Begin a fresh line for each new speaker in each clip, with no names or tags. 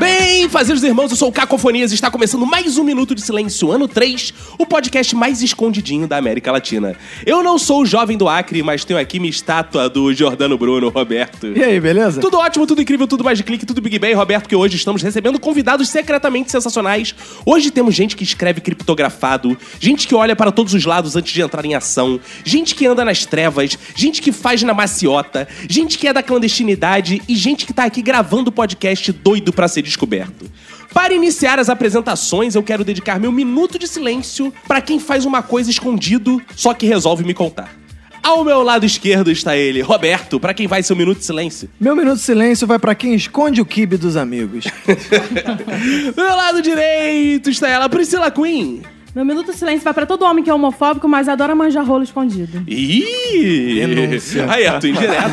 Bem, fazeres irmãos, eu sou o Cacofonias e está começando mais um Minuto de Silêncio, ano 3, o podcast mais escondidinho da América Latina. Eu não sou o jovem do Acre, mas tenho aqui minha estátua do Jordano Bruno, Roberto.
E aí, beleza?
Tudo ótimo, tudo incrível, tudo mais de clique, tudo Big Bang, Roberto, que hoje estamos recebendo convidados secretamente sensacionais. Hoje temos gente que escreve criptografado, gente que olha para todos os lados antes de entrar em ação, gente que anda nas trevas, gente que faz na maciota, gente que é da clandestinidade e gente que tá aqui gravando podcast doido para ser descoberto. Para iniciar as apresentações, eu quero dedicar meu minuto de silêncio para quem faz uma coisa escondido, só que resolve me contar. Ao meu lado esquerdo está ele, Roberto, para quem vai ser o minuto de silêncio.
Meu minuto de silêncio vai pra quem esconde o kibe dos amigos.
Do meu lado direito está ela, Priscila Queen.
Meu minuto de silêncio vai pra todo homem que é homofóbico, mas adora manjar rolo escondido.
Ih! Denúncia. Aí, Arthur, indireto.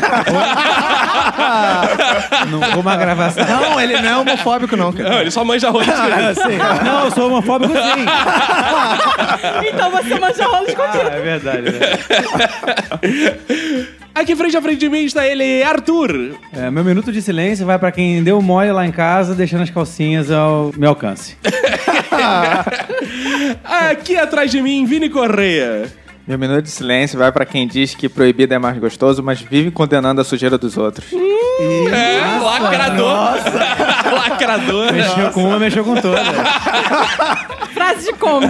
Não vou mais gravar assim.
não, ele não é homofóbico, não, cara.
Não, ele só manja rosto.
Ah, sim.
Não, eu sou homofóbico sim.
então você manja rolo escondido.
é verdade. né?
Aqui frente a frente de mim está ele, Arthur.
É, meu minuto de silêncio vai pra quem deu mole lá em casa, deixando as calcinhas ao meu alcance.
Aqui atrás de mim, Vini Correia.
Meu minuto de silêncio vai pra quem diz que proibido é mais gostoso, mas vive condenando a sujeira dos outros.
É, lacrador. lacrador.
Mexeu com uma, mexeu com todas.
Frase de Kombi.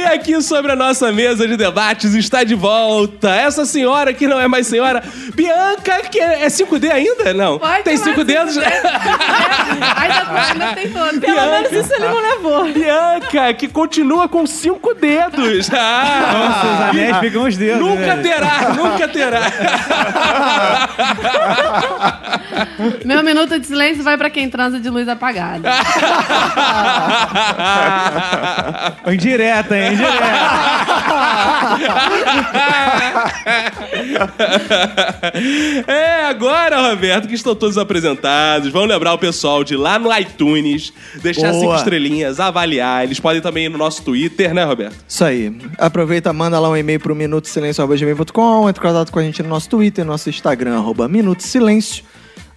E aqui sobre a nossa mesa de debates está de volta essa senhora que não é mais senhora, Bianca, que é 5D ainda? Não.
Pode
Tem
falar
5
cinco
dedos?
Ainda ainda tem todo. Pelo
Bianca.
menos isso ele não levou.
Bianca, que continua com cinco dedos. Ah,
Então, Os anéis ficam os dedos.
nunca
né?
terá, nunca terá.
Meu minuto de silêncio vai pra quem transa de luz apagada.
Indireta, hein? Indireta.
é agora, Roberto, que estão todos apresentados. Vamos lembrar o pessoal de ir lá no iTunes, deixar
Boa.
cinco estrelinhas, avaliar. Eles podem também ir no nosso Twitter, né, Roberto?
Isso aí. Aproveita, manda lá um e-mail pro minutosilencio.com, entra em contato com a gente no nosso Twitter, no nosso Instagram, arroba Minuto Silêncio,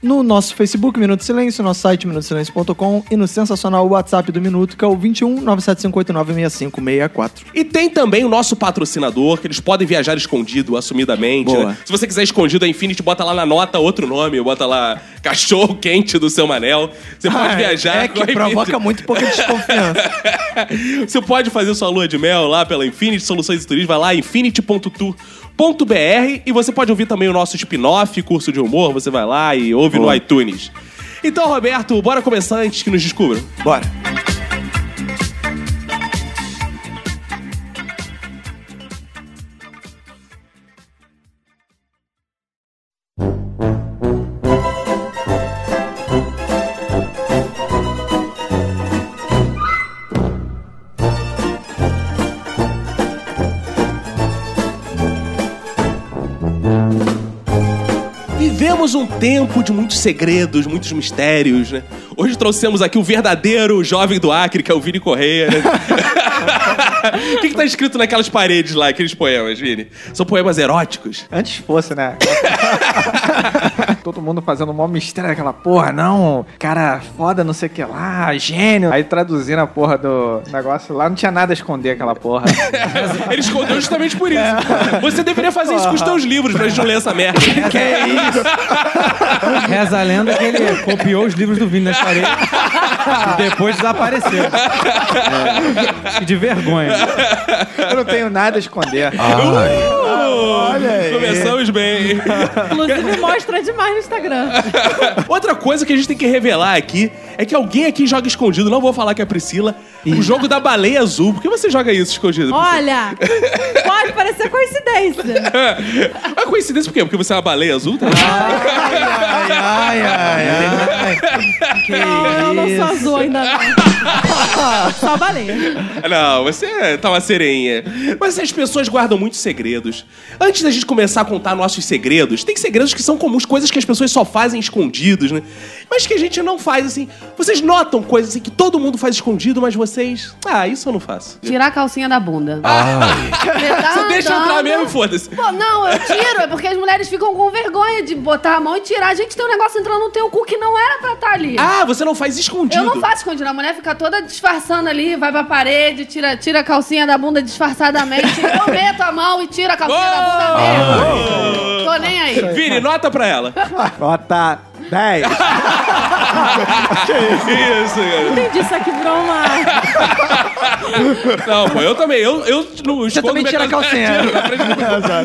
no nosso Facebook, Minuto Silêncio, nosso site, minutosilêncio.com e no sensacional WhatsApp do Minuto, que é o 21 975896564.
E tem também o nosso patrocinador, que eles podem viajar escondido, assumidamente.
Boa.
né? Se você quiser escondido, a Infinity bota lá na nota outro nome, bota lá cachorro quente do seu Manel. Você pode viajar
É
com
que
a Infinity.
provoca muito pouca desconfiança.
Você pode fazer sua lua de mel lá pela Infinity Soluções e Turismo, vai lá infinity.tu.br e você pode ouvir também o nosso spin-off, curso de humor, você vai lá e ouve no iTunes. Então, Roberto, bora começar antes que nos descubram.
Bora.
Vivemos um tempo de muitos segredos, muitos mistérios, né? Hoje trouxemos aqui o verdadeiro jovem do Acre, que é o Vini Correia, né? O que, que tá escrito naquelas paredes lá, aqueles poemas, Vini? São poemas eróticos?
Antes fosse, né? Todo mundo fazendo o maior mistério daquela porra, não. Cara foda, não sei o que lá, gênio. Aí traduzindo a porra do negócio lá, não tinha nada a esconder aquela porra.
Ele escondeu justamente por isso. Você deveria fazer isso com os teus livros pra gente não ler essa merda.
Que isso? Reza a lenda que ele copiou os livros do Vini nas paredes e depois desapareceu. Que É. de vergonha.
Ah.
Eu não tenho nada a esconder.
Uh!
Olha aí.
Começamos bem.
Inclusive, mostra demais no Instagram.
Outra coisa que a gente tem que revelar aqui é que alguém aqui joga escondido, não vou falar que é a Priscila, o jogo da baleia azul. Por que você joga isso escondido? Priscila?
Olha, pode parecer coincidência.
É coincidência por quê? Porque você é uma baleia azul, tá?
Ai, ai, ai, ai. Que
Não, eu não sou
isso.
azul ainda. não. Só baleia.
Não, você tá uma sereinha. Mas as pessoas guardam muitos segredos. Antes da gente começar a contar nossos segredos, tem segredos que são comuns, coisas que as pessoas só fazem escondidos, né? Mas que a gente não faz assim. Vocês notam coisas assim que todo mundo faz escondido, mas vocês. Ah, isso eu não faço.
Tirar a calcinha da bunda.
Você deixa entrar mesmo, foda-se.
Pô, não, eu tiro, é porque as mulheres ficam com vergonha de botar a mão e tirar. Gente, tem um negócio entrando no teu cu que não era pra estar ali.
Ah, você não faz escondido.
Eu não faço escondido. A mulher fica toda disfarçando ali, vai pra parede, tira, tira a calcinha da bunda disfarçadamente. Eu meto a mão e tiro a calcinha da bunda mesmo. Tô nem aí.
Vire, nota pra ela.
Nota 10.
isso, cara.
Entendi, isso aqui virou uma...
Não, pô, eu também. Eu, eu não escondo
também
minha
tira a calcinha.
Tiro na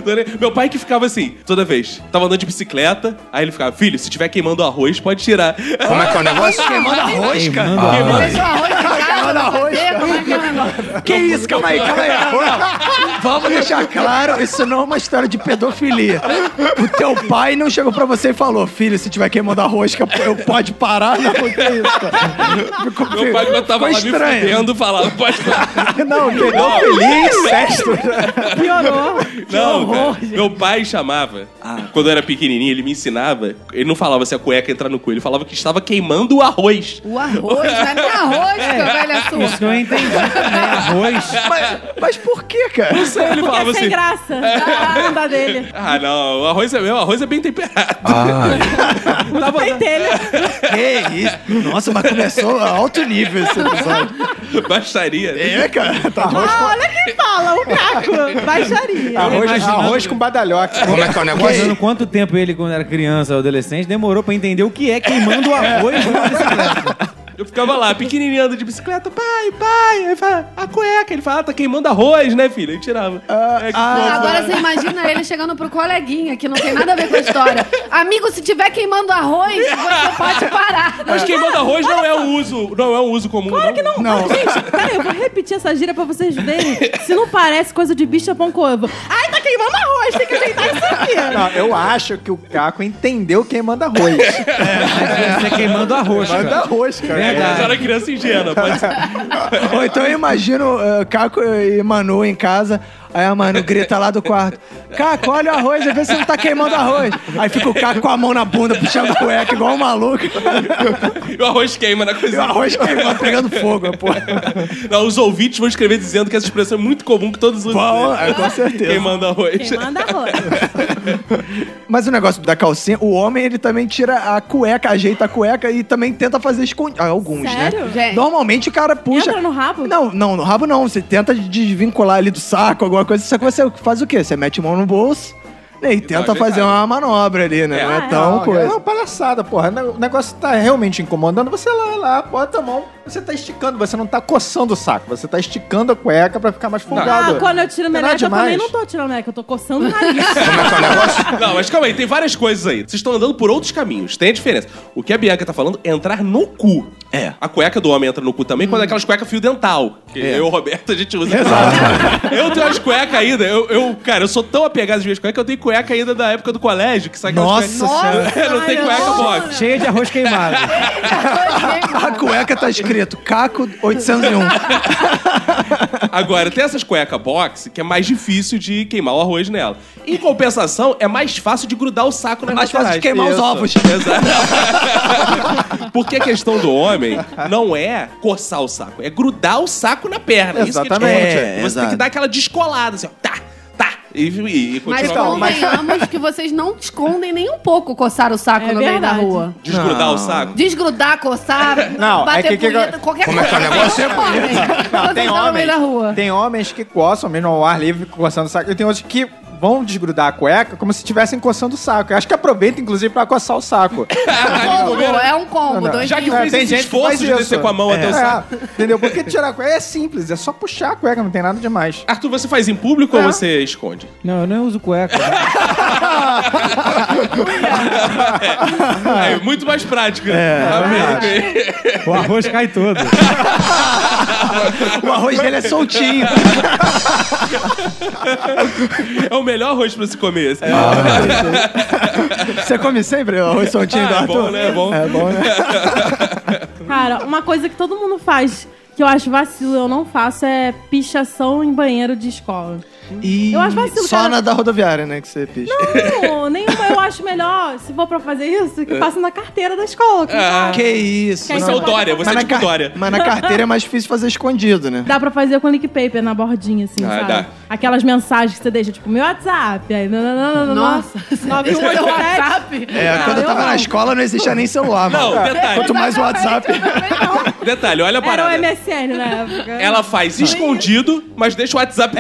frente do- Meu pai que ficava assim, toda vez. Tava andando de bicicleta, aí ele ficava, filho, se tiver queimando arroz, pode tirar.
Como é que é o negócio? Queimando arroz, cara.
Deixa o arroz em casa pra fazer, como é que é o negócio?
Que isso? Calma aí, calma aí. Vamos deixar claro, isso não é uma história de pedofilia. O teu pai não chegou pra você e falou, filho, se tiver queimando a rosca, eu pode parar? Não, que isso, cara. Ficou,
Meu pai quando tava lá
ficou
me fudendo, falava, pode tirar.
Não, pedofilia, é incesto. né?
Piorou.
Não, cara. Meu pai chamava.
Ah.
Quando eu era pequenininho, ele me ensinava. Ele não falava se a cueca entrar no cu, ele falava que estava queimando o arroz.
O arroz, né? vai pra arroz,
É.
meu velho
Isso que
açúcar.
eu entendi também. Arroz.
Mas, mas por que, cara?
Isso aí ele
Porque
falava
é sem
assim.
graça. A bunda dele.
Ah, não, o arroz é meu, o arroz é bem temperado. Tava-
Tem telha.
Que isso? Nossa, mas começou a alto nível esse episódio.
Baixaria. né?
É, cara, tá arroz.
Ah, olha que fala, o Caco. Baixaria.
Arroz,
imaginando-
arroz com badalhoca.
Imaginando Tá quanto tempo ele, quando era criança ou adolescente, demorou pra entender o que é queimando o arroz numa bicicleta.
Eu ficava lá, pequenininho, andando de bicicleta, pai, pai. Aí fala, a cueca. Ele fala, ah, tá queimando arroz, né, filho? Aí tirava.
Ah,
é, que fofo.
Ah, Agora você imagina ele chegando pro coleguinha, que não tem nada a ver com a história. Amigo, se tiver queimando arroz, você pode parar.
Mas queimando arroz não é um uso, não é um uso comum.
Claro que não.
Não.
Ah, gente, peraí, eu vou repetir essa gíria pra vocês verem. Se não parece coisa de bicha pão covo. Ai, tá queimando arroz, tem que ajeitar isso aqui.
Não, eu acho que o Caco entendeu quem manda arroz.
Mas você queimando arroz,
Manda
cara.
arroz,
É
É,
cara.
Mas
Verdade.
era criança ingênua, pode ser.
Ou então eu imagino eh, Caco e Manu em casa. Aí a Manu grita lá do quarto: Caco, olha o arroz, vê se não tá queimando arroz. Aí fica o Caco com a mão na bunda, puxando a cueca, igual um maluco.
E o arroz queima na
E o
cozinha.
arroz queimando, pegando fogo, pô.
Não, os ouvintes vão escrever dizendo que essa expressão é muito comum que todos usam.
Bom, é, com certeza.
Queimando arroz.
Queimando arroz.
Mas o negócio da calcinha, o homem ele também tira a cueca, ajeita a cueca e também tenta fazer escondido. Alguns,
Sério?
né?
Gente.
Normalmente o cara puxa.
Entra no rabo?
Não, não, no rabo não. Você tenta desvincular ali do saco, alguma coisa. Só que você faz o quê? Você mete a mão no bolso né, e tenta
ajeitado.
fazer uma manobra ali, né?
É.
Não é
Ah,
tão
Não, tá É
coisa.
uma palhaçada, porra. O negócio tá realmente incomodando. Você lá, lá, bota a mão. Você tá esticando, você não tá coçando o saco. Você tá esticando a cueca pra ficar mais folgado.
Ah, quando
Tá
eu tiro
Não é
meleca, eu
demais.
também não tô tirando meleca, eu tô coçando o nariz.
é Não, mas calma aí, tem várias coisas aí. Vocês estão andando por outros caminhos, tem a diferença. O que a Bianca tá falando é entrar no cu.
É.
A cueca do homem entra no cu também, quando é aquelas cuecas fio dental. Que eu e o Roberto, a gente usa. Eu tenho as cuecas ainda. Eu, eu- cara, eu sou tão apegado às minhas cuecas que eu tenho cueca ainda da época do colégio, que sai aquelas
Nossa
cuecas- Não tem
Ai,
cueca,
não.
Bob.
Cheia de arroz queimado.
A cueca tá escrito Caco 801.
Agora, tem essas cuecas boxe que é mais difícil de queimar o arroz nela. Em compensação, é mais fácil de grudar o saco nas
Mais fácil de
laterais.
queimar os ovos.
Exato. Porque a questão do homem não é coçar o saco, é grudar o saco na perna. Isso que a gente
Exatamente.
conta.
É,
Você tem
exato.
que dar aquela descolada, assim, ó, tá, tá, e, e, e
Mas
continuar
Então, mas-
convenhamos que vocês não escondem nem um pouco coçar o saco
É
no meio da
verdade.
rua.
desgrudar o saco.
Desgrudar, coçar,
Não,
bater
é que- que-
punheta, qualquer
Como é
coisa.
que é o negócio?
Não podem.
Não,
Vocês
tem
estão no meio
homens,
da rua.
tem homens que coçam mesmo ao ar livre, coçando o saco. E tem outros que vão desgrudar a cueca como se estivessem coçando o saco. Eu acho que aproveita, inclusive, pra coçar o saco.
um combo, é um combo.
Não, não.
Dois
Já que
mil.
É,
fez
tem
esse
gente que
esforço
faz
de
isso.
descer com a mão até o saco.
É, entendeu? Porque tirar a cueca é simples, é só puxar a cueca, não tem nada demais.
Arthur, você faz em público
É.
ou você esconde?
Não, eu não uso cueca.
É, muito mais prático. É
É.
Amém.
o arroz cai todo.
O arroz dele é soltinho.
É o melhor arroz pra se comer. assim. esse.
Você come sempre o arroz soltinho
Ah,
do
é
Arthur?
bom, né? É bom.
É bom, né?
Cara, uma coisa que todo mundo faz, que eu acho vacilo, eu não faço, é pichação em banheiro de escola.
E
Eu acho vacilo,
só
cara.
na da rodoviária, né, que você picha.
Não, nenhuma. Eu acho melhor, se for pra fazer isso, que faça na carteira da escola. que dá-
Que isso.
Quer
Você
Não.
é o Dória, você é
Tá na
tipo
car-
Dória.
mas na carteira é mais difícil fazer escondido, né?
Dá pra fazer com link paper na bordinha, assim,
Ah,
sabe?
dá.
Aquelas mensagens que você deixa, tipo, meu WhatsApp. Aí, nananana,
Nossa,
Nove, um
Esse é o
oito, sete.
WhatsApp?
É,
Não,
quando eu tava
não.
na escola não existia nem celular,
Não,
mano.
detalhe.
Quanto mais o WhatsApp.
Detalhe, olha a
Era o
parada.
MSN na época.
Ela faz escondido, mas deixa o WhatsApp.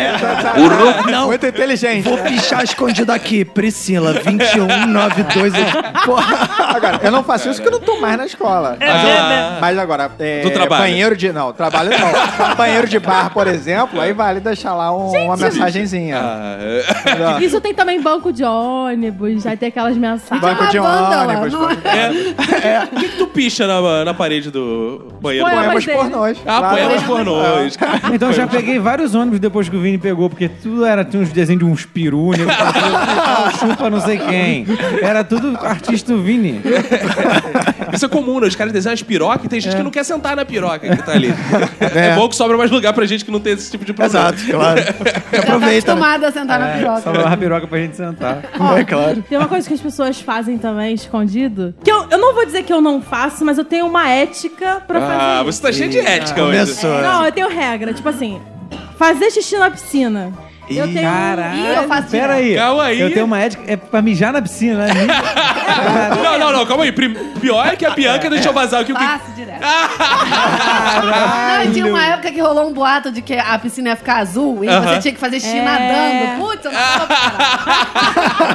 O ro-
Não,
Muito inteligente.
vou pichar escondido aqui. Priscila, 2192. Porra.
Agora, eu não faço isso porque eu não tô mais na escola. mas, eu- mas agora, é,
É, né? Tu trabalha?
banheiro de. Não, trabalho não. banheiro de bar, por exemplo, aí vale deixar lá um- uma mensagenzinha.
Ah, é.
Isso é tem também banco de ônibus, aí tem aquelas mensagens.
Banco de
uma banda lá,
ônibus,
não
banco de
É. O que, que tu picha na, na parede do banheiro?
Põe a
Poemas
Mas ele-
pornôs.
Ah,
claro.
apoiamos pornôs.
Então eu já peguei vários ônibus depois que o Vini pegou, porque tudo era, tinha uns desenhos de uns peru, nego fazia, chupa não sei quem. Era tudo artista do Vini.
Isso é comum, né? Os caras desenham as pirocas e tem gente que não quer sentar na piroca que tá ali. É.
É.
bom que sobra mais lugar pra gente que não tem esse tipo de problema.
Exato, claro.
Já tá
Aproveita. né?
acostumada a sentar
É,
na piroca.
Sobrava a piroca É, pra gente sentar.
Ó,
É claro.
Tem uma coisa que as pessoas fazem também, escondido. Que eu, eu não vou dizer que eu não faço, mas eu tenho uma ética pra fazer.
Ah, você tá cheio de ética hoje.
Começou.
É. Não, eu tenho regra. Tipo assim, fazer xixi na piscina. eu tenho.
Ih, eu faço
Pera aí.
Calma aí.
Eu tenho uma ética. É pra mijar na piscina, né?
Não, não, não, calma aí. Prim- Pior é que a Bianca deixou vazar o que o que.
Passo direto.
Ah,
Não, e tinha uma época que rolou um boato de que a piscina ia ficar azul e
Aham.
você tinha que fazer xixi
É.
nadando. Putz, eu não tava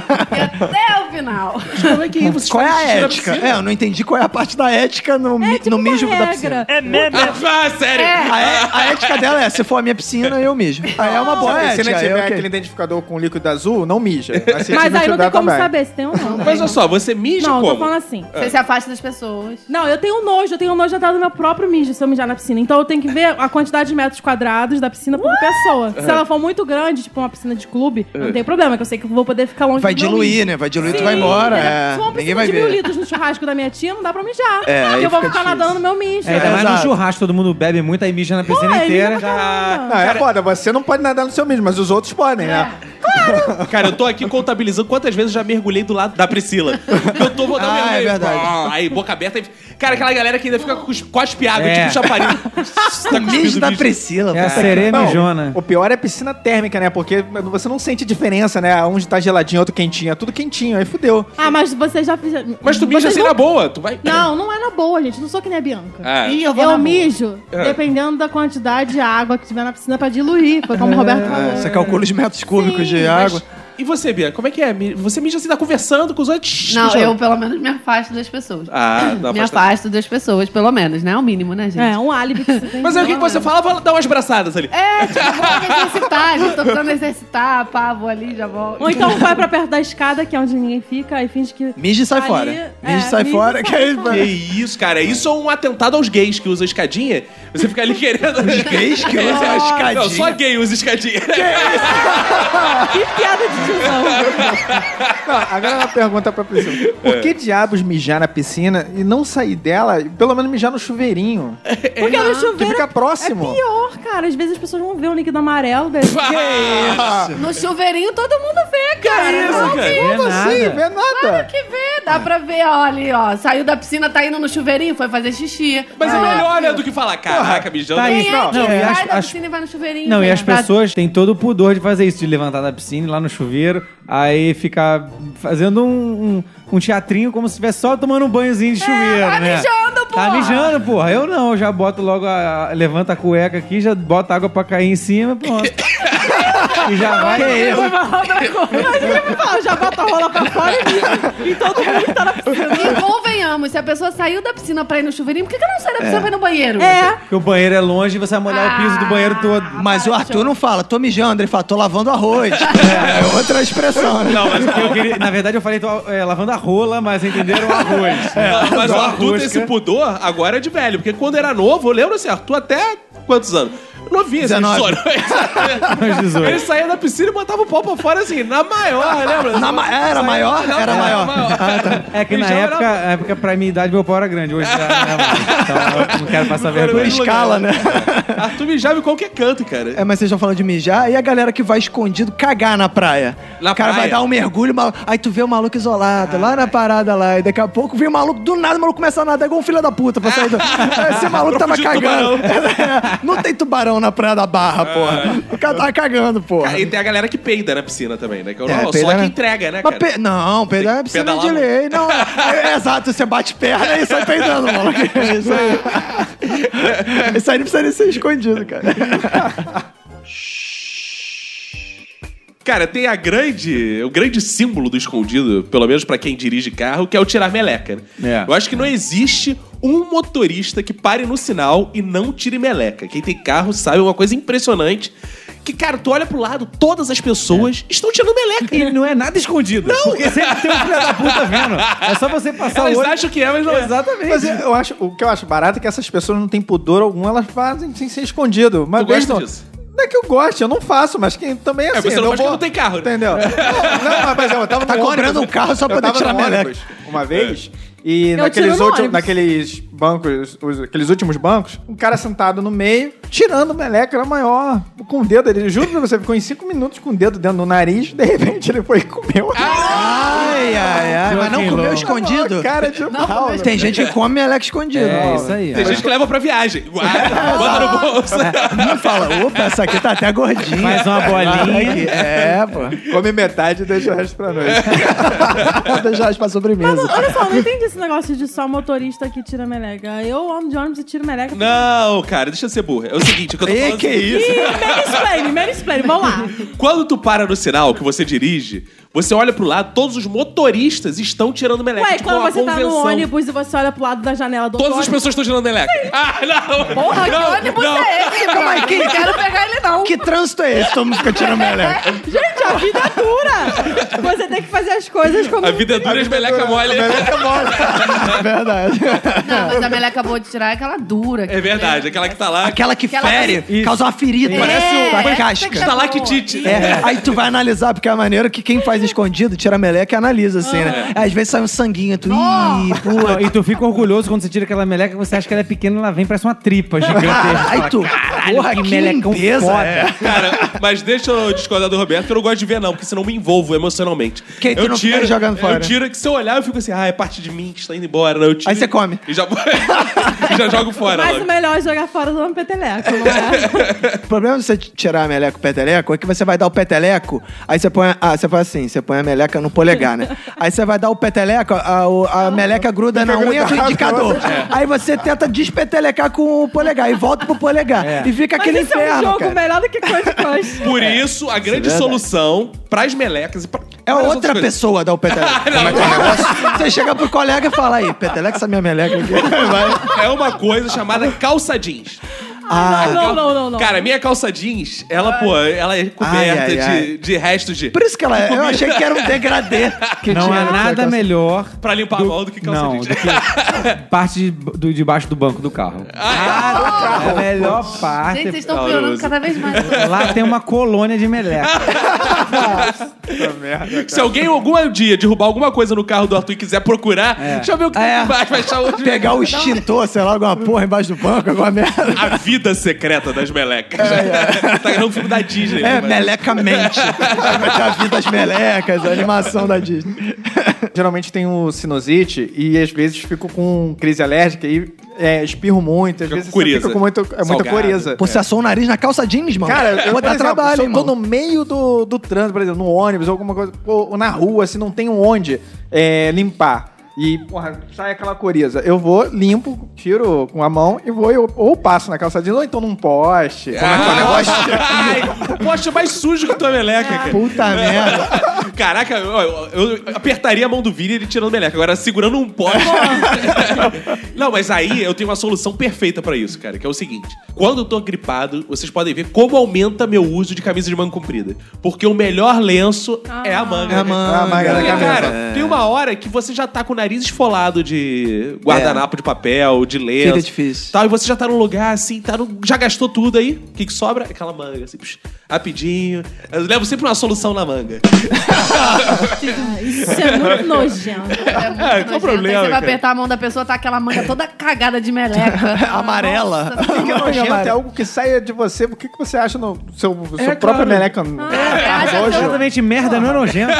preparada. Até o final.
Como é que você
Qual é a ética?
Ah,
É, eu não entendi qual é a parte da ética no,
É
mi-
tipo
no
uma
mijo da piscina.
regra.
É meme.
Ah, sério?
A, é- a ética dela é, se for a minha piscina, eu mijo. Aí é uma
Se
boa
a
ética.
piscina
aí
tiver
é ok.
aquele identificador com líquido azul, não mija.
É,
se
Mas aí não
tiver,
tem como
também.
saber se tem ou não. né?
Mas olha só, você mija
Não, eu tô
como?
falando assim.
Você se afasta das pessoas.
Não, eu tenho nojo, eu tenho nojo até do meu próprio mijo se eu mijar na piscina. Então eu tenho que ver a quantidade de metros quadrados da piscina por pessoa.
É.
Se ela for muito grande, tipo uma piscina de clube, não tem problema, que eu sei que eu vou poder ficar longe
Vai
do meu
diluir,
mijo.
né? Vai diluir, tu
Sim,
vai embora.
entendeu?
É,
Se for uma
ninguém
piscina
vai
de mil
ver.
litros no churrasco da minha tia, não dá pra mijar.
É, aí
porque eu vou
fica
ficar
difícil.
nadando no meu mijo.
É, ainda mais no
Exato.
churrasco, todo mundo bebe muito, aí mija na piscina
Pô, é
inteira.
lindo pra
Já...
caramba.
Não, é foda, você não pode nadar no seu mesmo, mas os outros podem,
É.
né?
Cara, eu tô aqui contabilizando quantas vezes eu já mergulhei do lado da Priscila. Eu tô botando
Ah,
mergulho.
é verdade.
Ah, Aí, boca aberta. aí- Cara, aquela galera que ainda fica cus- cospe água,
É.
tipo chapariz. tá
Mijo
cuspindo
da
bicho.
Priscila.
É a
pô.
sereia
Não,
né?
mijona.
O pior é a piscina térmica, né? Porque você não sente diferença, né? Um tá geladinho, outro quentinho. É tudo quentinho, aí fudeu.
Ah, mas você já...
Mas tu mija
Vocês
assim
não...
na boa. Tu vai.
Não, não é na boa, gente. Não sou que nem a Bianca.
Ah.
Ih, eu mijo,
É.
dependendo da quantidade de água que tiver na piscina pra diluir. Foi como o Roberto falou.
É, Você calcula os metros cúbicos de
Mas-
água.
E você, Bia? Como é que é? Mi- Você mija assim, tá conversando com os outros. tsh,
Não,
mijando.
eu pelo menos me afasto das pessoas.
Ah, dá
me
afasta-
afasto das pessoas, pelo menos, né? É o mínimo, né, gente?
É, um álibi que você tem.
Mas aí o que, que você fala? Vou dar umas braçadas ali.
É, tipo, vou me exercitar, gente. Tô precisando exercitar, pá, vou ali, já volto.
Ou então vai pra perto da escada, que é onde ninguém fica, e finge que...
Mija e sai
Ali,
fora.
é,
Mija e sai
mija e
fora,
sai
que aí
Que isso, cara. Isso é um atentado aos gays que usam escadinha. Você fica ali querendo. Os
gays que usam a
Não, só
escadinha.
gay usa escadinha.
Que piada de tiozão.
Não, agora é uma pergunta pra Priscila. Por que diabos mijar na piscina e não sair dela, e pelo menos mijar no chuveirinho?
Porque no
Que
chuveiro
fica próximo.
é pior, cara. Às vezes as pessoas vão ver o líquido amarelo dele.
No chuveirinho todo mundo vê, cara.
isso,
Não,
Ah, cara?
que-
Não é nada.
Sim, vê nada.
Claro que vê, dá pra ver, ó, ali, ó. Saiu da piscina, tá indo no chuveirinho, foi fazer xixi.
Mas é
Ah,
melhor, né, do que falar, caraca, mijando.
tá aí.
Quem é
Não,
que
e
sai
as-
da
as-
piscina e vai no chuveirinho?
Não, e
né?
as pessoas têm todo o pudor de fazer isso, de levantar da piscina, ir lá no chuveiro, aí ficar fazendo um, um, um teatrinho como se estivesse só tomando um banhozinho de chuveiro,
tá
né?
mijando, porra!
Tá mijando, porra. Eu não, eu já boto logo a... a- Levanta a cueca aqui, já bota água pra cair em cima, pronto. E já vai.
Imagina me falar, já bota a rola pra fora e, e todo mundo que tá na piscina.
E convenhamos, se a pessoa saiu da piscina pra ir no chuveirinho, por que, que ela não sai da piscina pra ir no banheiro?
É.
Porque o banheiro é longe e você vai molhar o piso do
Ah.
banheiro todo.
Mas o Arthur não fala, tô mijando, ele fala, tô lavando arroz. É, outra expressão, né?
Não, mas eu queria, na verdade eu falei, tô é, lavando a rola, mas entenderam o arroz.
Não, É, mas o
Igual a
Arthur tem
rosca.
esse pudor agora é de velho. Porque quando era novo, lembra assim, Arthur até quantos anos? Novinho, assim,
19.
chorou.
Aos 18.
Ele saía da piscina e botava o pau pra fora assim, na maior, lembra?
Na ma- era maior?
Não,
Era maior.
É que
Ele
na
já era-
época, na época, pra minha idade, meu pau era grande. Hoje já não é mais. Então eu não quero passar
Por
vergonha.
escala, né?
Arthur mijava em qualquer canto, cara.
É, mas vocês estão falando de mijar e a galera que vai escondido cagar na praia.
Na
o cara
praia?
vai dar um mergulho, mal... aí tu vê o maluco isolado, lá na parada lá, e daqui a pouco vem o maluco do nada, o maluco começa a nadar igual um filho da puta pra sair do... Esse maluco tava
Procura de
cagando. É, Não tem tubarão na praia da barra,
É.
porra. O cara tava cagando, porra.
E tem a galera que peida na piscina também, né? Que é o
É,
normal,
peidar
só que
na-
entrega, né,
Mas
cara?
pe- Não, peidar é
que
piscina de
pedalar muito.
lei. Não, é- é exato, você bate perna e sai peidando, maluco. É Isso aí. Isso aí não precisa nem ser escondido, cara.
Cara, tem a grande, o grande símbolo do escondido, pelo menos pra quem dirige carro, que é o tirar meleca. né?
É.
Eu acho que não existe um motorista que pare no sinal e não tire meleca. Quem tem carro sabe uma coisa impressionante, que cara, tu olha pro lado, todas as pessoas estão tirando meleca.
E não é nada escondido. Não! Porque sempre tem um filho da puta vendo. É só você passar
Elas
o olho.
acham que é, mas não é.
Exatamente.
Mas eu, eu acho, o que eu acho barato é que essas pessoas não têm pudor algum, elas fazem sem ser escondido. Mas
Tu gosta
não,
disso?
Não é que eu goste, eu não faço, mas quem também é assim.
você não
eu
faz porque não tem carro, né?
Entendeu? não, não, mas eu tava
Tá
no
comprando
ônibus,
um carro só pra
eu
poder
tava
tirar
no
meleca.
ônibus
É.
Uma vez, e
tiro
naqueles
no
últimos,
ônibus.
naqueles bancos, os- aqueles últimos bancos, um cara sentado no meio, tirando meleca, era maior, com o dedo. Ele, juro pra você, ficou em cinco minutos com o dedo dentro do nariz, de repente ele foi e comeu.
Ah!
Ai, ai, ai. Mas não
Joaquim
comeu
Lô.
escondido?
Cara de pau. né?
Tem gente que come meleca escondido.
É isso aí.
Tem gente que leva pra viagem. Guarda, bota no bolso.
Não fala, opa, essa aqui tá até gordinha.
Faz uma bolinha.
Aqui. É, pô.
Come metade e deixa o resto pra nós.
Deixa pra sobremesa.
Não, Olha só, eu não entendi esse negócio de só motorista que tira meleca. Eu ando de ônibus e tiro meleca.
Não, cara, deixa eu ser burro. É o seguinte, o que eu tô
Ih,
falando...
que isso?
Ih, mansplaining, mansplaining, vamos lá.
Quando tu para no sinal que você dirige, você olha pro lado, todos os motoristas estão tirando meleca.
Ué,
tipo
quando
uma
você tá no
convenção.
ônibus e você olha pro lado da janela do
Todas as
ônibus.
pessoas estão tirando meleca. Ah, não!
Porra, que
não,
ônibus
não.
é esse, mano?
que-
Não quero pegar ele, não.
Que trânsito é esse? Todo mundo fica tirando meleca.
Gente, a vida é dura! Você tem que fazer as coisas como.
A vida é dura, as meleca mole.
Verdade.
Não, mas a meleca boa de tirar é aquela dura.
É verdade, aquela que tá lá.
Aquela que
Aquela-
fere,
Isso.
causa uma ferida.
Parece um-
uma
essa tem que
casca.
tá-
Tá lá que tite.
É, aí tu vai analisar, porque é maneiro que quem faz escondido, tira meleca e analisa, assim, né? Às vezes sai um sanguinho, tu... Ih, pô.
Não, e tu fica orgulhoso quando você tira aquela meleca, você acha que ela é pequena, ela vem, parece uma tripa gigantesca.
Aí tu, porra, que,
que melecão
limpeza.
foda.
É.
Cara, mas deixa eu discordar do Roberto, que eu não gosto de ver, não, porque senão eu me envolvo emocionalmente.
Que aí tu
eu
não fica jogando fora.
Eu tiro que se eu olhar, eu fico assim, ah, é parte de mim que está indo embora. Não, eu tiro,
Aí você come.
E já, e já jogo fora.
Mas
logo.
o melhor é jogar fora do peteleco, não é?
O problema de você tirar a meleca o peteleco é que você vai dar o peteleco, aí você põe. Ah, você faz assim, você põe a meleca no polegar, né? Aí você vai dar o peteleco, a, o-
Ah,
a meleca gruda na unha do indicador.
é.
Aí você tenta despetelecar com o polegar e volta pro polegar. E fica
Mas
aquele
isso é um
inferno.
jogo
cara.
melhor do que Crush Crush.
Por isso, a grande solução pras melecas e pra,
É
várias
outra
outras coisas.
pessoa dar é o peteleco.
Não,
você chega pro colega e fala aí, peteleco essa minha meleca aqui. Vai.
É uma coisa chamada calça jeans.
não, não, não, não, não.
Cara, minha calça jeans, ela, pô, ela é coberta
Ai, ai,
de, de restos de.
Por isso que ela é. Eu achei que era um degradê. Que
Não
tinha
há
nessa
nada
calça.
melhor
Pra limpar a mão do que calça
não,
jeans.
do que parte de, do, de baixo do banco do carro.
Ah,
é a melhor parte.
Gente, vocês estão piorando cada vez mais.
Lá tem uma colônia de meleca.
Se alguém algum dia derrubar alguma coisa no carro do Arthur e quiser procurar, deixa eu ver o que tem aqui embaixo. Vai achar onde...
É. Pegar o extintor, sei lá, alguma porra embaixo do banco, alguma merda.
A vida secreta das melecas. tá gravando um filme da Disney. né,
É,
mas-
meleca mente. Vai ter a vida das melecas, a animação da Disney.
Geralmente tenho sinusite e às vezes fico com crise alérgica e é, espirro muito. Às
Fica
vezes
com coriza.
fico com muito, é, muita
Salgado.
coriza.
Pô, você assou o nariz na calça jeans, mano.
Cara, eu,
vou
por
dar
exemplo,
trabalho,
se
hein,
eu tô no
mano.
meio do, do trânsito, por exemplo, no ônibus ou alguma coisa, ou, ou na rua, assim, não tenho onde é, limpar. E, porra, sai aquela coriza. Eu vou, limpo, tiro com a mão e vou, eu- ou passo na calçadinha, ou então num poste. Como é
Ah.
que é o negócio?
Ai, poxa, mais sujo que tua meleca, cara.
Ah,
Puta merda.
Caraca, ó, eu, eu apertaria a mão do Vini e ele tirando meleca. Agora, segurando um poste. Não, mas aí eu tenho uma solução perfeita pra isso, cara, que é o seguinte: quando eu tô gripado, vocês podem ver como aumenta meu uso de camisa de manga comprida. Porque o melhor lenço é a manga.
É a manga.
Ah, manga da
Porque,
cabeça.
é
cara, tem uma hora que você já tá com o nariz esfolado de guardanapo de papel, de lenço.
É. Fica difícil.
Tal, e você já tá num lugar assim, tá no- já gastou tudo aí. O que, que sobra? Aquela manga, assim, psh, rapidinho. Eu levo sempre uma solução na manga.
Ah, Isso é muito nojento.
É, muito
É, qual
nojento.
o problema,
Aí Você vai
cara?
apertar a mão da pessoa, tá aquela manga toda cagada de meleca.
Amarela.
Nossa,
Fica nojento,
Mara.
é algo que saia de você. O que, que você acha no seu, seu
É,
próprio
claro.
meleca?
Você acha
Nojo.
seu-
Exatamente, merda não é nojento.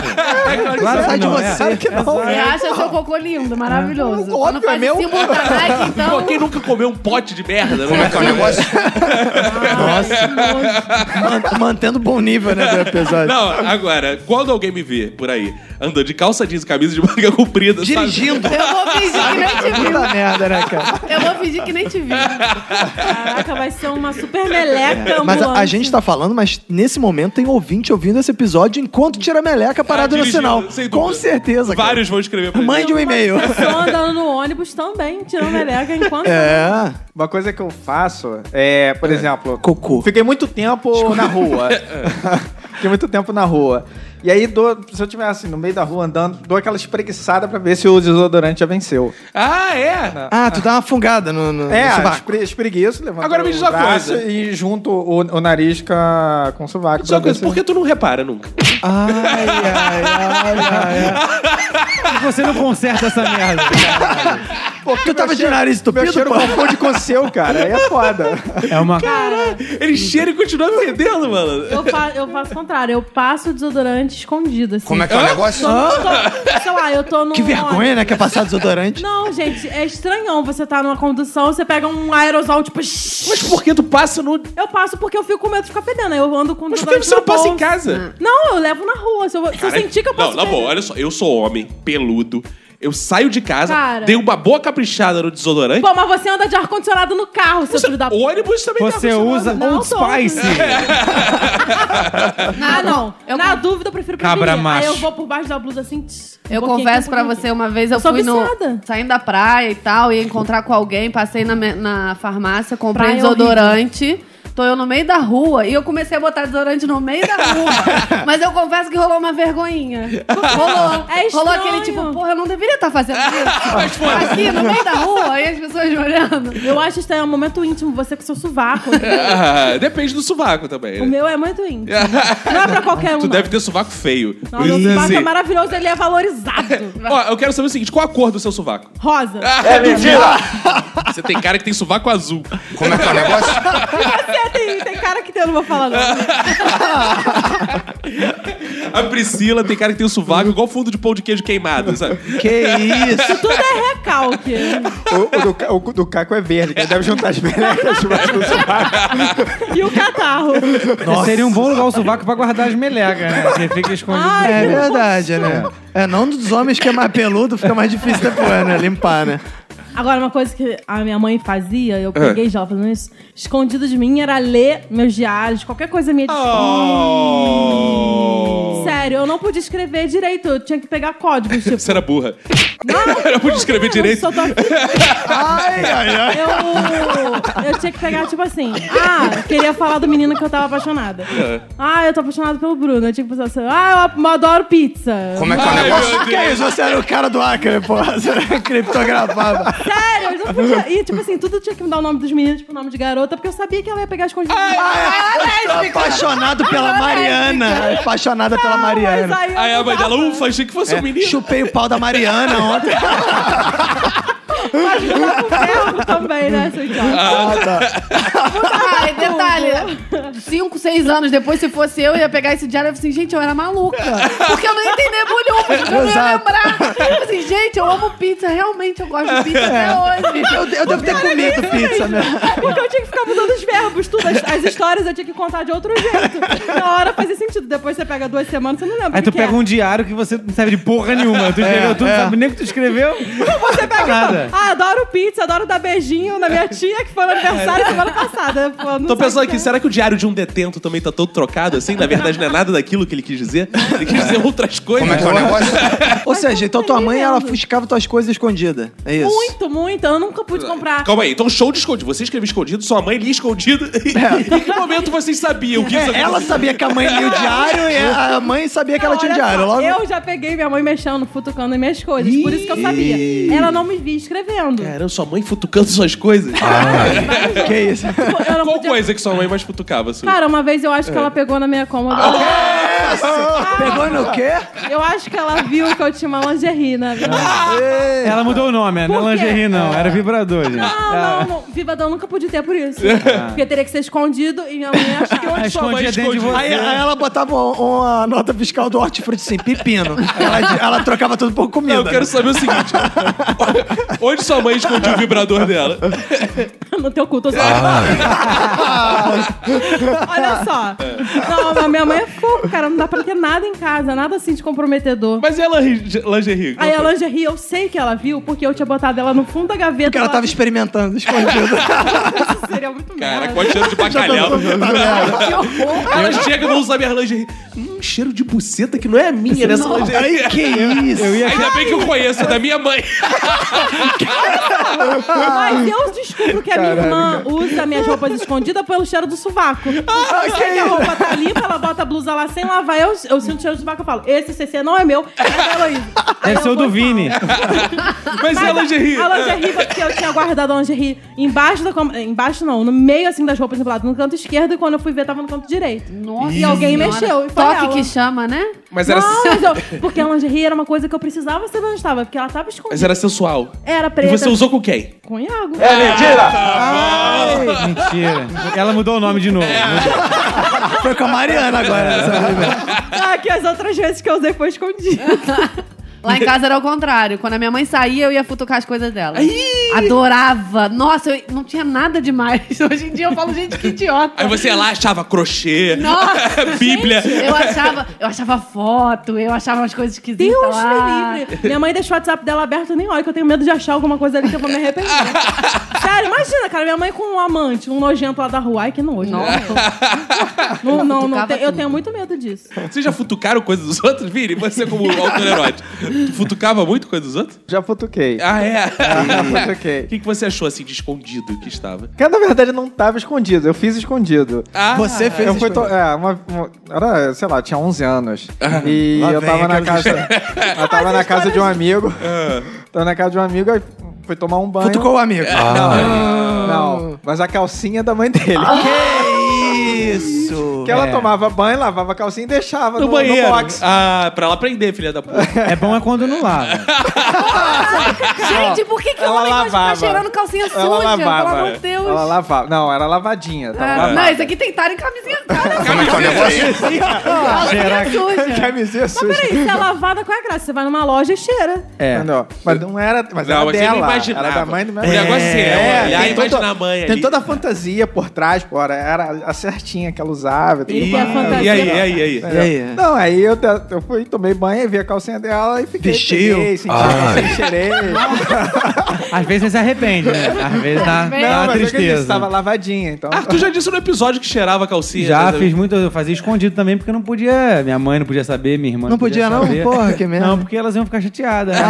Claro
sai de
não,
você.
é.
Claro que não.
você acha seu cocô lindo, maravilhoso.
Óbvio,
Quando faz
é meu.
em cima da Nike, então...
Pô, quem nunca comeu um pote de merda? Não é
Man- Mantendo bom nível, né, do episódio.
Não, agora, quando alguém me vê por aí andando de calça jeans, camisa de manga comprida, sabe?
Dirigindo.
Eu vou fingir que nem te vi.
Puta merda, né, cara?
Eu vou fingir que nem te vi.
Caraca, vai ser uma super meleca
Mas a, a
ambulante.
gente tá falando, mas nesse momento tem ouvinte ouvindo esse episódio enquanto tira a meleca parado no
Ah, dirigindo,
sinal.
sem dúvida.
Com certeza, cara.
Vários vão escrever pra mim.
Mande um e-mail.
Uma pessoa andando no ônibus também, tirando meleca enquanto...
É.
Uma coisa que eu faço é, por exemplo,
Cocô.
Fiquei muito tempo na rua. Fiquei muito tempo na rua. E aí, dou, se eu estiver assim, no meio da rua andando, dou aquela espreguiçada pra ver se o desodorante já venceu.
Ah, é?
Ah, tu dá uma fungada no, no,
É,
no sovaco.
espre, espreguiço, levanto
Agora me diz
o
uma
braço
coisa.
E junto o, o nariz com, a- com o sovaco.
Só uma
pra ver
coisa,
se-
por que tu não repara nunca?
Ai, ai, ai, ai.
Por que você não conserta essa merda?
Porque
Tu
meu
tava de
cheiro-
nariz
Meu
entupido,
cheiro
pô?
confunde com o seu, cara. Aí é foda.
É uma...
Ele cheira e continua fedendo, mano.
Eu, fa- eu faço o contrário, eu passo o desodorante escondido, assim.
Como é que é o negócio?
Tô- sei lá, eu tô num...
Que vergonha, né, que é passar desodorante.
Não, gente, é estranhão você tá numa condução, você pega um aerosol, tipo... shhh.
Mas por que tu passa no.
Eu passo porque eu fico com medo de ficar fedendo, aí eu ando com
Mas por que
desodorante
você não
na
passa em
bolsa.
casa?
Não, eu levo na rua, se eu, se eu sentir Hum. que eu posso
Não, na
feder.
boa, né? olha só. Eu sou homem, peludo. Eu saio de casa,
Cara.
dei uma boa caprichada no desodorante.
Pô, mas você anda de ar-condicionado no carro, seu filho da... p****.
ônibus também tá
Você
funcionando.
usa
Não
Old
todos.
É.
Spice.
Ah, não.
Eu-
Na dúvida, eu prefiro prevenir.
Cabra
Aí
macho.
eu vou por baixo da blusa assim. tss,
Eu
um pouquinho
confesso
aqui, um
pra
pouquinho
você,
aqui.
uma vez eu
Sou
fui no,
viciada.
saindo da praia e tal, ia encontrar com alguém, passei na, me- na farmácia, comprei
Praia é
desodorante. Tô eu no meio da rua e eu comecei a botar desodorante no meio da rua. mas eu confesso que rolou uma vergonhinha. Rolou.
É estranho.
rolou aquele tipo, porra, eu não deveria estar fazendo isso. Aqui, no meio da rua, e as pessoas me olhando.
Eu acho que isso é um momento íntimo, você com seu sovaco.
Ah, depende do sovaco também.
o
né?
meu é muito íntimo. Não é pra qualquer um.
Tu
não.
deve ter sovaco feio.
Não, meu
Isso,
sovaco é
assim.
maravilhoso, ele é valorizado.
Ó, eu quero saber o seguinte: qual a cor do seu sovaco?
Rosa.
É Você tem cara que tem sovaco azul.
Como é que é o negócio?
Você tem, tem cara que tem, eu não vou falar não.
A Priscila tem cara que tem o sovaco igual fundo de pão de queijo queimado, sabe?
Que isso?
Tudo é recalque.
O, o do, Ca- o do Caco é verde, que ele deve juntar as melecas debaixo do sovaco.
E o catarro.
Seria um bom lugar o sovaco pra guardar as melecas, né? Porque fica escondido.
Ai,
É
que
verdade, né? É, não dos homens que é mais peludo, fica mais difícil depois, né? Limpar, né?
Agora, uma coisa que a minha mãe fazia,
Ah.
eu peguei já fazendo isso, escondido de mim era ler meus diários, qualquer coisa minha de
Oh.
Sério, eu não podia escrever direito, eu tinha que pegar códigos, tipo.
Você era burra.
Não,
Eu não podia escrever
não,
direito.
só tô aqui. Eu, eu tinha que pegar, tipo assim, ah, queria falar do menino que eu tava apaixonada. Ah, eu tô apaixonada pelo Bruno. Eu tinha que pensar assim, ah, eu adoro pizza.
Como é que é o negócio?
Que isso? Você era o cara do Acre, porra. Você era criptografava.
Sério, eu não podia. E, tipo assim, tudo tinha que me dar o nome dos meninos, tipo, o nome de garota, porque eu sabia que ela ia pegar as coisas. Ah, é,
Tô apaixonado né? pela Mariana. Apaixonada pela
Mas
Mariana.
aí eu
Aí a mãe
usava.
É, dela, ufa, achei que fosse um menino.
Chupei o pau da Mariana ontem.
Mas fica com ferro também, né, seu idiota?
Ah, e detalhe, cinco, seis anos depois, se fosse eu, eu ia pegar esse diário e ia falar assim, gente, eu era maluca. Porque eu não ia entender bolhufas, eu não ia lembrar. Eu assim, gente, eu amo pizza, realmente eu gosto de pizza até hoje.
Eu, eu devo ter comido pizza, né?
Porque eu tinha que ficar mudando os verbos, tudo. As, as histórias eu tinha que contar de outro jeito. Na hora fazia sentido. Depois você pega duas semanas, você não lembra.
Aí
o que
tu pega
que é.
um diário que você não serve de porra nenhuma.
É,
Tu escreveu tudo, sabe nem o que tu escreveu.
Você pega e fala,
Nada.
ah, adoro pizza, adoro dar beijinho na minha tia que foi no aniversário
É.
semana passada. Pô, não
Tô
sei
pensando
o que
aqui,
é.
será que o diário de um detento também tá todo trocado assim? Na verdade, não é nada daquilo que ele quis dizer. Ele quis dizer outras coisas.
Como é que é o negócio?
Ou seja, então tua mãe, ela
Entendendo.
fuscava tuas coisas escondidas. É isso.
Muito, muito. Eu nunca pude comprar.
Calma aí, então show de escondido. Você escreveu escondido, sua mãe lia escondido. em que momento vocês sabiam que isso
É, ela sabia que a mãe lia o diário e a mãe sabia que ela tinha o
Olha
diário.
só,
Logo...
Eu já peguei minha mãe mexendo, futucando em minhas coisas. Por isso que eu sabia. Ela não me via escrevendo.
É.
Caramba, sua mãe futucando suas coisas.
Que isso?
Tipo, eu não
Qual
podia-
coisa que sua mãe mais futucava? Assim?
Cara, uma vez eu acho que ela pegou na minha cômoda. Ah.
Pegou no quê?
Eu acho que ela viu que eu tinha uma lingerie, né?
Ah,
Ela mudou o nome, não
Por
é
quê?
lingerie não, era vibrador, gente.
Ah,
ah.
Não, não, não. Vivadão eu nunca pude ter por isso.
É.
Porque teria que ser escondido e minha mãe acha que eu
Ela escondia dentro de você.
Aí, aí ela botava um- uma nota fiscal do hortifruti assim, pepino. Ela, ela trocava tudo por comida.
Não, eu quero saber o seguinte: onde sua mãe escondia o vibrador dela?
no teu cu, tô só. Olha só. Não, mas minha mãe é fofa, cara. Não dá pra ter nada em casa, nada assim de comprometedor.
Mas e a linge- lingerie?
Aí a lingerie, eu sei que ela viu, porque eu tinha botado ela no fundo da gaveta.
Porque ela tava experimentando, escondido.
Isso seria muito
Cara,
merda.
com cheiro de bacalhau.
Que horror.
Ela chega e não usa minha lingerie. Hum, cheiro de buceta que não é a minha nessa lingerie.
que isso?
Ainda bem que eu conheço, é da minha mãe.
Mas eu descubro que a minha irmã usa minhas roupas escondidas pelo cheiro do sovaco.
Ah,
Eu sei que a roupa tá limpa, ela bota a blusa lá sem lavar, eu, eu sinto o cheiro do sovaco e falo, esse CC não é meu, é da Heloísa. Aí
Deve
eu
ser é
vou
o do
e
Vini.
Mas e a
falo.
lingerie?
A lingerie, porque eu tinha guardado a lingerie embaixo da... com- Embaixo não, no meio, assim, das roupas empoladas, no canto esquerdo, e quando eu fui ver, tava no canto direito.
Nossa,
E alguém
senhora.
mexeu, e foi
Toque
ela.
que chama, né?
Mas era, assim.
Não, mas eu, porque a lingerie era uma coisa que eu precisava saber onde estava, porque ela tava
mas
escondida.
era sensual.
Era
E
preta.
você usou É, com quem?
com Iago.
Ah.
Ai, Mentira. Ela mudou o nome de novo.
É.
Foi com a Mariana agora. sabe?
Ah, que as outras vezes que eu usei foi escondida.
Lá em casa era o contrário. Quando a minha mãe saía, eu ia futucar as coisas dela. Adorava. Nossa, eu não tinha nada demais. Hoje em dia eu falo, gente, que idiota.
Aí você ia lá achava crochê,
Nossa,
É bíblia.
gente, eu achava, eu achava foto, eu achava umas coisas esquisitas
Deus
tá lá.
me livre. Minha mãe deixou o WhatsApp dela aberto, eu nem olha, que eu tenho medo de achar alguma coisa ali que eu vou me arrepender. Sério, imagina, cara, minha mãe com um amante, um nojento lá da rua. Ai, que nojo. né? Não, não, não,
Futucava
tem- eu
tudo.
tenho muito medo disso.
Vocês já futucaram coisa dos outros, Vini? Você como autor erótico. Tu futucava muito coisa dos outros?
Já futuquei.
Ah, é?
Já
O
futuquei.
que, que você achou, assim, de escondido que estava?
Cara, na verdade, não tava escondido. Eu fiz escondido.
Ah,
Você fez
Eu fui to...
escondido.
é, uma, uma- era, sei lá, tinha 11 anos. E
Lá
eu
vem
tava na
aquelas
casa. eu tava na casa de um amigo. Tava na casa de um amigo, aí fui tomar um banho. é.
Futucou Ah. o amigo. Ah.
Não, mas a calcinha da mãe dele.
Que isso?
Que ela
É.
tomava banho, lavava a calcinha e deixava no,
no
no
banheiro.
box.
ah, pra ela aprender, filha da puta.
É bom é quando não lava.
Gente, por que, que o
Ela
homem gosta de ficar
lavava.
cheirando calcinha suja?
Ela
Pelo
lavava. é.
amor de Deus.
Ela lavava. Não, era lavadinha. Tava
Ah,
lavada.
não, isso aqui tentaram em camisinha. Cara,
Como é que é o negócio?
calcinha suja.
Camisinha suja.
Peraí, se é lavada, qual é a graça? Você vai numa loja e cheira.
É. Não, mas não era. Mas
Não,
era
mas você não
dela.
imaginava.
Era da mãe do meu
O negócio é ela olhar e
tem
imaginar
todo-
a mãe
Tem
ali.
toda a fantasia por trás, pô. Era, era a certinha que ela usava. tudo
Ele
mais.
quer fantasia.
E aí, e aí, e aí?
E aí?
Não, aí eu, eu fui, tomei banho, vi a calcinha dela e fiquei.
Vestiu?
peguei, senti, cheirei.
Às vezes você se arrepende, né? Às vezes dá,
Às vezes.
dá
Não,
uma
mas é eu disse,
tristeza.
tava assim, lavadinha,
É.
então.
Ah, tu já disse no episódio que cheirava a calcinha.
Já
né?
fiz muito, eu fazia escondido também, porque não podia. Minha mãe não podia saber, minha irmã.
Não podia, não?
saber.
Porra, que merda. Ah,
Não, porque elas iam ficar chateadas. né?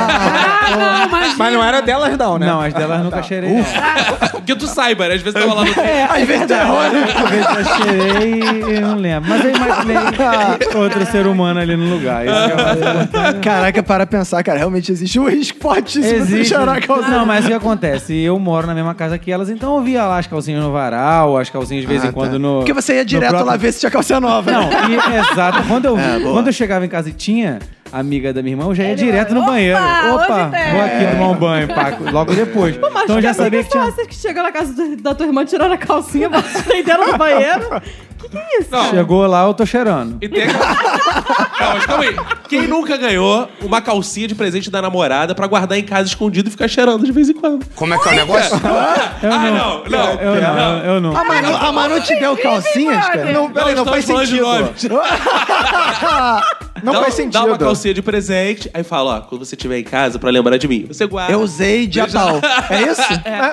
Mas não era delas, não, né?
é.
Não, as delas nunca cheirei. não.
Que tu saiba, né? Às vezes tava lá no...
É
Às vezes tu errou.
Uma vez eu cheirei e eu não lembro. Mas eu imaginei
Tá.
outro ser humano ali no lugar. Isso que eu
Caraca, para pensar, cara. Realmente existe um risco fortíssimo de
Existe.
chorar com
Não, mas o que acontece? Eu moro na mesma casa que elas, então eu via lá as calcinhas no varal, as calcinhas de vez em quando no.
Ah, tá. Porque você ia
no
direto
próprio-
lá ver se tinha calcinha nova.
Não, e- exato. Quando eu, vi-
boa.
quando eu chegava em casa e tinha, amiga da minha irmã, eu já ia
Ele
direto no
vai,
banheiro.
"Opa,
Opa,
hoje tem."
vou
É.
aqui tomar um banho, Paco, logo depois.
Mas
então eu já
que
sabia que
que
tinha.
Vocês que chegaram na casa do- da tua irmã, tiraram a calcinha, prenderam no banheiro. Que que é isso?
Não.
Chegou lá, eu tô cheirando.
E
É.
tem... Não, mas calma aí. Quem nunca ganhou uma calcinha de presente da namorada pra guardar em casa escondido e ficar cheirando de vez em quando?
Como é que é o negócio?
ah, não, não.
Eu não, eu não.
A Manu, a Manu te deu calcinhas, cara?
Não, peraí, não, faz
estamos
sentido.
falando de
Não
Dá- Dá
faz
uma
sentido.
calcinha de presente, aí fala, ó, quando você estiver em casa, pra lembrar de mim, você guarda.
Eu usei de Natal. É isso?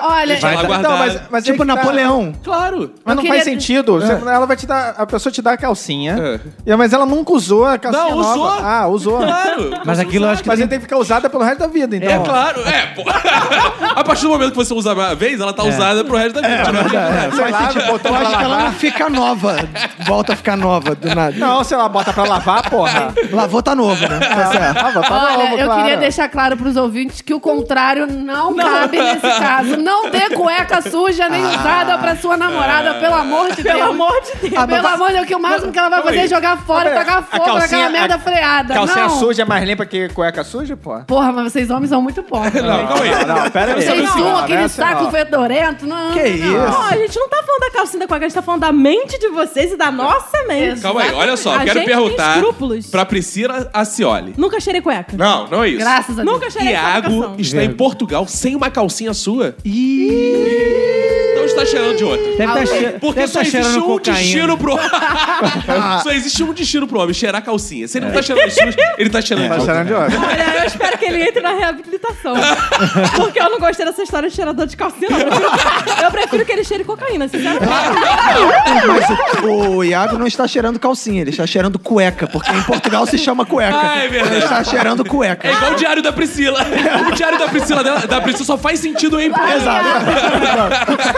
Olha,
Deixa ela guardada.
Não, mas, mas
Tipo
aí que tá.
Napoleão.
Claro.
Mas não
Eu queria-
faz sentido. Você- Ela vai te dar. A pessoa te dá a calcinha. e- Mas ela nunca usou a
É.
calcinha.
Não,
nova.
usou.
Ah, usou.
Claro.
Mas aquilo eu acho que
Mas ele tem que ficar usada pelo resto da vida, então.
É claro, é, pô. A partir do momento que você usa uma vez, ela tá
É.
usada pro resto da vida. né? não tem nada.
Sei lá, botou
Eu
pra
acho que ela
lavar.
não fica nova. Volta a ficar nova do nada.
Não, sei lá, bota pra lavar, porra.
Lavou tá novo, né? Tá certo.
Ah, bota pra
Olha,
novo,
eu
claro.
queria deixar claro pros ouvintes que o contrário não, cabe nesse caso. Não dê cueca suja nem usada pra sua namorada, pelo amor de Deus.
Pelo amor de Deus.
Pelo amor de Deus, que o máximo que ela vai fazer é jogar fora, tacar fogo naquela merda freada.
Calcinha
não.
suja é mais limpa que cueca suja, porra?
Porra, mas vocês homens são muito pobres.
é.
Não, calma aí.
Não, pera
é
aí.
Vocês
Não,
zoam
né?
aquele
nessa
saco
não.
fedorento. Não,
Que
é
isso?
Ó, a gente não tá falando da calcinha da cueca, a gente tá falando da mente de vocês e da nossa mente.
Calma aí, olha só,
A
quero
gente
perguntar
Tem escrúpulos.
pra Priscila Acioli.
Nunca cheirei cueca.
Não, não é isso.
Graças a Deus.
Nunca cheirei
Iago
cueca.
está em Portugal sem uma calcinha sua. Então está cheirando de outra.
deve tá
Alguém-
che-
Porque
deve
só
tá
existe
cheirando
um
cocaína.
destino pro Só existe um destino pro homem, cheirar calcinha. Se ele não tá cheirando de suas, ele tá cheirando
É. Tá
de outra.
cheirando de óleo.
Olha, eu espero que ele entre na reabilitação. Porque eu não gostei dessa história de cheirador de calcinha, não. Eu prefiro, eu prefiro que ele cheire cocaína, sinceramente.
Mas o, o Iago não está cheirando calcinha, ele está cheirando cueca, porque em Portugal se chama cueca.
Ah, é verdade.
Ele está cheirando cueca.
É igual o diário da Priscila. O diário da Priscila dela- da Priscila só faz sentido em Exato.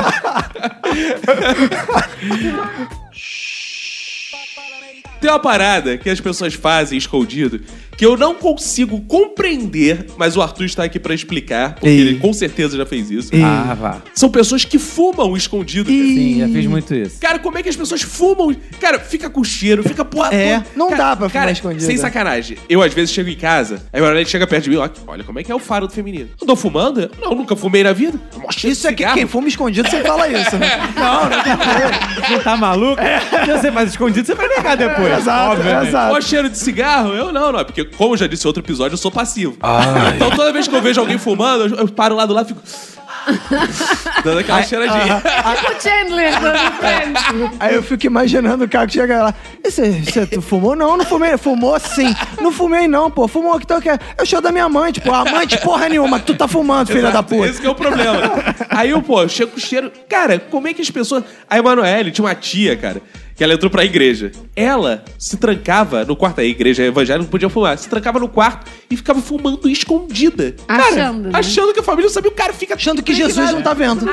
Tem uma parada que as pessoas fazem escondido que eu não consigo compreender, mas o Arthur está aqui pra explicar, porque
Ei.
ele com certeza já fez isso.
Ah, vá.
São pessoas que fumam escondido. cara.
Sim, já fiz muito isso.
Cara, como é que as pessoas fumam? Cara, fica com cheiro, fica porra
É,
toda.
não
Cara-
dá pra fumar
cara,
escondido. né?
Sem sacanagem. Eu, às vezes, chego em casa, aí o Aurélio chega perto de mim, ó, olha como é que é o faro do feminino. Eu tô fumando? Não, nunca fumei na vida.
Isso é que quem fuma escondido sempre fala isso, né?
Você tá maluco?
É.
Se você faz escondido, você vai negar depois.
Exato, exato.
Ó, cheiro de cigarro? Eu não, não. Porque, como eu já disse em outro episódio, eu sou passivo. Então, toda vez que eu vejo alguém fumando, eu, eu paro lá do lado e fico... Dando aquela cheiradinha.
Tipo o Chandler do Friends.
Aí eu fico imaginando o cara que chega lá. Você, tu fumou? Não, não fumei. Fumou sim. Não fumei, não, pô. Fumou que tal que é? É o show da minha mãe, tipo, a mãe de porra nenhuma, que tu tá fumando, filha da puta.
Esse que é o problema. Aí eu, pô, eu chego com o cheiro. Cara, como é que as pessoas. A Emanuele tinha uma tia, cara, que ela entrou pra igreja. Ela se trancava no quarto. A igreja evangélica não podia fumar. Se trancava no quarto e ficava fumando escondida. Cara,
Achando, né?
Achando que a família não sabia. O cara fica.
Achando que Jesus não tá vendo.
né?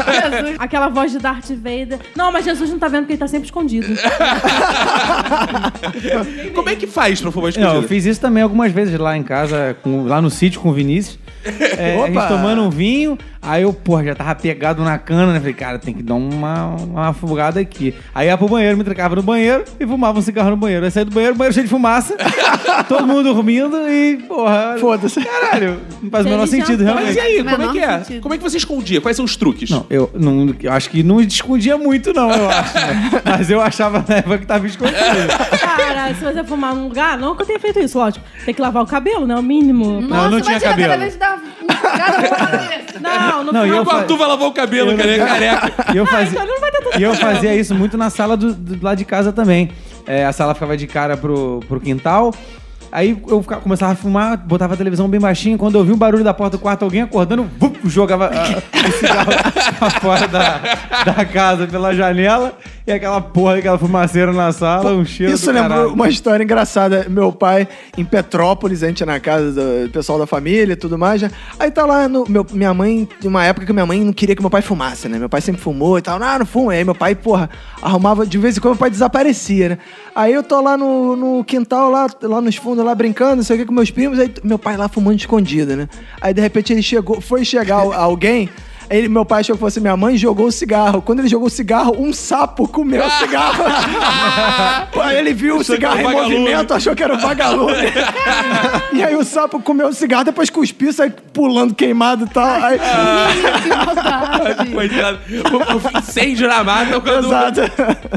Aquela, aquela voz de Darth Vader. Não, mas Jesus não tá vendo porque ele tá sempre escondido.
Como é que faz pra fumar
Não,
escondida?
eu fiz isso também algumas vezes lá em casa, com- lá no sítio com o Vinícius. É, a gente
Opa!
tomando um vinho, aí eu, porra, já tava pegado na cana, né? Falei, cara, tem que dar uma, uma fugada aqui. Aí ia pro banheiro, me trancava no banheiro e fumava um cigarro no banheiro. Aí saí do banheiro, banheiro cheio de fumaça, todo mundo dormindo e, porra.
Foda-se.
Caralho, não faz o
Ele
menor
já
sentido,
foi.
Mas
realmente.
e aí,
Menor
como é que é?
sentido.
Como é que você escondia? Quais são os truques?
Não, eu, não, eu acho que não escondia muito, não, eu acho. né? Mas eu achava na época que tava escondido.
Cara, se você fumar num lugar, não que eu tenha feito isso, lógico. Tem que lavar o cabelo, né? O mínimo.
Não, eu não tinha
imagina
cabelo.
cada vez dar um cara fora da cabeça.
Não, não,
É, Não, e eu
O Arthur vai lavar o cabelo, cara, ele é careca.
E eu fazia.
Então ele não vai ter
E
tudo.
eu fazia isso muito na sala do, do lado de casa também. É, a sala ficava de cara pro, pro quintal. Aí eu ficava- começava a fumar, botava a televisão bem baixinho. Quando eu vi o barulho da porta do quarto, alguém acordando, vup, jogava ah, o cigarro pra fora da, da casa pela janela. E aquela porra, aquela fumaceira na sala, um cheiro.
Isso
do
lembrou
caralho.
uma história engraçada. Meu pai, em Petrópolis, a gente ia na casa do pessoal da família e tudo mais. né? Aí tá lá, no, meu- minha mãe, de uma época que minha mãe não queria que meu pai fumasse, né? Meu pai sempre fumou e tal. Ah, não fuma. Aí meu pai, porra, arrumava, de vez em quando meu pai desaparecia, né? Aí eu tô lá no, no quintal, lá, lá nos fundos, lá brincando, não sei o que, com meus primos. Aí meu pai lá fumando escondido, né? Aí de repente ele chegou, foi chegar al- alguém. Ele- meu pai achou que fosse minha mãe e jogou o cigarro. Quando ele jogou o cigarro, um sapo comeu o cigarro. Pô, ele viu o
Achou que
cigarro
era
em
um vagalume.
movimento, achou que era um vagalume. e aí o sapo comeu o cigarro, depois cuspiu, saiu pulando queimado e tal. Aí,
Ah,
Que maldade.
Coitado. O- o Incêndio na mata quando.
exato.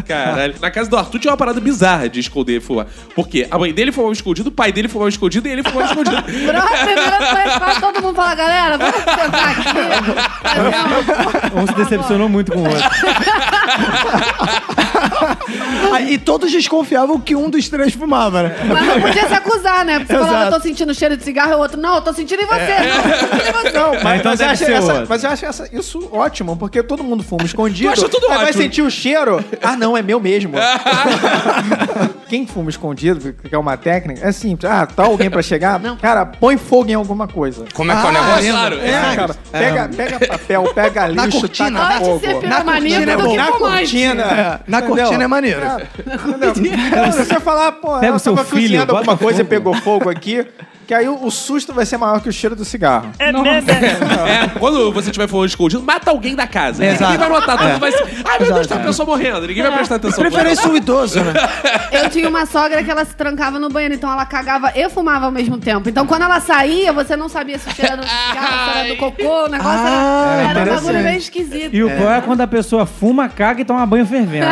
Caralho. Na casa do Arthur tinha uma parada bizarra de esconder fumar. Porque a mãe dele fumava escondido, o pai dele fumava escondido e ele fumava escondido.
Pronto, primeira vez faz todo mundo fala, galera, vamos sentar aqui. Fazer uma-
Um se decepcionou muito com o outro.
Aí, e todos desconfiavam que um dos três fumava, né?
Mas não podia se acusar, né? Porque você falava, eu
Exato.
tô sentindo cheiro de cigarro, e o outro, não, eu tô sentindo em você. Não, eu tô sentindo em você.
Não,
É,
mas,
então
mas eu
deve
acho
ser
essa-
outro.
mas eu acho essa- isso ótimo, porque todo mundo fuma escondido.
Tu acha tudo
aí vai
ótimo.
sentir o cheiro. Ah, não, é meu mesmo. Quem fuma escondido, que é uma técnica, é simples. Ah, tá alguém pra chegar? Cara, põe fogo em alguma coisa.
Como é que é o negócio?
Claro.
É, cara. Pega, pega papel, pega lixo,
cortina,
taca
na-
fogo.
Antes de ser piromaníaco
é
do
bom.
que
Na
fumante.
cortina.
Na
Entendeu?
cortina é maneiro.
Cara, se você falar, pô,
Pega
ela
o seu
tava
filho,
cozinhando
bota
alguma coisa e
fogo.
pegou fogo aqui, que aí o, o susto vai ser maior que o cheiro do cigarro.
é
É, quando você tiver fumando escondido, mata alguém da casa.
Exato.
Ninguém vai notar, todo mundo vai ser. Ai, meu Deus, tá uma pessoa morrendo. Ninguém vai prestar atenção.
Preferência um idoso, né?
Eu tinha uma sogra que ela se trancava no banheiro, então ela cagava e fumava ao mesmo tempo. Então quando ela saía, você não sabia se o cheiro era do cigarro, se era do cocô, o negócio
Ah,
era, era um
interessante.
bagulho meio esquisito.
E o pior é quando a pessoa fuma, caga e toma banho fervendo.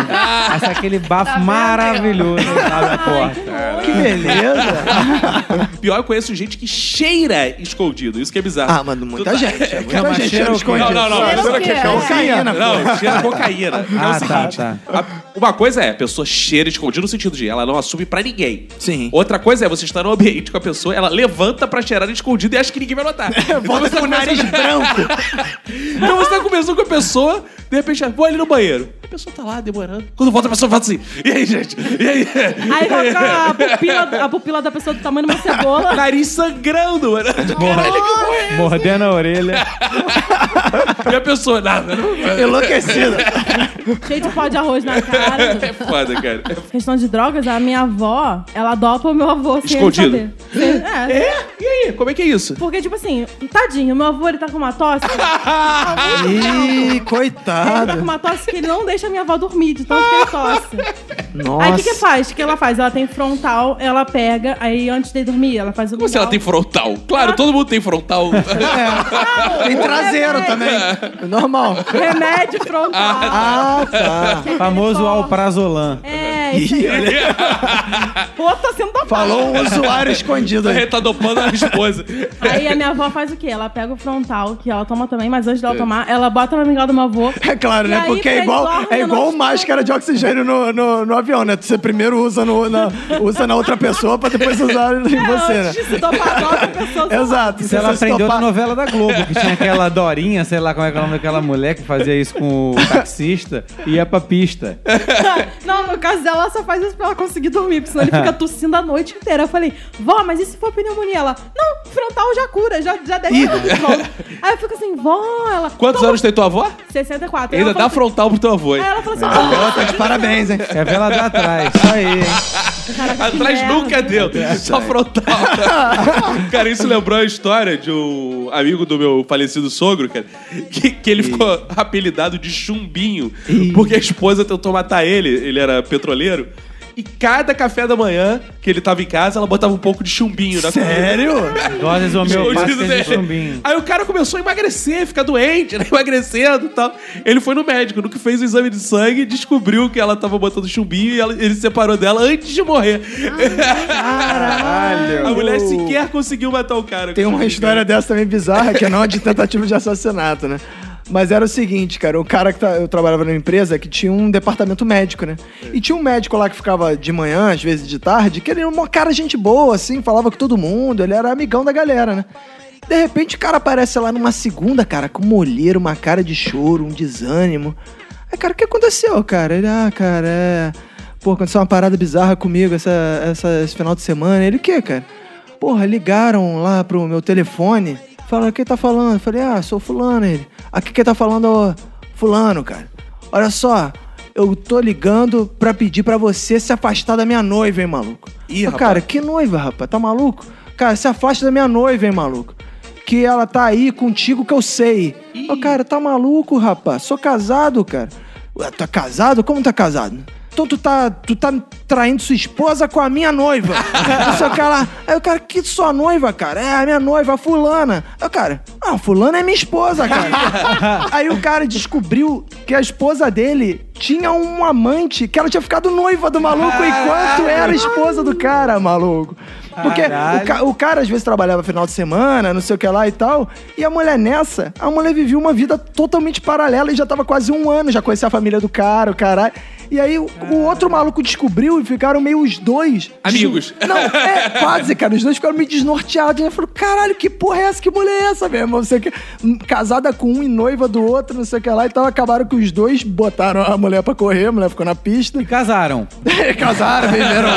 Essa é aquele bafo
Tá vendo?
maravilhoso lá da porta.
Que beleza.
Pior, eu conheço gente que cheira escondido. Isso que é bizarro.
Ah, mano, muita
Tu tá-
gente. é
Não,
Muita
mas
gente
cheira
cheira
o quê?
escondido.
Não, não, não.
Cheiro
Será
o
que é
quê?
calcinha?
um né? Não, cheira cocaína.
Ah,
é o
tá,
seguinte.
tá.
a- uma coisa é, a pessoa cheira escondido no sentido de ela não assume pra ninguém.
Sim.
Outra coisa é você estar no ambiente com a pessoa, ela levanta pra cheirar escondido e acha que ninguém vai notar. Então
Volta
você tá
com o nariz
conversando-
branco.
Então você tá conversando com a pessoa, de repente, vou ali no banheiro. A pessoa tá lá, demorando. Quando volta, a pessoa fala assim, e aí, gente? E aí?
Aí vai ficar a pupila, a pupila da pessoa do tamanho de uma cebola.
Nariz sangrando, mano. Caralho, que porra é essa?
Mordendo a orelha.
E a pessoa, nada.
Enlouquecido.
Cheio de pó de arroz na cara.
É foda, cara.
Questão de drogas, a minha avó, ela dopa o meu avô sem ele
Escondido.
saber. Sem- É.
É? E aí? Como é que é isso?
Porque, tipo assim, tadinho, meu avô, ele tá com uma tosse.
Ih,
Ele tá
coitado.
com uma tosse que ele não deixa minha avó dormir de tanto que ele tosse. Aí o que, que
Nossa.
faz? O que ela faz? Ela tem frontal, ela pega, aí antes de dormir, ela faz o
Como se ela tem frontal?
Ah.
Claro, todo mundo tem frontal.
É, Tem traseiro também. Normal.
Remédio frontal.
Ah, tá.
Famoso alprazolam.
É, isso aí. Pô, tá sendo dopado.
Falou um usuário escondido aí.
Ele tá dopando a esposa.
Aí a minha avó faz o quê? Ela pega o frontal, que ela toma também, mas antes dela tomar, ela bota na mingau do meu avô.
É claro,
E
né?
aí,
Porque é
pra
igual,
ele dorme
é
no
igual
nosso
máscara de oxigênio no, no, no avião, né? Você primeiro usa, no, na, usa na outra pessoa pra depois usar em
É,
você, né?
antes de se dopar, dobra a pessoa.
Exato.
Isso ela
você se
aprendeu
topar-
na novela da Globo, que tinha aquela Dorinha, sei lá como é que é o nome daquela mulher que fazia isso com o taxista e ia pra pista.
Não, no caso dela, ela só faz isso pra ela conseguir dormir, porque senão ele fica tossindo a noite inteira. Eu falei, vó, mas e se for pneumonia? Ela, não, frontal já cura, já, já deve tudo de volta. Aí eu fico assim, vó, ela.
né?"
Então,
Quantos
Então-
toma-
anos tem tua avó?
64. Aí
Ainda
ela
dá
falou
frontal pro teu avô,
assim-
hein?
Aí ela falou assim, "Ah,
Ó, tá de parabéns, hein?
É vela lá atrás, isso aí, hein?
caraca, que
Atrás
merda."
Ah, nunca deu, só frontal. cara, isso lembrou a história de um amigo do meu falecido sogro, cara, que, que ele ficou apelidado de Chumbinho, porque a esposa tentou matar ele, ele era petroleiro. E cada café da manhã que ele tava em casa, ela botava um pouco de chumbinho na comida.
Sério?
Doses
Escondido
homeopáticas de
dele.
chumbinho.
Aí o cara começou a emagrecer, ficar doente, né? emagrecendo e tal. Ele foi no médico, no que fez o exame de sangue, descobriu que ela tava botando chumbinho e ela- ele se separou dela antes de morrer.
Caralho.
a mulher sequer conseguiu matar o cara.
Tem
com
uma
chumbinho,
história dessa também bizarra, que é não de tentativa de assassinato, né? Mas era o seguinte, cara, o cara que tá- eu trabalhava numa empresa que tinha um departamento médico, né? E tinha um médico lá que ficava de manhã, às vezes de tarde, que ele era uma cara gente boa, assim, falava com todo mundo, ele era amigão da galera, né? De repente o cara aparece lá numa segunda, cara, com uma olheira, uma cara de choro, um desânimo. Aí, cara, o que aconteceu, cara? Ele, ah, cara, é. Pô, aconteceu uma parada bizarra comigo essa, essa- esse final de semana. Ele, o quê, cara? Porra, ligaram lá pro meu telefone. Falaram, quem tá falando? Eu falei, ah, sou fulano. Ele, aqui quem tá falando é o fulano, cara. Olha só, eu tô ligando pra pedir pra você se afastar da minha noiva, hein, maluco.
Ih,
Eu,
rapaz.
Cara, que noiva, rapaz? Tá maluco? Cara, se afasta da minha noiva, hein, maluco. que ela tá aí contigo que eu sei. Ô, cara, tá maluco, rapaz? Sou casado, cara. Ué, tá casado? Como tá casado? Então tu tá, tu tá traindo sua esposa com a minha noiva. Não sei o que lá. Aí o cara, que sua noiva, cara? É a minha noiva, a fulana. Aí o cara, ah, fulana é minha esposa, cara. Aí o cara descobriu que a esposa dele tinha um amante, que ela tinha ficado noiva do maluco enquanto era esposa do cara, maluco. Porque o,
Caralho.
ca- o cara às vezes trabalhava final de semana, não sei o que lá e tal. E a mulher nessa, a mulher vivia uma vida totalmente paralela e já tava quase um ano, já conhecia a família do cara, o caralho. E aí o, o outro maluco descobriu e ficaram meio os dois.
Amigos.
Não, é quase, cara. Os dois ficaram meio desnorteados. E falou: caralho, que porra é essa? Que mulher é essa, meu irmão? Não sei o que. Hum, Casada com um e noiva do outro, não sei o que lá. Então acabaram que os dois botaram a mulher pra correr, a mulher ficou na pista.
E casaram.
Casaram, viveram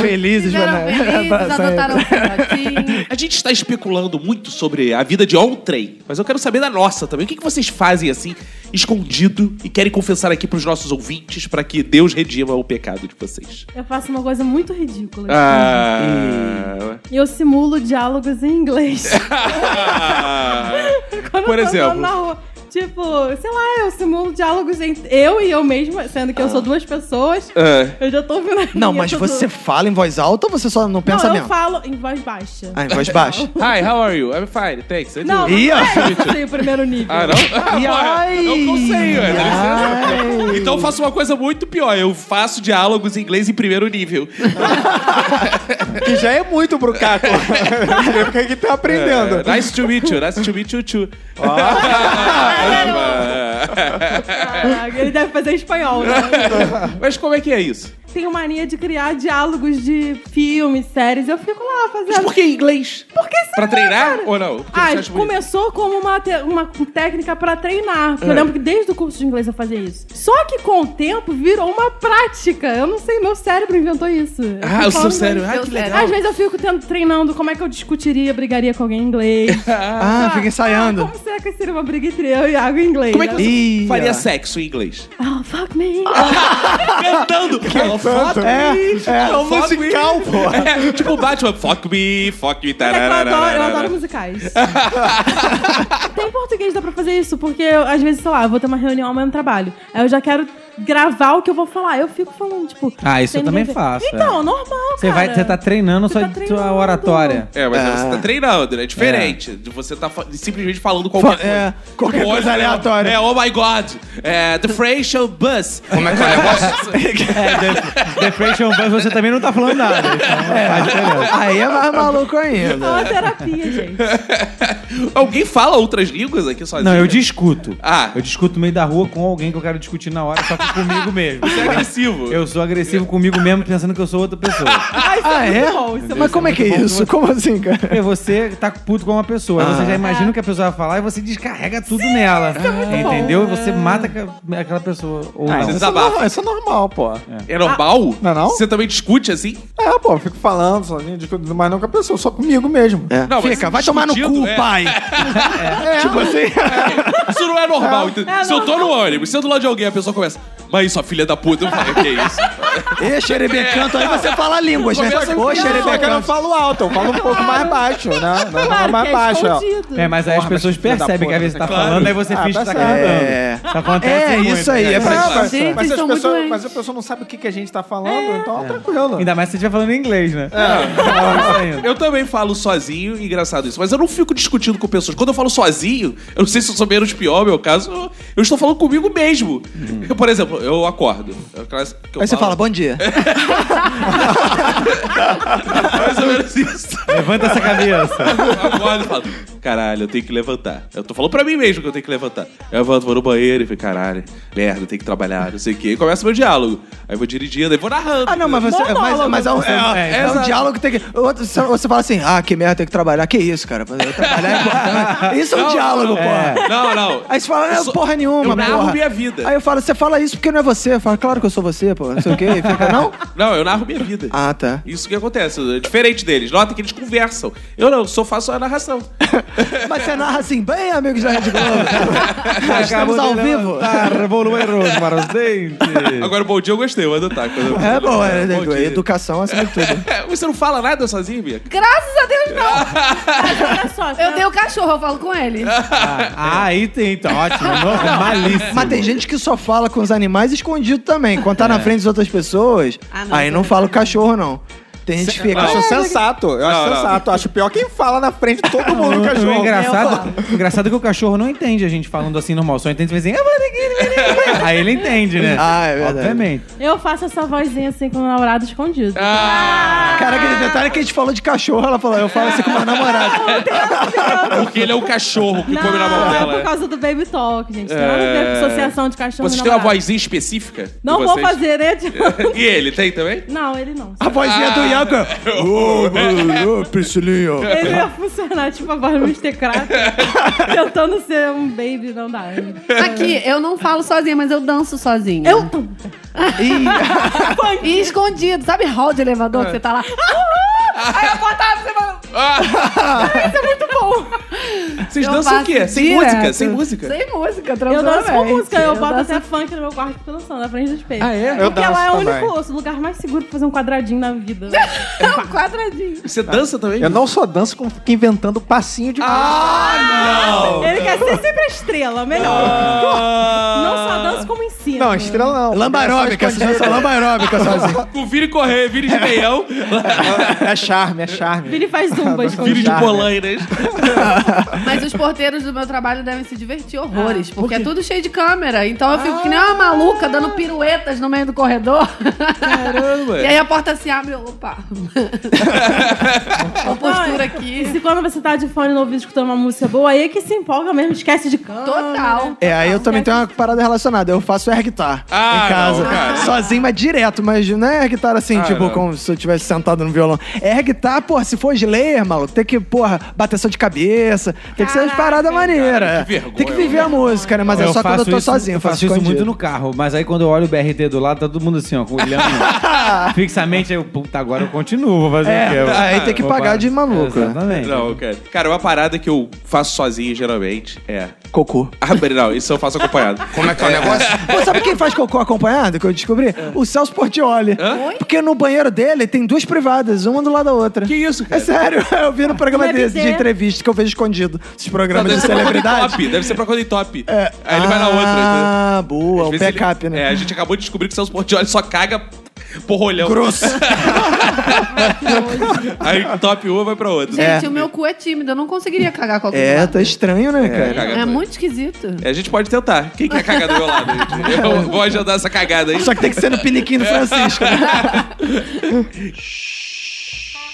felizes,
Fizeram
mano.
felizes, adotaram um filhotinho.
A gente está especulando muito sobre a vida de ontem, mas eu quero saber da nossa também. O que, que vocês fazem assim, escondido, e querem confessar aqui pros nossos ouvintes para que Deus redima o pecado de vocês?
Eu faço uma coisa muito ridícula.
Ah.
Eu simulo diálogos em inglês. Quando
Por
eu tô
exemplo?
andando na rua. Tipo, sei lá, eu simulo diálogos entre eu e eu mesma, sendo que eu sou duas pessoas.
Ah.
Eu já tô ouvindo a
Não,
minha,
mas
tô-
você fala em voz alta ou você só não pensa
Não, eu
mesmo?
falo em voz baixa.
Ah, em voz baixa.
Hi, how are you? I'm fine, thanks. I do.
Não, não
Ih, ó.
é isso aí, o primeiro nível.
Ah, não? Ah,
E
porra,
ai,
eu não sei, ué, dá
ai.
licença. é, tá Então eu faço uma coisa muito pior. Eu faço diálogos em inglês em primeiro nível.
Que já é muito pro Caco.
É.
Ele fica aqui tá aprendendo.
Ah, nice to meet you, nice to meet you too.
Caraca, Ah, ele deve fazer em espanhol, né?
Mas como é que é isso?
Tenho mania de criar diálogos de filmes, séries. Eu fico lá
Mas
fazendo.
por que inglês?
Por que
Pra
será,
treinar
cara?
ou não? Porque
Ah,
você acha bonito?
começou como uma, te- uma técnica pra treinar.
É.
Porque Eu lembro que desde o curso de inglês eu fazia isso. Só que com o tempo virou uma prática. Eu não sei, meu cérebro inventou isso. Eu
Ah,
fico
eu sou
é? falando
sério. Ah,
Deus
que
do céu.
legal.
Às vezes eu fico tendo, treinando como é que eu discutiria, brigaria com alguém em inglês.
Ah, fica
Ah,
ensaiando.
como será que seria uma briga entre eu e Iago em inglês?
Como é que você
Ih,
faria
ó.
sexo em inglês?
Oh, fuck me.
Ah,
Cantando! Oh, fuck me! É um musical, pô! É, tipo o Batman, fuck me, fuck me,
Mas é que eu adoro, eu adoro
tararara.
musicais. Tem português, dá pra fazer isso, porque eu, às vezes, sei lá, eu vou ter uma reunião amanhã no trabalho. Aí eu já quero gravar o que eu vou falar. Eu fico falando, tipo.
Ah, isso
sem
eu também
ninguém ver.
faço,
Então, normal,
Você
cara.
vai, você tá treinando
Você
sua,
tá treinando.
sua oratória.
É, mas você tá treinando, né? É diferente de você tá fa- simplesmente falando qualquer coisa.
É, qualquer
Olha,
coisa
né?
aleatória.
É, oh my god, é, the French bus.
Como é que é o negócio?
É, Depression Bus, você também não tá falando nada.
Aí é mais maluco
É
ainda.
uma terapia, gente.
Alguém fala outras línguas aqui sozinho?
Não,
né?
eu discuto.
Ah.
Eu discuto no meio da rua com alguém que eu quero discutir na hora, só que comigo mesmo.
Você é agressivo.
Eu sou agressivo comigo mesmo, pensando que eu sou outra pessoa.
Ah, isso
Ah,
é,
é?
muito bom. Isso é
Mas
muito
como é que é isso? Como assim,
é
cara?
Porque você tá puto com uma pessoa, aí você
Ah.
já imagina o que a pessoa vai falar e você descarrega tudo nela.
é
entendeu? E você mata aqua- aquela pessoa. Ou
Ah,
não.
isso, é
Desabafa.
normal, isso é normal, pô.
É normal?
Não é não?
Você também discute assim?
É, pô, eu fico falando sozinho, discutindo, mas não com a pessoa, só comigo mesmo. É.
É.
Não, mas
Fica, vai tomar no
discutindo,
cu,
é.
pai. Tipo assim.
Isso não é normal. entendeu?
É
se eu tô no ônibus, se eu do lado de alguém, a pessoa começa. Mas sua filha da puta, eu falei, que é isso?
Ê,
É.
xerebecanto, aí você fala línguas, né?
Começa
Ô,
Só que eu não
xerebecanto.
falo alto, eu falo um pouco mais baixo, né? Não, eu falo
Claro que
mais
é
baixo, ó.
escondido.
É, mas aí as
Porra, mas
pessoas
filho da
percebem que às
puta,
vezes você tá
claro.
falando, aí você
Ah,
finge que
tá
tá cantando.
É.
Isso acontece
É
muito,
isso aí,
né?
é pra
É, mas,
Gente,
mas,
vocês
se as
são muito
pessoas,
doentes. É.
mas a pessoa não sabe o que, que a gente tá falando, então tranquilo.
Ainda mais se você estiver falando em inglês,
É.
né?
Eu também falo sozinho, engraçado isso. Mas eu não fico discutindo com pessoas. Quando eu falo sozinho, eu não sei se eu sou menos pior, meu caso, eu, eu estou falando comigo mesmo. Eu, Por exemplo, eu acordo. É o clássico que eu
Aí você fala,
falo.
bom dia.
É.
mais ou menos isso.
Levanta essa cabeça.
Eu acordo e falo, caralho, eu tenho que levantar. Eu tô falando pra mim mesmo que eu tenho que levantar. Eu levanto, vou no banheiro e falo, caralho, merda, eu tenho que trabalhar, não sei o quê. E começa o meu diálogo. Aí eu vou dirigindo, aí vou narrando.
Ah, não, mas você. Mas, mas é um, é, é um diálogo que tem que. Outro, você- você fala assim, ah, que merda, tem que trabalhar. Que isso, cara? Trabalhar é importante. Isso é um
Não,
diálogo,
não,
porra.
Não, não.
Aí você fala, não,
Eu sou-
porra nenhuma,
eu narro
porra.
é
minha vida.
Aí eu falo, você fala isso porque não é você. Eu falo, claro que eu sou você, pô. Não sei o quê. E Fica, não?
Não, eu narro minha vida.
Ah, tá.
Isso que acontece, é diferente deles. Nota que eles conversam. Eu não, eu só faço a narração.
Mas você narra assim, bem, amigos da Rede Globo. Estamos ao vivo.
Tá.
Carboleiros para os dentes.
Agora, bom dia eu gostei, eu vou adotar. Quando eu-
É bom, é,
Bom dia.
educação acima de tudo.
É, Você não fala nada sozinho, Bia?
Graças a Deus, não.
Mas olha só,
Eu tenho um cachorro, eu falo com ele.
Ah, aí tem, então, ótimo. Malíssimo.
Mas tem gente que só fala com os animais escondido também. Quando tá
É.
na frente das outras pessoas,
Ah, não,
aí
tá
não
bem.
fala o cachorro, não. Tem gente que
Eu
fica. é
acho sensato, eu acho
Não, não.
sensato. Eu acho pior quem fala na frente de todo mundo,
O
né?
cachorro.
engraçado, o engraçado é que o cachorro não entende a gente falando assim normal, só entende assim, "Ah, mano, aqui, aqui, aqui." né." aí ele entende, né?
Ah, é verdade.
Obviamente.
Eu faço essa vozinha assim com o namorado escondido.
Ah,
Caraca,
Ah.
aquele detalhe que a gente falou de cachorro, ela falou, eu falo assim com uma namorada.
Porque ele é o cachorro que
Não,
come na mão
é por
dela.
causa do baby talk, gente. Tem nada a
É.
ver com associação de cachorro
Vocês
e
têm uma
namorado.
vozinha específica? de
Não vou
vocês?
fazer, né? Tipo,
E ele tem também?
Não, ele não.
A vozinha
Ah.
do Ianca. Ô, ô, ô, Priscilinho.
Ele ia funcionar tipo a voz do Mr. Crack, tentando ser um baby, não dá.
Aqui, eu não falo sozinha, mas eu danço sozinha.
Eu tô...
E escondido. Sabe hall de elevador que você tá lá? Aí eu botava você fala, Ah, é
Vocês
Eu
dançam o quê?
faço
Sem
direto.
música? Sem música?
Sem música,
Eu
transando.
danço com música, eu boto até funk no meu quarto e fico dançando na frente do espelho. Ah, é?
Eu
Porque lá é o
danço também.
único o lugar mais seguro pra fazer um quadradinho na vida.
um quadradinho.
Você dança também?
Eu não só danço como fica inventando passinho
Ah.
de
Ele quer ser sempre a estrela, melhor. Não só danço como ensino.
Não, estrela não.
Lamba aeróbica, você dança lamba aeróbica sozinho.
O Vire correr, vire de meião,
É charme, é charme.
Vini faz zumbas.
vire de
Já, né?
polainas.
Mas os porteiros do meu trabalho devem se divertir horrores, porque é tudo cheio de câmera. Então eu fico que nem uma maluca, dando piruetas no meio do corredor.
Caramba.
E aí a porta se abre e eu, opa. Uma postura
E
aqui.
se quando você tá de fone no ouvido escutando uma música boa, aí é que se empolga mesmo, esquece de né? canto.
Total.
É, aí eu também tenho uma parada relacionada. Eu faço air guitar
Ah,
em casa.
não, cara.
sozinho, mas direto. Mas não é air guitar assim,
Ah,
tipo,
não.
como se eu tivesse sentado no violão. É air guitar, porra, se for Slayer, maluco, tem que, porra, bateção de cabeça. Tem que ser umas
Caraca,
paradas
cara,
maneiras. é.
que vergonha,
Tem que viver a música, né? Mas é só quando eu tô
isso,
sozinho.
Eu faço isso muito no carro, mas aí quando eu olho o BRT do lado, tá todo mundo assim, ó, olhando né? fixamente. Aí eu, puta, agora eu continuo, vou fazer o quê? Eu-
É, aí tem que
vou
pagar
parar.
de maluco, né?
Exatamente.
Não, cara. Cara, uma parada que eu faço sozinho, geralmente, é...
Cocô.
Ah, peraí, não, isso eu faço acompanhado.
Como é que é o negócio?
Pô, sabe quem faz cocô acompanhado, que eu descobri?
É.
O Celso Portioli.
Oi?
Porque no banheiro dele tem duas privadas, uma do lado da outra.
Que isso, cara?
É sério, eu vi no programa
Deve
desse
ser.
de entrevista que eu vejo escondido. Esses
Não,
programas
deve
de
ser pra quando em
celebridade. É.
top. Deve ser pra quando em top. Aí ele vai na outra. entendeu?
Ah, boa,
Às
um
vezes ele-
backup, né?
É, a gente acabou de descobrir que Celso Portioli só caga porrolhão.
Grosso.
Aí top uma vai pra outra.
Gente,
É.
o meu cu é tímido, eu não conseguiria cagar com alguém.
É, tá estranho, né, cara?
Caga
É
dois.
muito esquisito.
É, A gente pode tentar. Quem quer cagar do meu lado? gente? Eu vou ajudar essa cagada aí.
Só que tem que ser no piniquinho do
É.
Francisco.
Ah,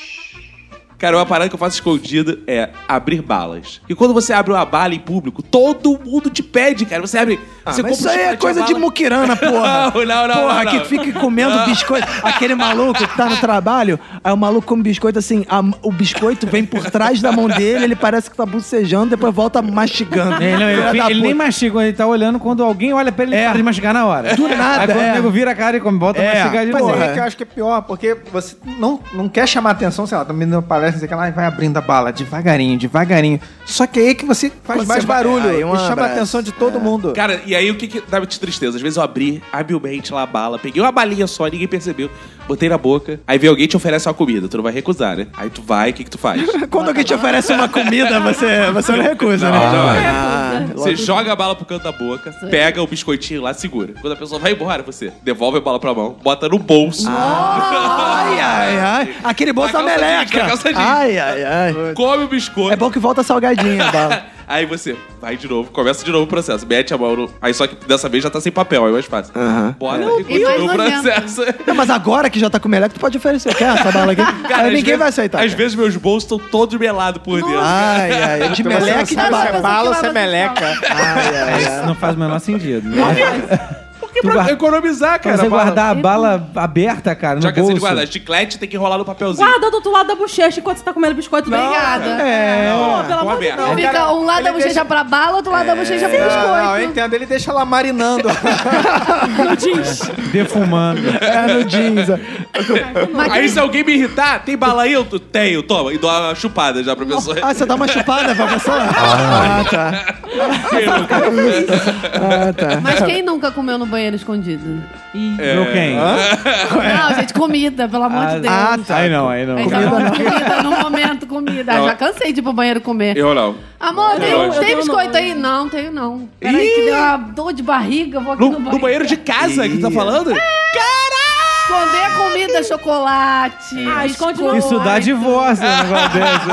Cara, uma parada que eu faço escondida é abrir balas. E quando você abre uma bala em público, todo mundo te pede, cara. Você abre.
Ah,
você
mas isso
compra um
aí é
chocolate,
coisa
uma
de
bala.
muquirana, porra.
Não, não, não,
Porra,
não, Ah.
que
não.
fica comendo biscoito. Aquele maluco que tá no trabalho, aí o maluco come biscoito assim, a- o biscoito vem por trás da mão dele, ele parece que tá bucejando, depois volta mastigando.
Ele, não,
Filha
ele,
da
ele nem
puta. É.
mastiga quando ele tá olhando. Quando alguém olha pra ele, ele para de mastigar na hora.
Do nada,
Aí quando
é.
o nego vira a cara e come, volta
É,
a mastigar de
Mas
novo.
Porra.
é que eu acho que é pior, porque você não, não quer chamar atenção, sei lá, tá me dando palestra, não sei o que lá, e vai abrindo a bala, devagarinho, devagarinho. Só que aí que você faz
Quando
mais
você vai-
barulho
aí um
e chama a
abraço.
atenção de todo mundo.
Cara, e aí o que, que dá de tristeza? Às vezes eu abri habilmente lá a bala, peguei uma balinha só, ninguém percebeu, botei na boca, aí vem alguém e te oferece uma comida, tu não vai recusar, né? Aí tu vai, o que, que tu faz?
Quando alguém te oferece uma comida, você, você não recusa, né?
Não vai.
Ah,
Você joga a bala pro canto da boca, pega o biscoitinho lá, segura. Quando a pessoa vai embora, você devolve a bala pra mão, bota no bolso,
ai, ai, ai. Aquele bolso
Na
da
calça jeans, na
meleca.
calça jeans.
Ai, ai, ai.
come o biscoito.
É bom que volta salgadinha, bala.
Aí você vai de novo, começa de novo o processo, mete a mão no... Aí só que dessa vez já tá sem papel, aí é mais fácil.
Aham.
Bora e
e
continua
mais
o
nojento.
processo.
Não, mas agora que já tá com meleca, tu pode oferecer. Quer essa bala aqui?
Cara, às
aí ninguém
vezes-
vai aceitar.
Às vezes meus bolsos estão todos melados por dentro.
Ai, ai, de
Então você não
assim,
meleca e de
sabe se
bala.
é bala ou se é meleca.
Ai, ai, ai.
Isso não faz o menor sentido. né?
Mas-
Por Porque pra
guarda-
economizar,
Pra
cara.
você
a bala.
guardar a bala aberta,
é
cara, no
Já cansei de
bolso.
guardar. Chiclete tem que enrolar no papelzinho.
Guarda do outro lado da bochecha enquanto você tá comendo biscoito.
Obrigada.
É,
Não, com
pelo amor de
aberto.
Deus.
Fica um lado da bochecha pra bala, outro lado da bochecha pra
Não, não, eu
biscoito.
entendo. Ele deixa lá marinando.
Defumando.
É no jeans. é.
Mas
Aí se alguém me irritar, tem bala aí? Eu t- tenho, toma. E dou uma chupada já pra pessoa.
Ah, você dá uma chupada pra pessoa? Ah, tá. Ah, tá.
Mas quem nunca comeu no banheiro escondido?
É.
Meu quem?
Não, gente, comida, pelo amor de Deus.
Ah, tá.
Aí não, aí não.
Aí tá bom, comida, no momento, comida. Ah, já cansei de ir pro banheiro comer.
Eu não.
Amor, tem,
Eu- eu
tem
tenho
biscoito
não.
aí? Não, tenho não. Peraí, que deu uma dor de barriga, eu vou aqui
No,
no,
no banheiro de casa que tu tá
Ih. É.
falando?
Esconder a comida, chocolate.
Ah, esconde no-
Isso dá
tá
divórcio, um negócio desse.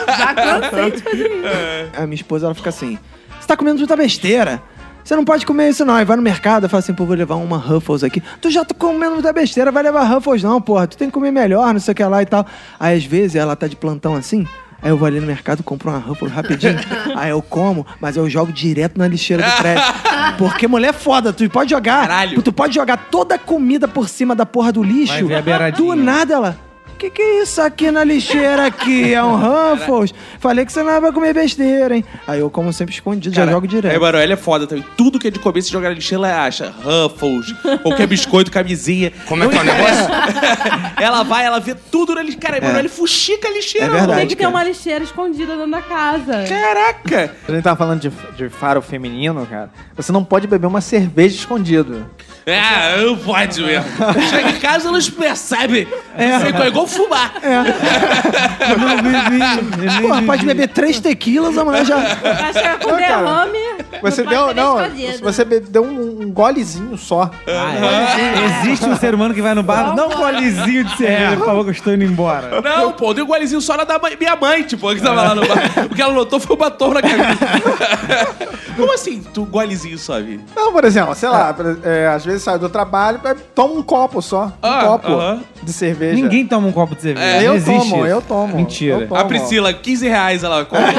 Já cansei de fazer isso.
É.
A minha esposa, ela fica assim, você tá comendo muita besteira. Você não pode comer isso não. Aí vai no mercado e fala assim, pô, vou levar uma Ruffles aqui. Tu já tá comendo muita besteira, vai levar Ruffles não, porra. Tu tem que comer melhor, não sei o que lá e tal. Aí às vezes ela tá de plantão assim... Aí eu vou ali no mercado, compro uma Ruffles rapidinho. aí eu como, mas eu jogo direto na lixeira do prédio. Porque mulher é foda, tu pode jogar.
Caralho.
Tu pode jogar toda a comida por cima da porra do
Vai
lixo.
ver a
Do
beiradinha.
nada ela. Que que é isso aqui na lixeira aqui? É um Ruffles? Falei que você não vai comer besteira, hein? Aí eu como sempre escondido, já jogo
É,
direto.
mano, ela é foda também. Tudo que é de comer, se jogar na lixeira, ela acha. Ruffles, qualquer biscoito, camisinha.
Como é que é o negócio?
Ela vai, ela vê tudo na lixeira. Cara, mano, ele fuxica a lixeira.
É
mano.
verdade.
Tem que ter
cara.
uma lixeira escondida dentro da casa.
Caraca!
A gente tava tá falando de, de faro feminino, cara. Você não pode beber uma cerveja escondido.
É, eu pode mesmo. Chega em casa, elas percebem. É. é igual fumar.
Porra, pode beber três tequilas, amanhã já.
Vai chegar com derrame.
Você
não
deu,
pode
não,
ter escondido.
você be- deu um, um golezinho só.
Existe um ser humano que vai no bar, dá um golezinho de cerveja, por favor, que eu estou indo embora.
Não, pô, deu um golezinho só na da mãe- minha mãe, tipo, que tava lá no bar. O que ela notou foi uma torre na cabeça. Como assim, tu golezinho só, Vi?
Não, Então, por exemplo, sei lá, por- é, às vezes sai do trabalho, é, toma um copo só. Um
Ah,
copo
aham.
de cerveja.
Ninguém toma um copo de cerveja.
É,
não
Eu
existe
tomo,
isso.
eu tomo.
Mentira.
Eu tomo.
A Priscila, 15 reais ela compra.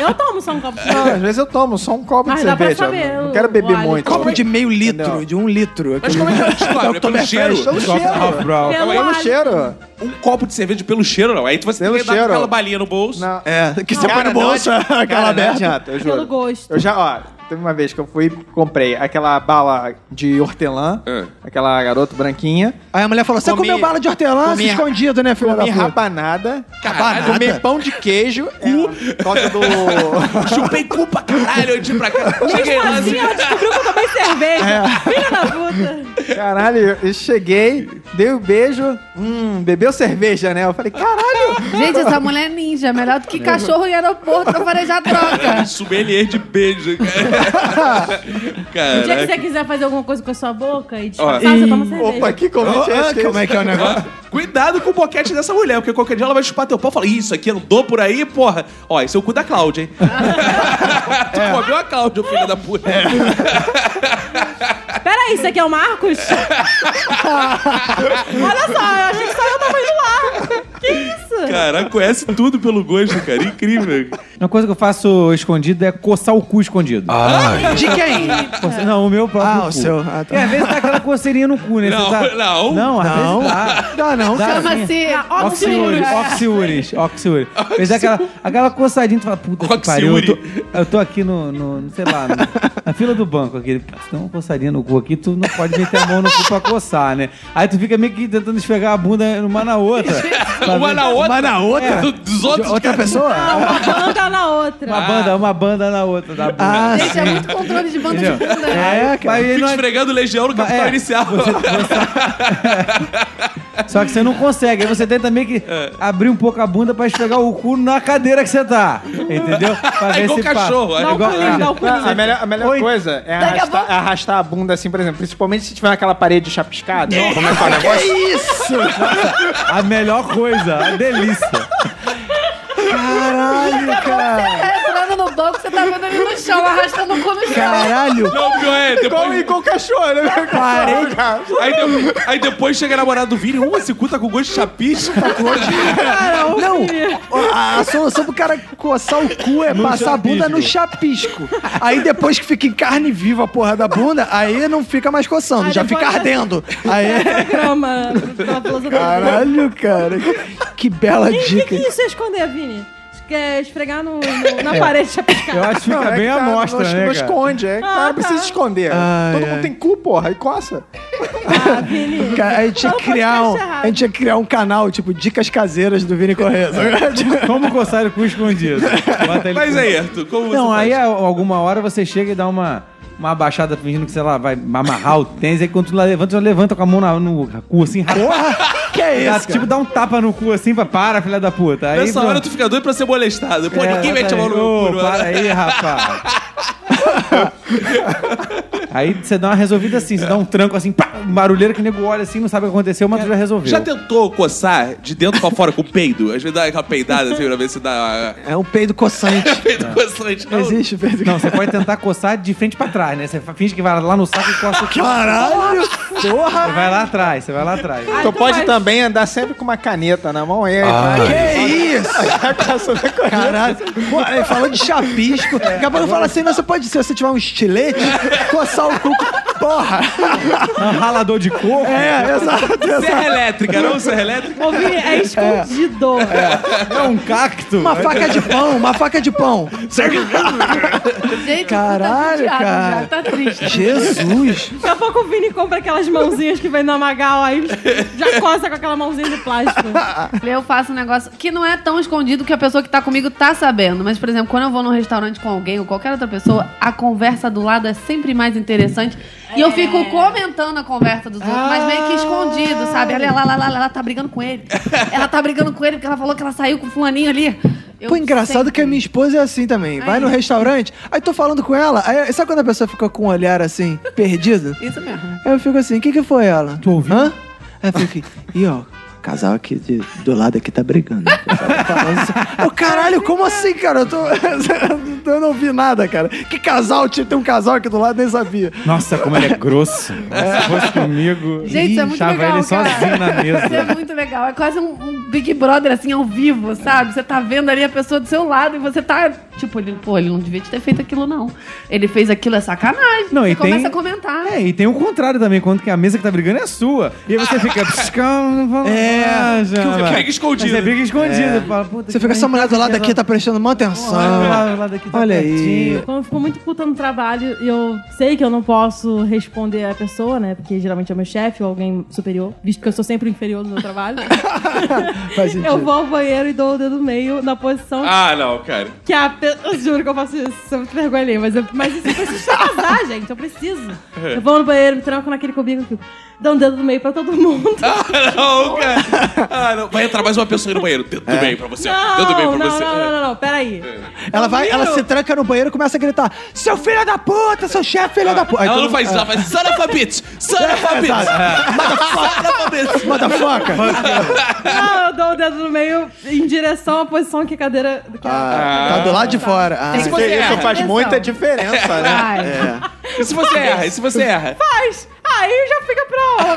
Eu tomo só um copo de
Não, às vezes eu tomo só um copo
Mas
de
Ah, dá pra
cerveja.
saber,
não
o-
quero beber
o alho.
muito.
Copo de meio litro,
Entendeu?
de um litro.
Mas como é que ela descobre? É pelo cheiro?
Pelo
Copo
cheiro.
Hofbrau.
Pelo
Pelo
alho.
é cheiro.
Um copo de cerveja pelo cheiro, não. Aí tu vai ter
Pelo
que dar
cheiro.
aquela balinha no bolso.
Não.
É, que você põe no
não
bolso,
adi- cara,
aquela
Não é
aberta.
adianta, eu juro.
Pelo gosto.
Eu já, ó, teve uma vez que eu fui e comprei aquela bala de hortelã,
É.
aquela garota branquinha,
Aí a mulher falou, você
Comi-
comeu bala de hortelã se
comi-
escondido, né, filho da
Tá
comi
puta?
rabanada,
Caralho,
comi pão de queijo, é, por causa do...
Chupei culpa, caralho, antes de ir pra cá. Cheguei lá
Assim ela descobriu que eu tomei cerveja. Filha da puta.
Caralho, eu cheguei, dei um beijo, hum, bebeu cerveja, né? Eu falei, caralho,
Gente, essa mulher é ninja, melhor do que cachorro em aeroporto pra farejar troca.
Sommelier de beijo, cara.
O dia é que
Caraca.
você quiser fazer alguma coisa com a sua boca e disfarçar, você toma cerveja.
opa, que
Ah,
convite é esse?
como é que é o negócio?
Cuidado com o boquete dessa mulher, porque qualquer dia ela vai chupar teu pau e falar: "Ih, Isso aqui andou por aí, porra. Ó, esse é o cu da Cláudia, hein? tu
É.
comeu a Cláudia, filho da puta.
Peraí, isso aqui é o Marcos? Olha só, eu achei que só eu tava indo lá. Que isso?
Caraca, conhece tudo pelo gosto, cara. Incrível.
Uma coisa que eu faço escondido é coçar o cu escondido.
Ah,
De quem?
Coça- Não, o meu próprio
Ah,
cu.
o seu. Ah,
É,
E às
tá.
vezes tá aquela coceirinha no cu, né? Você
Não,
tá-
não.
Não, às
Não.
vezes tá.
Dá não.
Dá, assim.
Chama-se
Oxiúris, oxiúris, oxiúris. Fez aquela, aquela coçadinha, tu fala, puta que pariu, eu tô, eu tô aqui no, no, no, sei lá, no- na fila do banco, aquele, se dá uma coçadinha no cu aqui, tu não pode meter a mão no cu pra coçar, né? Aí tu fica meio que tentando esfregar a bunda uma na outra. pra
Uma
ver-
na outra. É.
Mas na outra?
Dos outros,
Outra pessoa?
Uma banda na outra.
Uma banda, uma banda na outra da bunda.
Ah,
Gente, é muito controle de banda de né?
Entendeu?
bunda.
é, cara.
Mas aí
Fica
não-
esfregando legião no capital
é,
inicial.
Só que você não consegue. Aí você tenta meio que
É.
abrir um pouco a bunda pra esfregar o cu na cadeira que você tá. Entendeu? Pra
É igual
se pá.
cachorro, é
Dá o
igual-
pulinho, dá o
Não,
Ah,
a
pulinho.
melhor, a melhor
Oi.
coisa é
Daqui a
arrastar,
pouco-
arrastar a bunda assim, por exemplo, principalmente se tiver aquela parede chapiscada.
Como é que é o negócio?
A melhor coisa, a delícia.
Você tá entrando no banco, você tá vendo ele no chão, arrastando o cu no chão.
Caralho!
Não, pior é,
Igual,
depois.
igual cachorro, né?
Parei.
Aí,
assim?
de- aí depois chega a namorada do Vini, "Uh, uma se cuta tá com gosto de chapisco.
Não! A, a solução pro cara coçar o cu é passar a bunda no chapisco. Aí depois que fica em carne viva a porra da bunda, aí não fica mais coçando,
Aí
já
depois-
fica ardendo. Aí é.
Programa pela filosofia.
Caralho, cara. Que bela
O que, que
dica.
isso é esconder, Vini? Quer esfregar no, no- na parede chapiscar?
Eu acho que fica
Não, é
bem
que
à
tá,
mostra,
não,
né,
Não
cara?
esconde, é que
Ah,
tá,
tá.
não precisa esconder.
Ai,
Todo
ai.
mundo tem cu, porra, aí coça.
Ah, Vini.
é. Cara, a gente tinha
Não,
que criar um,
podcast errado.
a gente tinha que criar um canal, tipo, dicas caseiras do Vini Correia.
É.
Tipo,
Como coçar o cu escondido. Bota ele
Mas
com-
aí, Arthur, como você
Não,
faz?
aí é- a- alguma hora você chega e dá uma, uma abaixada fingindo que, sei lá, vai amarrar o tênis. Aí quando tu levanta, você levanta com a mão na- no cu, assim, rapaz.
que é
Dá,
isso?
tipo, dá um tapa no cu, assim, pra para, filha da puta. Aí,
Nessa
pronto.
hora tu fica doido pra ser molestado. Pô,
É,
ninguém mete a mão no
exatamente.
meu
Ô,
cu, não é?
Para aí, rapaz. aí você dá uma resolvida assim, você dá um tranco assim, pá, um barulheiro que o nego olha assim, não sabe o que aconteceu, mas tu já resolveu.
É, Já tentou coçar de dentro pra fora com o peido? Às vezes dá aquela peidada assim pra ver se dá.
É um peido coçante.
Peido coçante.
Não
um
existe peido
Não, você pode tentar coçar de frente pra trás, né? Você finge que vai lá no saco e coça o cu.
Caralho! Porra!
Você vai lá atrás, você vai lá atrás.
Ai,
Tu
tu
pode
vai-
também andar sempre com uma caneta na mão aí. vai.
Ah.
É
Que isso? Caralho. Pô, é, falando de chapisco, daqui a pouco fala assim: não, você pode, se você tiver um estilete, coçar o cu. Porra!
É um ralador de coco.
É, exato,
Serra
exato.
elétrica, não? Serra elétrica?
Ô, Vini, é escondido.
É um cacto.
Uma faca de pão, uma faca de pão.
Gente,
Caralho,
tá judiado
cara.
Já, tá triste.
Jesus!
Daqui a pouco o Vini compra aquelas mãozinhas que vem no Amagal, aí ele já coça com aquela mãozinha de plástico.
Eu faço um negócio que não é tão escondido que a pessoa que tá comigo tá sabendo. Mas, por exemplo, quando eu vou num restaurante com alguém ou qualquer outra pessoa, a conversa do lado é sempre mais interessante. E eu fico comentando a conversa dos outros, mas meio que escondido, sabe? Olha lá, lá, lá, lá, ela tá brigando com ele. Ela tá brigando com ele porque ela falou que ela saiu com o fulaninho ali. Eu
Pô, engraçado
sempre-
que a minha esposa é assim também. Vai
Ai.
no restaurante, aí tô falando com ela, aí sabe quando a pessoa fica com um olhar assim, perdido?
Isso mesmo.
Aí eu fico assim, o que que foi ela?
Tu ouviu?
Hã? Aí eu fico, assim, ih, ó, o casal aqui de- do lado aqui tá brigando. O caralho, como assim, cara? Eu, tô, eu não ouvi nada, cara. Que casal? Tinha tem um casal aqui do lado, nem sabia.
Nossa, como ele é grosso. Se fosse comigo,
Gente, isso é
É. Ih,
muito
deixava
legal,
ele
cara.
sozinho na
Isso é
mesa.
muito legal. É quase um, um Big Brother, assim, ao vivo, sabe? Você tá vendo ali a pessoa do seu lado e você tá. Tipo, ele, pô, ele não devia te ter feito aquilo, não. Ele fez aquilo, é sacanagem.
Não,
você
e tem-
começa a comentar.
É, e tem o contrário também, quando que a mesa que tá brigando é sua. E aí você fica piscando, não fala
É,
nada, já,
Ah. Você
vai.
briga escondido. É.
Você briga escondido. Fala, puta,
Você
que
fica, essa
bem,
mulher do lado
que
aqui tá prestando mó atenção.
ela- ela daqui tá
Olha aí.
pertinho.
Quando Então, eu fico muito puta no trabalho, e eu sei que eu não posso responder a pessoa, né? Porque geralmente é meu chefe ou alguém superior, visto que eu sou sempre o inferior no meu trabalho.
Faz sentido.
eu vou ao banheiro e dou o dedo meio na posição
Ah, não, cara.
que a pe... Eu juro que eu faço isso, eu muito vergonha ali, mas, eu... mas isso eu preciso casar, gente, eu preciso.
É.
Eu vou no banheiro, me tranco naquele cubículo, fico, dou um dedo do meio pra todo mundo.
Ah, não, cara. Ah, não. Vai entrar mais uma pessoa aí no banheiro. Dedo bem pra você. Dedo bem
Não, não,
pra
não,
você. É.
não, não, não, não, peraí.
Ela vai,
Viro.
ela se tranca no banheiro e começa a gritar: Seu filho da puta, seu chefe, filho da puta. Aí
Ela
todo
não É, faz
mundo-
isso, ela faz son of a bitch! Son of a bitch! Son of a bitch!
"Ah, Motherfucker!
Não, eu dou o dedo no meio em direção à posição que a cadeira. que a-
Ah, tá do lado de fora. Ah,
Tem que
Porque
você
isso
erra.
faz muita diferença, né?
Ai.
E se você erra? E se você erra?
Mas aí já fica pra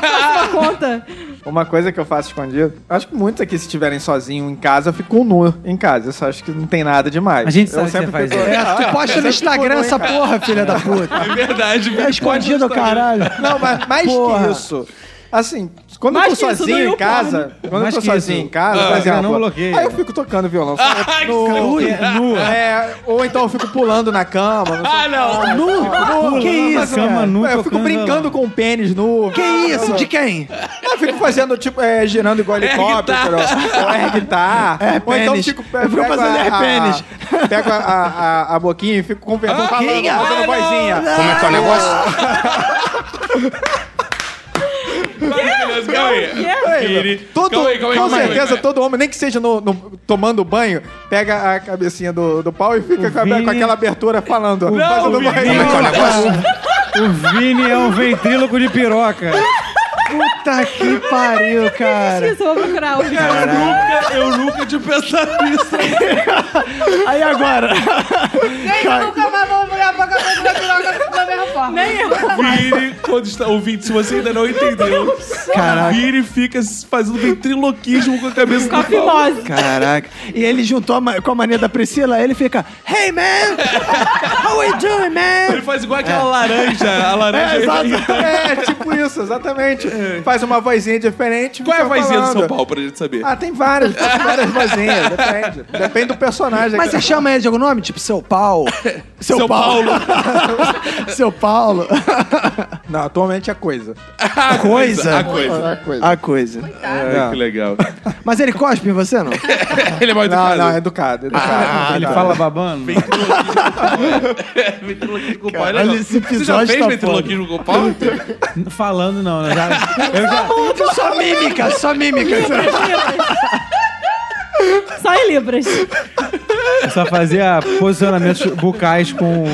próxima conta.
Uma coisa que eu faço escondido, acho que muitos aqui, se estiverem sozinho em casa, eu fico nu em casa. Eu só acho que não tem nada demais.
A gente
eu
sabe que você faz
tento-
isso.
É, tu posta no Instagram essa porra, filha da puta.
É verdade,
É escondido, caralho.
Não, mas mais
Porra.
que isso. Assim, quando
Mais
eu tô
que isso,
sozinho
no
em casa, quando
Mais
eu
que
tô sozinho
isso.
em casa,
Ah,
por
eu
exemplo,
não bloqueio.
aí eu fico tocando violão. só
Ah,
no-
que
Nu,
é, ou então eu fico pulando na cama. não sei-
Ah, não!
Nu? Que
na
isso?
cama, nu,
é, eu fico
tocando
brincando com o pênis nu.
Que isso? De quem?
Eu fico fazendo, tipo, é, girando igual
Air
helicóptero. Ou air guitar. Ou então,
É, pênis.
fico...
Eu fico
pego
fazendo
a-
air
a-
pênis.
Pego a, a, a- a boquinha e fico conversando, falando,
boquinha?
fazendo vozinha.
Como é que é o negócio?
Maravilhoso, calma aí. Vini,
Todo,
calma aí, calma aí,
com
calma aí,
certeza,
calma aí.
todo homem, nem que seja no, no- tomando banho, pega a cabecinha do, do pau e fica
O
com, a- com
Vini-
aquela abertura falando.
o
fazendo
Vini-
Como é que é o negócio?
O Vini é um ventríloco de piroca.
Puta que pariu, cara.
Isso, eu vou procurar hoje.
Eu nunca, eu nunca tinha pensado nisso.
Aí agora.
Gente, nunca mais da mesma forma. Nem eu.
Vire, quando está ouvindo, se você ainda não entendeu.
Caraca.
Vire fica fazendo ventriloquismo com a cabeça do pau.
Capimose.
Caraca. E ele juntou a ma- com a mania da Priscila, ele fica, Hey man, how we doing
Ele
man?
faz igual aquela laranja. A laranja.
É, exato. É, tipo isso, exatamente.
É.
Faz uma vozinha diferente.
Qual é a
fica
vozinha do
falando.
São Paulo pra gente saber?
Ah, tem várias, várias vozinhas, depende. Depende do personagem.
Mas é você chama ele de algum nome? Tipo, seu pau. Seu,
São
Paulo. seu Paulo.
Não, atualmente é coisa.
A
coisa.
A coisa.
É coisa.
A Ah, coisa.
Ai, que legal.
Mas ele cospe em você, não? Ah.
Ele é mal
Não,
educado.
não, é educado. é educado.
Ele
Educado.
fala babando.
Ventriloquismo com o pau é
Caralho,
legal.
esse
Você já
episódio
fez
tá
ventriloquismo com o pau?
Falando não, né? Já- eu já-
só mímica, só mímica.
Só em Libras.
eu só fazia posicionamentos bucais com...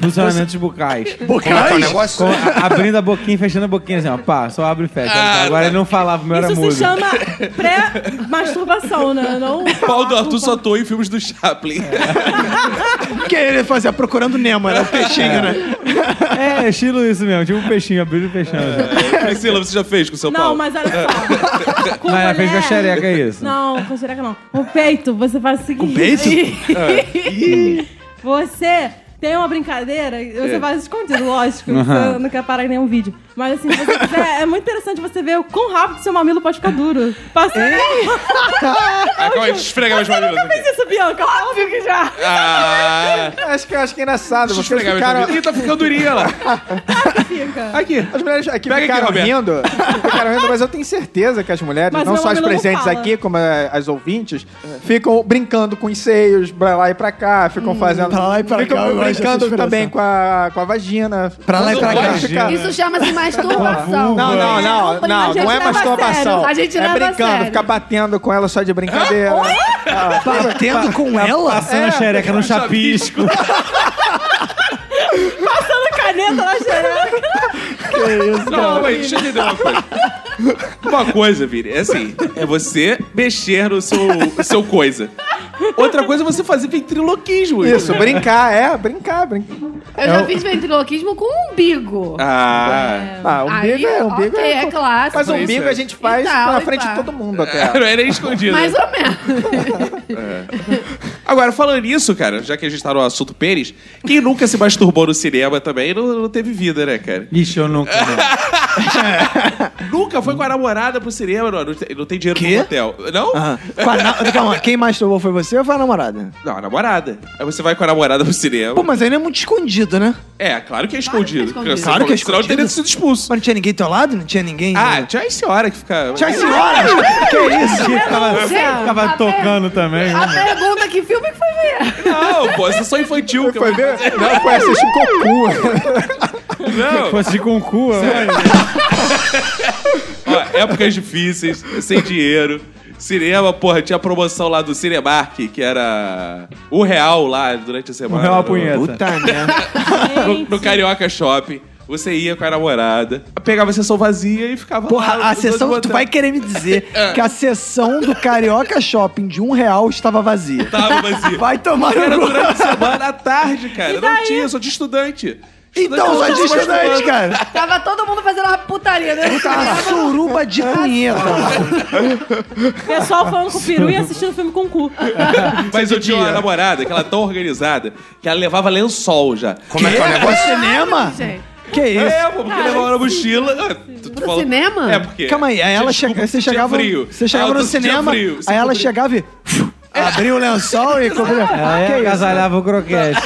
Posicionamentos bucais.
Como é que é o negócio?
Com- a- abrindo a boquinha e fechando a boquinha, assim, ó. Pá, só abre e fecha. Agora ele não falava, o meu era
Isso
mudo.
se chama pré-masturbação, né? Não
O pau do Arthur só atua em filmes do Chaplin.
Porque ele fazia procurando Nemo, era o peixinho, né?
É, estilo isso mesmo. Tipo um peixinho, abrindo e fechando.
Priscila, você já fez com o São Paulo?
Não, mas olha só. Com
Mas ela fez com a
mulher-
xereca, é isso.
Não, com xereca não. Com peito, você faz o seguinte. você tem uma brincadeira, você faz escondido, lógico. Você não quer parar em nenhum vídeo. Mas assim, se você quiser, é muito interessante você ver o quão rápido seu mamilo pode ficar duro. Passa.
Ah, calma aí, esfrega mais
Você
marido.
nunca fez isso, Bianca. Óbvio que já.
Ah,
Acho que, acho que é engraçado.
deixa eu
Vocês
esfregar
ficaram,
mais marido. Ih, tá ficando durinha lá.
Fica.
Aqui.
As mulheres aqui
Pega aqui,
ficaram
Roberto.
rindo, ficaram rindo, mas eu tenho certeza que as mulheres,
Mas
não
meu
só as
mamilo não
presentes
fala.
aqui, como eh, as ouvintes, ficam brincando com os seios, pra lá e pra cá, ficam
Hum.
fazendo.
pra lá e pra
ficam
cá, eu gosto dessa
brincando
expressão.
também com a, com a vagina.
Pra lá e
Não
pra
pode
cá.
ficar-
Isso é né? chama-se masturbação.
Não, não, não, não, não, é
leva a
masturbação.
sério. A gente
é
leva a
brincando,
sério.
ficar batendo com ela só de brincadeira. Ah,
Batendo com ela?
É.
Passando a xereca no chapisco.
Passando caneta na xereca.
Não, mas deixa eu entender uma coisa. Uma coisa, Vini, é assim: é você mexer no seu, no seu coisa. Outra coisa é você fazer ventriloquismo.
Isso, brincar, é, brincar, brincar.
Eu
É
já fiz ventriloquismo com um umbigo.
Ah.
Ah, umbigo
Aí,
é umbigo.
ok,
é,
é clássico.
Mas
isso
umbigo
é.
a gente faz
E tal,
na
e
frente de
tal.
todo mundo até.
Não era escondido.
Mais ou menos.
Agora, falando nisso, cara, já que a gente tá no assunto pênis, quem nunca se masturbou no cinema também não, não teve vida, né, cara?
Ixi, eu nunca. não.
Nunca foi com a namorada pro cinema, não, não tem- não tem dinheiro
Quê? Ah.
pro hotel. Não?
Aham. Com a na- Calma, quem masturbou foi você ou foi a namorada?
Não, a namorada. Aí você vai com a namorada pro cinema.
Pô, mas ainda é muito escondido, né?
É, claro que é escondido.
Claro que é escondido.
Claro que é
Senão eu teria
escondido. Uhum.
sido expulso.
Mas não tinha ninguém do teu lado? Não tinha ninguém?
Ah, tinha a senhora que fica.
Tchau, senhoras! que isso?
Ficava,
Tá
ficava tocando também.
A
né?
pergunta, que filme que foi ver?
Não, pô, isso é só infantil. Que eu
Foi
vou
ver?
fazer.
Não, foi assistir Goku.
Não.
Fosse com o cu, olha.
Ó, épocas difíceis, sem dinheiro. Cinema, porra, tinha a promoção lá do Cinemark, que era um real lá durante a semana.
Um real a
No-
punheta.
Puta merda.
No, no Carioca Shopping. Você ia com a namorada, pegava a sessão vazia e ficava lá.
Porra, a
nos
sessão,
outros
tu vai
botões.
querer me dizer
É.
que a sessão do Carioca Shopping de um real estava vazia.
Tava vazia.
Vai tomar
Era
no cu.
durante a semana, à tarde, cara. Não tinha, só de estudante.
Então, só de
não se
estudante,
masturbando.
cara.
Tava todo mundo fazendo uma putaria, né?
Tá suruba de punheta.
Pessoal falando com o peru e assistindo filme com o cu.
Mas eu tinha uma namorada que ela era tão organizada que ela levava lençol já.
Como é que é o
Foi
negócio?
cinema?
Gente,
Que isso?
É, pô, porque levava na mochila. Ah, tu- tu
pro
falou-
cinema?
É, porque.
Calma aí, aí ela
Desculpa,
chega, você
tinha
chegava,
frio.
você chegava
Ah,
no
tu tinha
cinema,
frio, É. você
aí ela
cobriu.
chegava e abriu né? o lençol e cobriu.
Ela
Ah, Que
é,
isso?
agasalhava o croquete.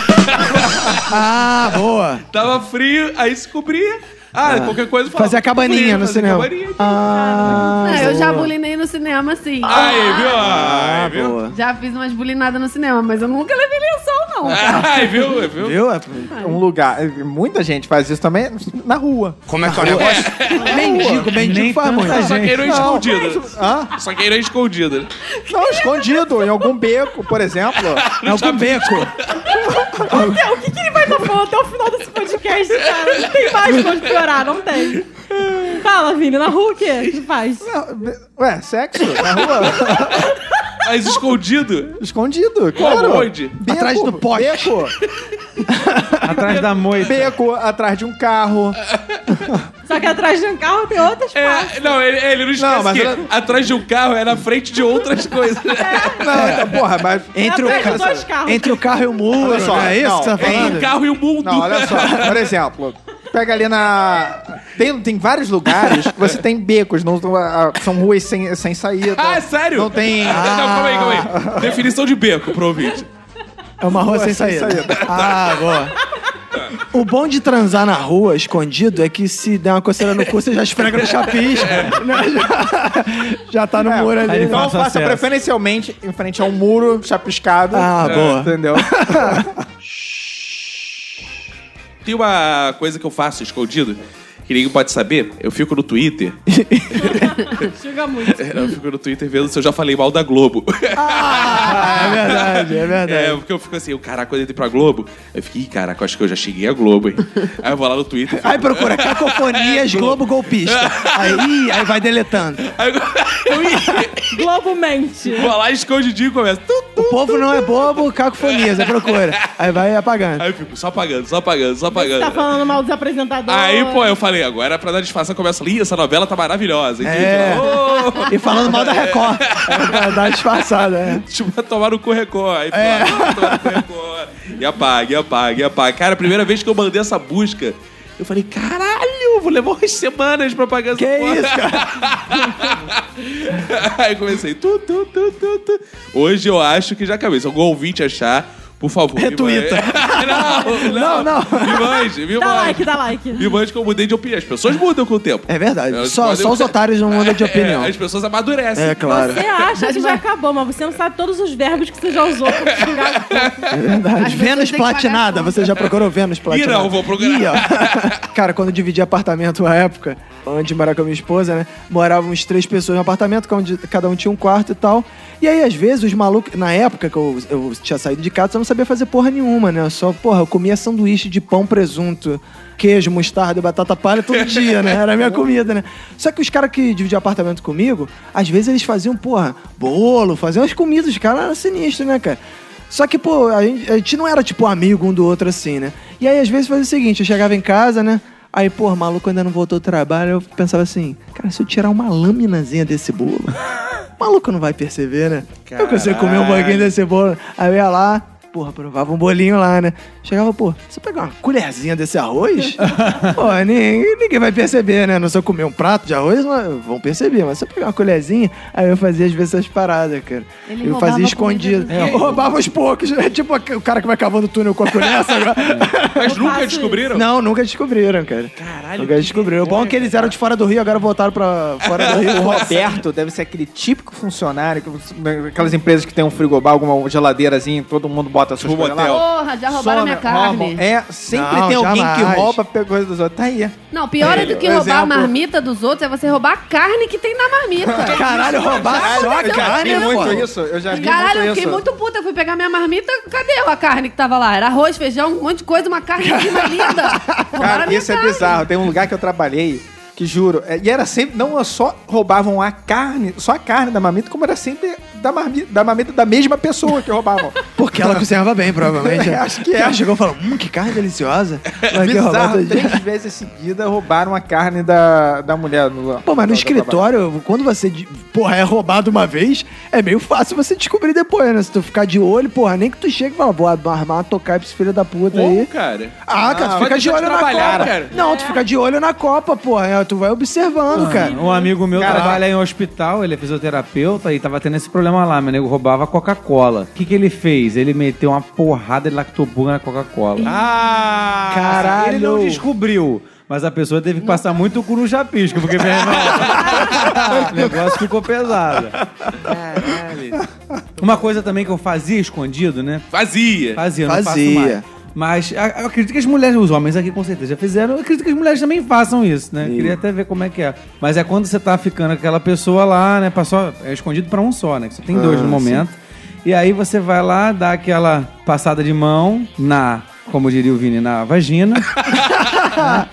Ah, boa.
Tava frio, aí se cobria. Ah, qualquer coisa falava,
Fazia cabaninha
frio,
no
fazia
cinema.
cabaninha.
Ah,
não, eu já bulinei no cinema, assim.
Aí, viu?
ah,
Aí, viu?
boa.
Já fiz umas bulinadas no cinema, mas eu nunca levei lençol, não.
Aí, viu? Viu?
Viu?
Um lugar. Muita gente faz isso também na rua.
Como é que é o negócio?
Mendigo, mendigo
Nem
faz muito.
tanta
Só que aí não é escondido.
Hã?
Só que aí não é escondido. né?
Não, escondido, em algum beco, por exemplo.
É o beco.
Meu, o que, que ele vai estar falando até o final desse podcast, cara? Não tem mais pra onde piorar, não tem. Fala, Vini, na rua o quê? O que faz?
Não, Ué, sexo? Na rua?
Mas escondido?
Escondido,
Como?
claro.
Onde?
Beco,
Atrás do poste.
Beco,
Atrás da moita.
beco, atrás de um carro.
Só que atrás de um carro tem outras partes.
É, não, ele, ele não esquece
Não, mas
que
ela-
atrás de um carro é na frente de outras coisas.
É.
Não, então, porra, mas...
Entre o,
Atrás de dois
ca...
carros.
Entre o carro e o muro,
Olha só,
não é isso
não,
que você tá
é
É
falando?
um carro e o mundo.
Não, olha só. Por exemplo, pega ali na... Tem, tem vários lugares que você tem becos, não, ah, são ruas sem, sem saída.
Ah, sério?
Não tem...
Não, calma aí, calma aí. Definição de beco pro ouvinte.
É uma rua sem
sem
saída. Ah, boa. O bom de transar na rua, escondido, é que se der uma coceira no cu, você já esfrega no chapiz.
É.
né? Já, já tá no
É,
muro ali.
Então
faz
faça
acesso.
preferencialmente em frente a um muro chapiscado.
Ah, boa.
Entendeu?
Tem uma coisa que eu faço escondido, que ninguém pode saber. Eu fico no Twitter. É,
Chega muito.
Eu fico no Twitter vendo se eu já falei mal da Globo.
Ah, é verdade, é verdade.
É, porque eu fico assim, o caraca, quando eu entrei pra Globo, eu fiquei, "Ih, caraca, eu acho que eu já cheguei à Globo, hein? aí eu vou lá no Twitter.
Aí procura cacofonias Globo golpista. Aí, aí vai deletando.
Aí eu- eu ia-
Globo mente.
vou lá, escondidinho e começa. tu, tu.
O povo não é bobo, cacofonias, aí procura. Aí vai apagando.
Aí eu fico só apagando, só apagando, só apagando.
Tá falando mal dos apresentadores.
Aí, pô, eu falei, agora pra dar disfarção, começa ali, essa novela tá maravilhosa. hein?
É.
Ô,
E falando mal da Record. Aí vai dar disfarçada, né?
Tipo, vai tomar no cu Record. Aí, pô,
É.
vai tomar no cu Record. E apaga, e apaga, e apaga. Cara, a primeira vez que eu mandei essa busca, eu falei, caralho, vou levar umas semanas pra pagar essa
Que
porra.
isso, cara?
Aí comecei. Tu, tu, tu, tu, tu. Hoje eu acho que já acabei. Se algum ouvinte achar, por favor. Me
Retuita.
mande. não, não.
Não, não.
Me mande, me
Dá
mande.
like, dá like.
Me mande que eu mudei de opinião. As pessoas mudam com o tempo.
É verdade.
Elas
Só,
podem-
só os otários não mudam de opinião.
É, as pessoas amadurecem.
É claro.
Você acha que já acabou, mas você não sabe todos os verbos que você já usou pra xingar o povo.
Verdade.
Às vezes
Vênus
tem que pagar
platinada.
a conta.
Você já procurou Vênus platinada?
não, vou procurar.
Ih, ó. Cara, quando eu dividi apartamento na época, antes de morar com a minha esposa, né? Morávamos três pessoas no apartamento, cada um de- cada um tinha um quarto e tal. E aí, às vezes, os malucos... Na época que eu, eu tinha saído de casa, eu não sabia fazer porra nenhuma, né? Eu Só, porra, eu comia sanduíche de pão, presunto... Queijo, mostarda e batata palha todo dia, né? Era a minha comida, né? Só que os caras que dividiam apartamento comigo, às vezes eles faziam, porra, bolo, faziam as comidas, os caras eram sinistros, né, cara? Só que, pô, a gente, a gente não era, tipo, amigo um do outro assim, né? E aí, às vezes, fazia o seguinte: eu chegava em casa, né? Aí, pô, o maluco ainda não voltou do trabalho. Eu pensava assim: cara, se eu tirar uma laminazinha desse bolo, o maluco não vai perceber, né? Eu consigo comer um pouquinho desse bolo. Aí eu ia lá, porra, provava um bolinho lá, né? Chegava, pô, você pegar uma colherzinha desse arroz? pô, ninguém, ninguém vai perceber, né? Não se eu comer um prato de arroz, mas vão perceber. Mas se eu pegar uma colherzinha, aí eu fazia às vezes essas paradas, cara.
Ele
eu
roubava
fazia
a
escondido.
comida
É,
Eu roubava aos poucos. É tipo o cara que vai cavando túnel com a colher. sabe?
Mas
Eu faço
nunca
isso.
descobriram?
Não, nunca descobriram, cara.
Caralho,
Nunca
que
descobriram. O bom é que eles eram de fora do Rio, agora voltaram pra fora do
O
Rio.
Roberto deve ser aquele típico funcionário, que- né, aquelas empresas que tem um frigobar, alguma geladeirazinha, todo mundo bota suas
Um
coisas
motel.
lá.
Porra, já roubaram
Some,
minha carne.
roubam. É, sempre
Não,
tem alguém
jamais.
que rouba a coisa dos outros. Tá aí.
Não, pior é do que
Por
roubar a
exemplo.
marmita dos outros é você roubar a carne que tem na marmita.
Caralho, roubar só a
Deus,
carne,
Deus,
pô.
Deus.
isso. Eu já
Caralho, eu fiquei muito puta. Eu fui pegar minha marmita, cadê a carne que tava lá? Era arroz, feijão, um monte de coisa, uma carne divina linda. Roubaram a
Cara,
minha
isso é
carne.
bizarro. Tem um lugar que eu trabalhei, que juro, é, e era sempre, não só roubavam a carne, só a carne da mamita, como era sempre da marmita da, marmita da mesma pessoa que roubavam.
Porque ela cozinhava bem, provavelmente.
Acho que
O cara
é.
chegou e falou, hum, que carne deliciosa. Vai aqui roubar
bizarro, né?
todo dia.
três vezes seguida roubaram a carne da, da mulher.
Pô,
No,
mas no
do trabalho.
escritório, quando você, de- porra, é roubado uma vez, é meio fácil você descobrir depois, né? Se tu ficar de olho, porra, nem que tu chegue e fala, vou armar, tocar pra esse filho da puta
Como,
aí.
cara?
Ah, cara,
Não,
tu fica
vai
de
deixar
olho
de
na
trabalhar,
Copa.
cara.
Não,
É.
tu fica de olho na Copa, porra. É, Tu vai observando, cara.
Um amigo meu
Caraca.
trabalha em um hospital, ele é fisioterapeuta e tava tendo esse problema lá. Meu nego roubava Coca-Cola. O que, que ele fez? Ele meteu uma porrada de lactobuga na Coca-Cola.
Ah!
Caralho.
Ele não descobriu. Mas a pessoa teve que passar muito o cu no chapisco, porque meu irmão, o negócio ficou pesado. Uma coisa também que eu fazia escondido, né?
Fazia.
Fazia, eu não
Fazia.
faço mais. Mas a- eu acredito que as mulheres, os homens aqui com certeza já fizeram, eu acredito que as mulheres também façam isso, né? Queria até ver como é que é. Mas é quando você tá ficando com aquela pessoa lá, né? pra só- é escondido pra um só, né? Que você tem dois no momento. E aí você vai lá, dá aquela passada de mão na, como diria o Vini, na vagina.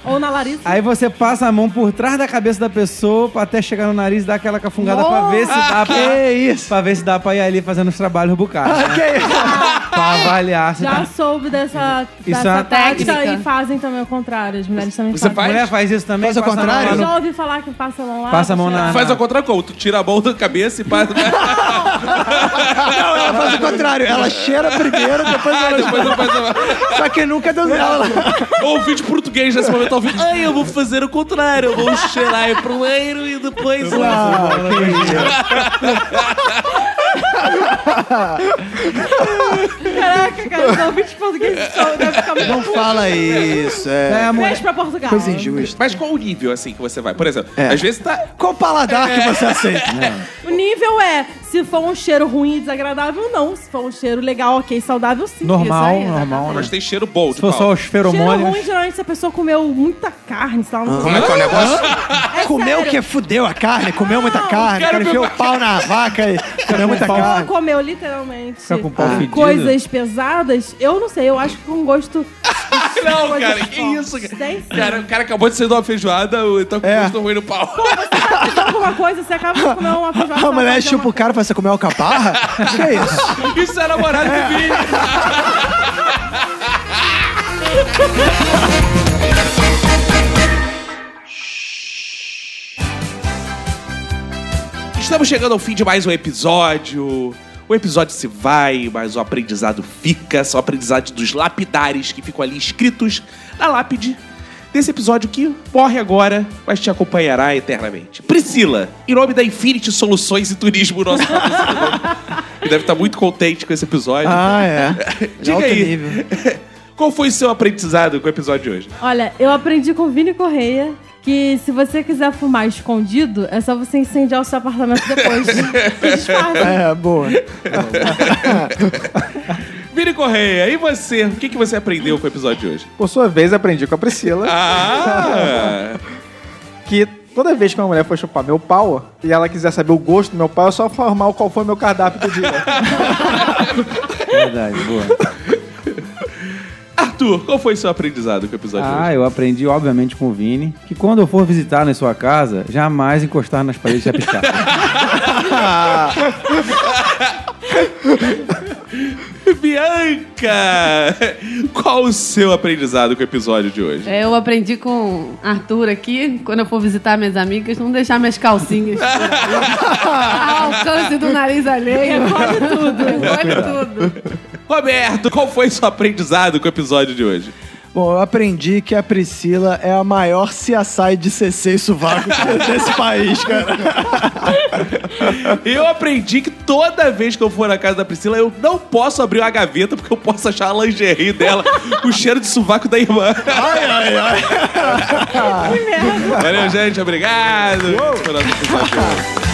Ou na Larissa.
Aí você passa a mão por trás da cabeça da pessoa pra até chegar no nariz e dar aquela cafungada pra ver se dá pra. isso? Pra ver se dá pra ir ali fazendo os trabalhos bucais. Né? pra avaliar se
Já
tá.
soube dessa,
Isso é
dessa
uma
tática e
técnica.
fazem também o contrário. As mulheres também
Você
fazem.
Mulher faz isso também.
Faz ao
passa a mão lá
contrário?
no-
Já ouvi falar que passa a mão lá.
Passa a mão
tirar-
na-
Faz a contra tu tira a mão da cabeça e né? passa.
Não, ela faz o contrário. Ela cheira primeiro, depois ela...
Depois eu faço a-
Só que nunca deu ela.
Ou o vídeo português nesse momento ao vivo. Ai, eu vou fazer o contrário. Eu vou cheirar aí primeiro e depois. eu-
Caraca, cara, os ouvintes
É.
portugueses são- devem ficar muito
Não
putos.
fala é, isso, é...
É, mulher.
Beijo pra Portugal.
Coisa injusta.
Mas qual o nível, assim, que você vai? Por exemplo,
É.
às vezes tá...
Qual paladar que você aceita?
O nível é se for um cheiro ruim e desagradável, não. Se for um cheiro legal, ok, saudável, sim.
Normal,
Isso aí, é
normal, né?
Mas tem cheiro bom "Ah,
Se
de
for
pau.
só os
Cheiro ruim,
feromônios.
geralmente, se a pessoa comeu muita carne, sei lá, não sei.
Como é que é o negócio?
É
Comeu o
sério.
que? Fudeu a carne? Comeu muita
Não,
carne? O cara enfiou o pau na vaca e comeu muita
pau.
Ela
carne.
comeu literalmente
Fica com o pau fedido.
coisas pesadas, eu não sei, eu acho que com gosto.
Não,
Coisa
cara,
de
que
pau.
isso, cara?
Tem sim.
cara? O cara acabou de sair de uma feijoada, então com
É.
gosto ruim no pau.
Alguma coisa, você acaba de comer uma feijoada.
A mulher
você vai fazer
chupa o cara pra você comer alcaparra? que é isso?
Isso é namorado de vídeo. Estamos chegando ao fim de mais um episódio. O episódio se vai, mas o aprendizado fica. São aprendizado dos lapidares que ficam ali escritos na lápide desse episódio que morre agora, mas te acompanhará eternamente. Priscila, em nome da Infinity Soluções e Turismo, nosso patrocinador, que deve estar muito contente com esse episódio.
Ah, é. De
Diga
alto
aí.
nível.
Qual foi o seu aprendizado com o episódio de hoje?
Olha, eu aprendi com o Vini Correia que se você quiser fumar escondido, é só você incendiar o seu apartamento depois. Se disfarça.
É, boa.
Vini Correia, e você? O que, que você aprendeu com o episódio de hoje?
Por sua vez, aprendi com a Priscila
Ah!
que toda vez que uma mulher for chupar meu pau e ela quiser saber o gosto do meu pau, é só informar qual foi meu cardápio do dia.
Verdade, boa.
Arthur, qual foi o seu aprendizado com o episódio de
Ah,
hoje?
eu aprendi, obviamente, com o Vini, que quando eu for visitar na sua casa, jamais encostar nas paredes e piscar.
Bianca! Qual o seu aprendizado com o episódio de hoje?
É, Eu aprendi com Arthur aqui, quando eu for visitar minhas amigas, não deixar minhas calcinhas por aí. ao alcance do nariz alheio. Recolhe tudo. Recolhe tudo.
Roberto, qual foi o seu aprendizado com o episódio de hoje?
Bom, eu aprendi que a Priscila é a maior CSI de CC e sovaco desse país, cara.
Eu aprendi que toda vez que eu for na casa da Priscila, eu não posso abrir uma gaveta porque eu posso achar a lingerie dela com o cheiro de sovaco da irmã.
Ai, ai, ai.
Valeu, gente. Obrigado. Esse foi o nosso episódio de hoje.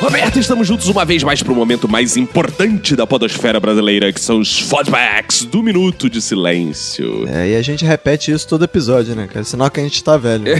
Roberto, estamos juntos uma vez mais para o momento mais importante da podosfera brasileira, que são os fodbacks do Minuto de Silêncio.
É, e a gente repete isso todo episódio, né, cara? Sinal que a gente tá velho.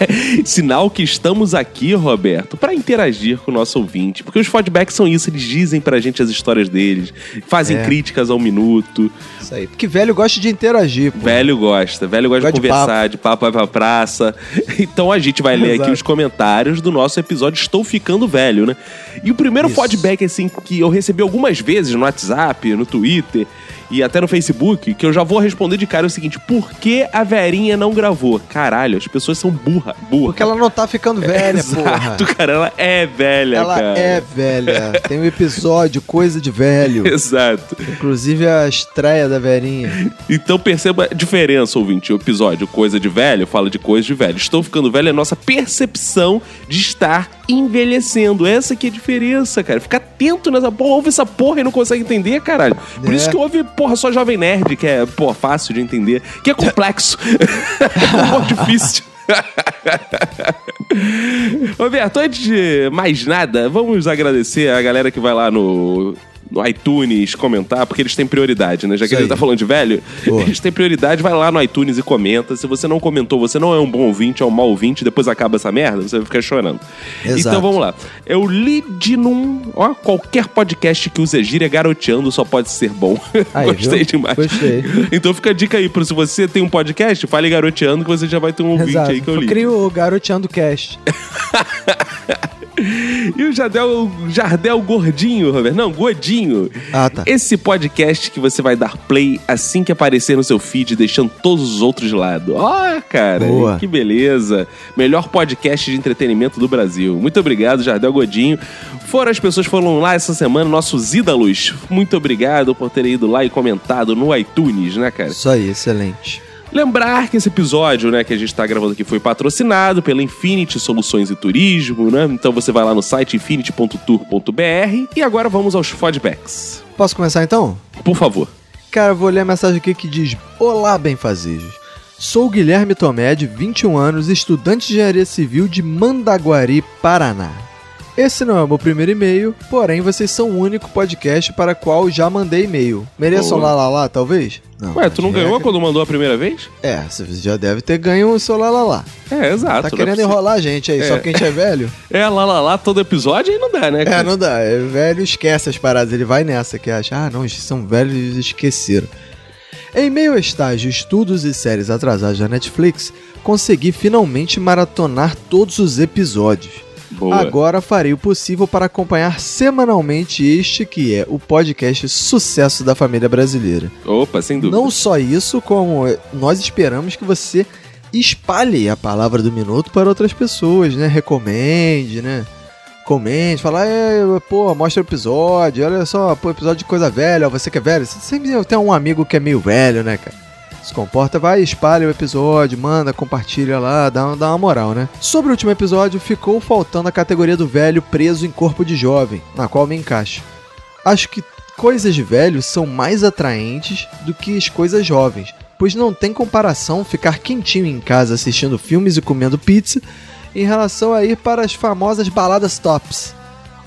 É.
Sinal que estamos aqui, Roberto, para interagir com o nosso ouvinte. Porque os feedbacks são isso, eles dizem pra gente as histórias deles, fazem
É.
críticas ao minuto.
Isso aí. Porque velho gosta de interagir, pô.
Velho gosta, velho gosta de
Gosta de
conversar, de papo, vai pra praça. Então a gente vai ler aqui
Exato.
os comentários do nosso episódio Estou Ficando Velho, né? E o primeiro
Isso.
feedback, assim, que eu recebi algumas vezes no WhatsApp, no Twitter e até no Facebook, que eu já vou responder de cara é o seguinte: por que a Verinha não gravou? Caralho, as pessoas são burra, burra.
Porque ela não tá ficando velha, porra.
Exato, cara. Ela é velha,
Ela
cara.
é velha. Tem um episódio, coisa de velho.
Exato.
Inclusive a estreia da velhinha.
Então perceba a diferença, ouvinte. O episódio Coisa de Velho fala de coisa de velho. Estou ficando velho é a nossa percepção de estar envelhecendo. Essa que é a diferença, cara. Fica atento nessa porra. Ouve essa porra e não consegue entender, caralho. Por
É.
isso que ouve, porra, só Jovem Nerd, que é, porra, fácil de entender. Que é complexo. é um pouco difícil. Roberto, antes de mais nada, vamos agradecer a galera que vai lá no no iTunes comentar, porque eles têm prioridade, né? Já que
Isso
ele
aí.
tá falando de velho,
Boa.
eles têm prioridade, vai lá no iTunes e comenta. Se você não comentou, você não é um bom ouvinte, é um mau ouvinte, depois acaba essa merda, você vai ficar chorando.
Exato.
Então vamos lá. É o Lidinum. Ó, qualquer podcast que use gíria garoteando só pode ser bom.
Aí,
Gostei
viu?
demais.
Gostei.
Então fica a dica aí, pro se você tem um podcast, fale garoteando que você já vai ter um ouvinte aí que eu li.
Crio o Garoteando Cast.
E o Jardel, Jardel Gordinho, Robert. Não, Godinho.
Ah, tá.
Esse podcast que você vai dar play assim que aparecer no seu feed, deixando todos os outros de lado. Ó, cara,
Boa.
que beleza. Melhor podcast de entretenimento do Brasil. Muito obrigado, Jardel Godinho. Foram as pessoas que foram lá essa semana, nossos ídalos. Muito obrigado por terem ido lá e comentado no iTunes, né, cara?
Isso aí, excelente.
Lembrar que esse episódio, né, que a gente tá gravando aqui foi patrocinado pela Infinity Soluções e Turismo, né? Então você vai lá no site infinity.tour.br e agora vamos aos feedbacks.
Posso começar então?
Por favor.
Cara, eu vou ler a mensagem aqui que diz: Olá, benfazejos. Sou o Guilherme Tomé, de 21 anos, estudante de engenharia civil de Mandaguari, Paraná. Esse não é o meu primeiro e-mail, porém vocês são o único podcast para qual já mandei e-mail. Mereço
Boa.
lá Tá lá lá, talvez? Não,
Ué, tu não
acho
ganhou
que-
quando mandou a primeira vez?
É, você já deve ter ganho o seu lá lá lá.
É, exato. não
Tá
é
querendo
possível.
enrolar a gente aí,
É.
só que a gente é velho?
É, lá, lá, lá, todo episódio aí não dá, né?
É,
cara?
não dá. É, velho esquece as paradas. Ele vai nessa que acha, ah, não, esses são velhos e esqueceram. Em meio a estágio, estudos e séries atrasadas da Netflix, consegui finalmente maratonar todos os episódios.
Boa.
Agora farei o possível para acompanhar semanalmente este que é o podcast Sucesso da Família Brasileira.
Opa, sem dúvida.
Não só isso, como nós esperamos que você espalhe a palavra do minuto para outras pessoas, né? Recomende, né? Comente, fala, é, pô, mostra o episódio, olha só, pô, episódio de coisa velha, ó, você que é velho, você sempre tem um amigo que é meio velho, né, cara? Se comporta, vai, espalha o episódio, manda, compartilha lá, dá, dá uma moral, né? Sobre o último episódio, ficou faltando a categoria do velho preso em corpo de jovem, na qual me encaixo. Acho que coisas de velho são mais atraentes do que as coisas jovens, pois não tem comparação ficar quentinho em casa assistindo filmes e comendo pizza em relação a ir para as famosas baladas tops,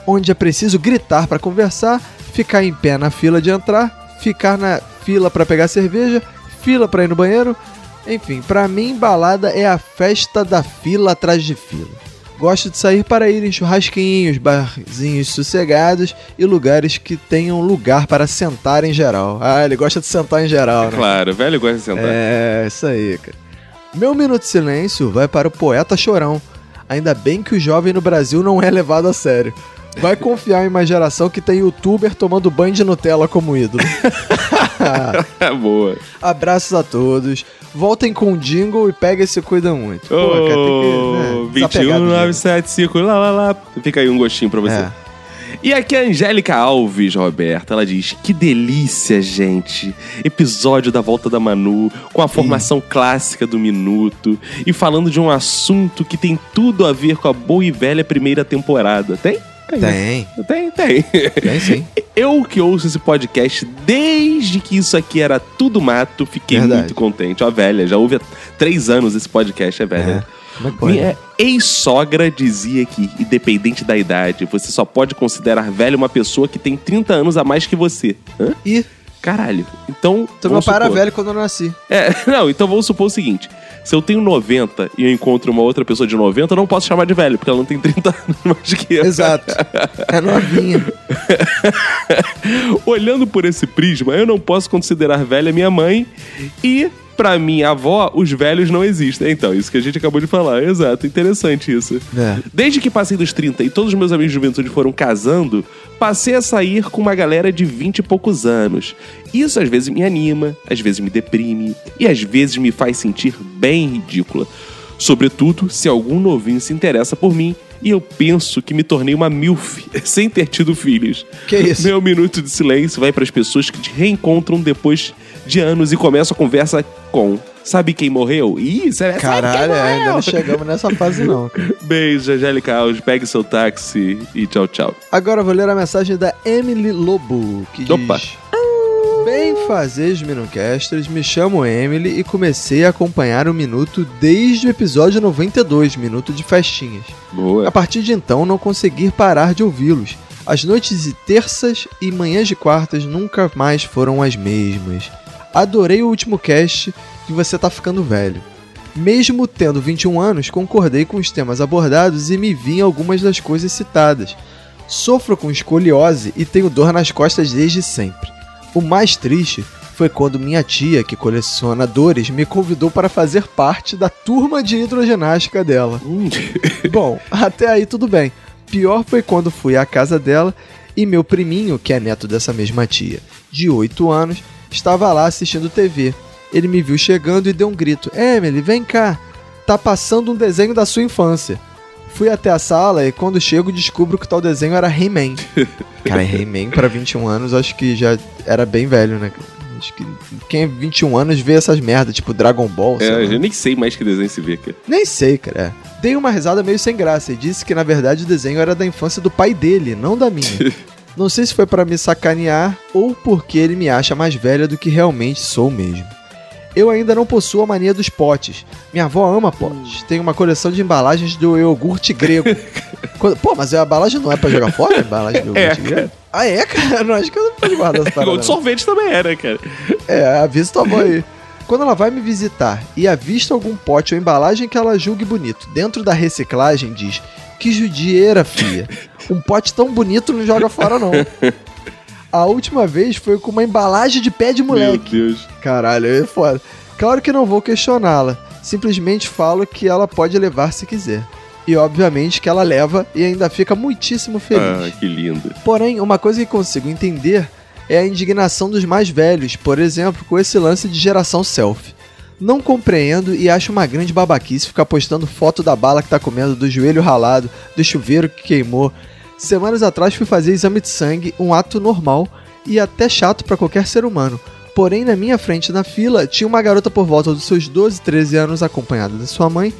onde é preciso gritar para conversar, ficar em pé na fila de entrar, ficar na fila para pegar cerveja, fila para ir no banheiro. Enfim, para mim, balada é a festa da fila atrás de fila. Gosto de sair para ir em churrasquinhos, barzinhos sossegados e lugares que tenham lugar para sentar em geral. Ah, ele gosta de sentar em geral, né?
Claro, velho gosta de sentar.
É, isso aí, cara. Meu minuto de silêncio vai para o poeta chorão. Ainda bem que o jovem no Brasil não é levado a sério. Vai confiar em uma geração que tem youtuber tomando banho de Nutella como ídolo. É.
Boa.
Abraços a todos. Voltem com o jingle e peguem e se cuidam muito. Pô, cara,
Ô,
tem que, né, desapegar do jingle.
21975, lá, lá, lá. Fica aí um gostinho pra você.
É.
E aqui é a Angélica Alves, Roberta, ela diz: Que delícia, gente! Episódio da volta da Manu, com a formação clássica do minuto, e falando de um assunto que tem tudo a ver com a boa e velha primeira temporada. Tem?
Tem,
Tem, tem.
tem sim.
Eu que ouço esse podcast desde que isso aqui era tudo mato, fiquei
Verdade.
muito contente. Ó, velha, já houve há três anos esse podcast, é velha.
É. Como é que pode?
Minha ex-sogra dizia que, independente da idade, você só pode considerar velho uma pessoa que tem 30 anos a mais que você. Hã?
Ih.
Caralho. Então.
Tu não
vamos
para
supor-
velho quando eu nasci.
É, não, então vamos supor o seguinte: se eu tenho 90 e eu encontro uma outra pessoa de 90, eu não posso chamar de velho, porque ela não tem 30 anos mais que eu.
Exato. É novinha.
Olhando por esse prisma, eu não posso considerar velha minha mãe e. Pra minha avó, os velhos não existem. Então, isso que a gente acabou de falar. Exato, interessante isso.
É.
Desde que passei dos 30 e todos os meus amigos de juventude foram casando, passei a sair com uma galera de 20 e poucos anos. Isso às vezes me anima, às vezes me deprime e às vezes me faz sentir bem ridícula. Sobretudo se algum novinho se interessa por mim e eu penso que me tornei uma milf sem ter tido filhos.
Que É isso?
Meu minuto de silêncio vai para as pessoas que te reencontram depois de anos e começam a conversa com. Sabe quem morreu? Ih, será que
Caralho, ainda não chegamos nessa fase não, cara.
Beijo, Angélica Alves. Pegue seu táxi e tchau, tchau.
Agora eu vou ler a mensagem da Emily Lobo, que diz...
Opa.
Bem fazeres Minucasters, me chamo Emily e comecei a acompanhar o Minuto desde o episódio 92, Minuto de Festinhas. A
Boa.
partir de então não consegui parar de ouvi-los. As noites de terças e manhãs de quartas nunca mais foram as mesmas. Adorei o último cast que você tá ficando velho. Mesmo tendo 21 anos, concordei com os temas abordados e me vi em algumas das coisas citadas. Sofro com escoliose e tenho dor nas costas desde sempre. O mais triste foi quando minha tia, que coleciona dores, me convidou para fazer parte da turma de hidroginástica dela.
Hum,
Bom, até aí tudo bem. Pior foi quando fui à casa dela e meu priminho, que é neto dessa mesma tia, de 8 anos, estava lá assistindo TV. Ele me viu chegando e deu um grito: Emily, vem cá! Tá passando um desenho da sua infância. Fui até a sala e quando chego descubro que tal desenho era He-Man. Cara, He-Man pra 21 anos acho que já era bem velho, né? Acho que quem é 21 anos vê essas merdas, tipo Dragon Ball. sei lá.
É, eu nem sei mais que desenho se vê, cara.
Nem sei, cara. é. Dei uma risada meio sem graça e disse que na verdade o desenho era da infância do pai dele, não da minha. não sei se foi pra me sacanear ou porque ele me acha mais velha do que realmente sou mesmo. Eu ainda não possuo a mania dos potes. Minha avó ama potes. Tem uma coleção de embalagens do iogurte grego. Quando- Pô, mas a embalagem não é pra jogar fora? A embalagem do
É,
iogurte
cara. É
grego? Ah, é, cara? Não, acho que eu não posso guardar essa parada.
Igual de
não.
sorvete também era, cara.
É, avisa tua mãe aí. Quando ela vai me visitar e avista algum pote ou embalagem que ela julgue bonito, dentro da reciclagem diz: Que judieira, filha. Um pote tão bonito não joga fora, não. A última vez foi com uma embalagem de pé de moleque.
Meu Deus.
Caralho, aí é foda. Claro que não vou questioná-la. Simplesmente falo que ela pode levar se quiser. E obviamente que ela leva e ainda fica muitíssimo feliz.
Ah, que lindo.
Porém, uma coisa que consigo entender é a indignação dos mais velhos, por exemplo, com esse lance de geração selfie. Não compreendo e acho uma grande babaquice ficar postando foto da bala que tá comendo, do joelho ralado, do chuveiro que queimou. Semanas atrás fui fazer exame de sangue, um ato normal e até chato pra qualquer ser humano. Porém, na minha frente na fila, tinha uma garota por volta dos seus 12, 13 anos, acompanhada da sua mãe,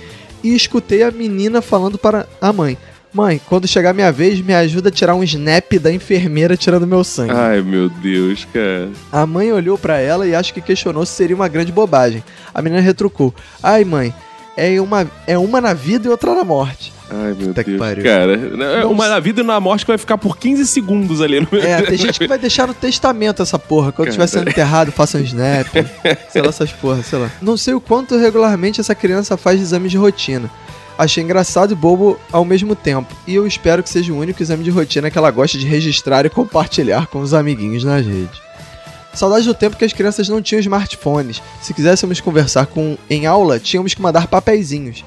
e escutei a menina falando para a mãe: Mãe, quando chegar minha vez, me ajuda a tirar um snap da enfermeira tirando meu sangue.
Ai, meu Deus, cara.
A mãe olhou pra ela e acho que questionou se seria uma grande bobagem. A menina retrucou: Ai, mãe, é uma, é uma na vida e outra na morte.
Ai, meu
Puta que
Deus.
pariu.
Cara, é
Não
uma
sei.
na vida e na morte que vai ficar por 15 segundos ali. No...
É, tem gente que vai deixar no testamento essa porra. Quando estiver sendo
Cara.
enterrado, faça um snap. sei lá, essas porra, sei lá. Não sei o quanto regularmente essa criança faz exames de rotina. Achei engraçado e bobo ao mesmo tempo. E eu espero que seja o único exame de rotina que ela gosta de registrar e compartilhar com os amiguinhos nas redes. Saudade do tempo que as crianças não tinham smartphones. Se quiséssemos conversar com em aula, tínhamos que mandar papeizinhos.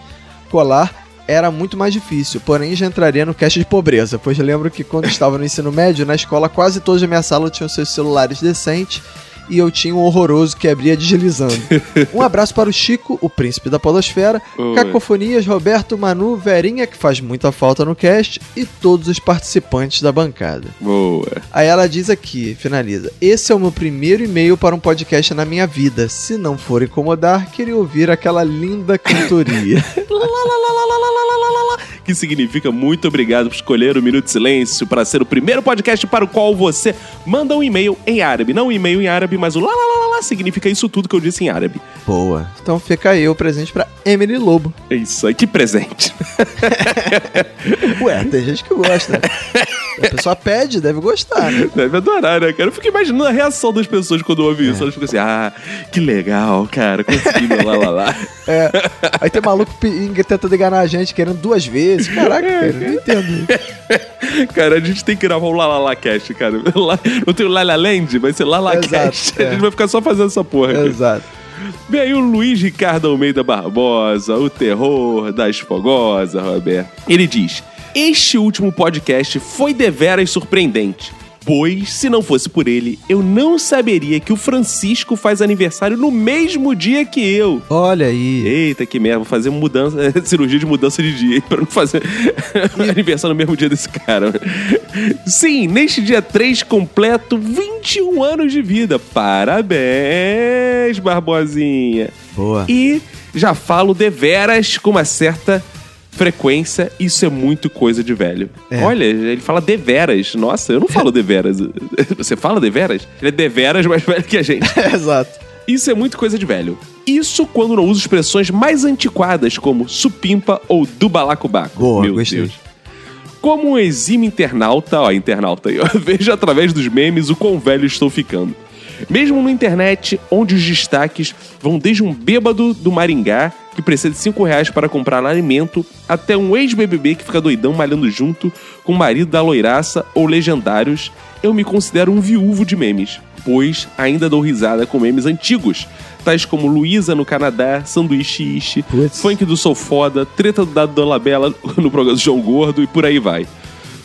Colar era muito mais difícil, porém já entraria no caixa de pobreza, pois lembro que quando estava no ensino médio, na escola quase todos da minha sala tinham seus celulares decentes e eu tinha um horroroso que abria deslizando. Um abraço para o Chico, o príncipe da podosfera,
Oi.
Cacofonias, Roberto, Manu, Verinha, que faz muita falta no cast, e todos os participantes da bancada.
Boa.
Aí ela diz aqui, finaliza: Esse é o meu primeiro e-mail para um podcast na minha vida. Se não for incomodar, queria ouvir aquela linda cantoria.
que significa muito obrigado por escolher o Minuto de Silêncio para ser o primeiro podcast para o qual você manda um e-mail em árabe. Não um e-mail em árabe, mas o lá, lá, lá, lá, lá significa isso tudo que eu disse em árabe.
Boa. Então fica aí o presente pra Emily Lobo.
É isso aí, que presente.
Ué, tem gente que gosta. A pessoa pede, deve gostar. né?
Deve adorar, né, cara? Eu fico imaginando a reação das pessoas quando ouvem isso. Elas ficam assim, ah, que legal, cara, consegui meu lá, lá, lá.
É. Aí tem maluco pe- tentando enganar a gente, querendo duas vezes. Caraca, É, cara, eu não entendo.
Cara, a gente tem que gravar um lá, lá, lá cast, cara. Lá- não tem o lá, lá land, vai ser lá, lá
Exato,
cast.
é.
A gente vai ficar só fazendo essa porra. cara.
Exato.
Vem aí o Luiz Ricardo Almeida Barbosa, o terror das fogosas, Roberto. Ele diz: Este último podcast foi deveras surpreendente. Pois, se não fosse por ele, eu não saberia que o Francisco faz aniversário no mesmo dia que eu.
Olha aí.
Eita, que merda, vou fazer mudança, cirurgia de mudança de dia, hein, pra não fazer aniversário no mesmo dia desse cara. Sim, neste dia 3 completo 21 anos de vida. Parabéns, Barbosinha.
Boa.
E já falo deveras com uma certa frequência, isso é muito coisa de velho. Olha, ele fala deveras. Nossa, eu não falo deveras. Você fala deveras? Ele é deveras mais velho que a gente.
Exato.
Isso é muito coisa de velho. Isso quando não uso expressões mais antiquadas como supimpa ou dubalacubaco.
Boa, gostei.
Deus. Como um exime internauta, ó, internauta aí, ó, vejo através dos memes o quão velho estou ficando. Mesmo na internet, onde os destaques vão desde um bêbado do Maringá, que precisa de 5 reais para comprar alimento, até um ex-BBB que fica doidão malhando junto com o marido da loiraça ou legendários, eu me considero um viúvo de memes, pois ainda dou risada com memes antigos, tais como Luísa no Canadá, Sanduíche Ishi, Funk do Sou Foda, Treta do Dado Dolabella no programa do João Gordo e por aí vai.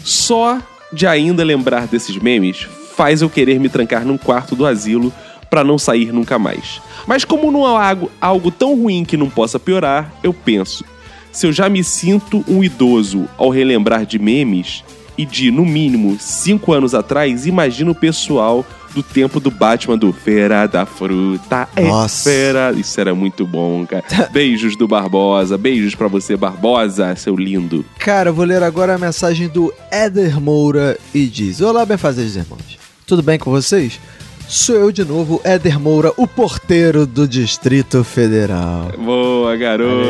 Só de ainda lembrar desses memes faz eu querer me trancar num quarto do asilo pra não sair nunca mais. Mas como não há algo, algo tão ruim que não possa piorar, eu penso. Se eu já me sinto um idoso ao relembrar de memes e de, no mínimo, cinco anos atrás, imagino o pessoal do tempo do Batman do Feira da Fruta. É
Nossa.
Feira. Isso era muito bom, cara. Beijos do Barbosa. Beijos pra você, Barbosa, seu lindo.
Cara, eu vou ler agora a mensagem do Éder Moura e diz: Olá, benfazejos irmãos. Tudo bem com vocês? Sou eu de novo, Éder Moura, o porteiro do Distrito Federal.
Boa,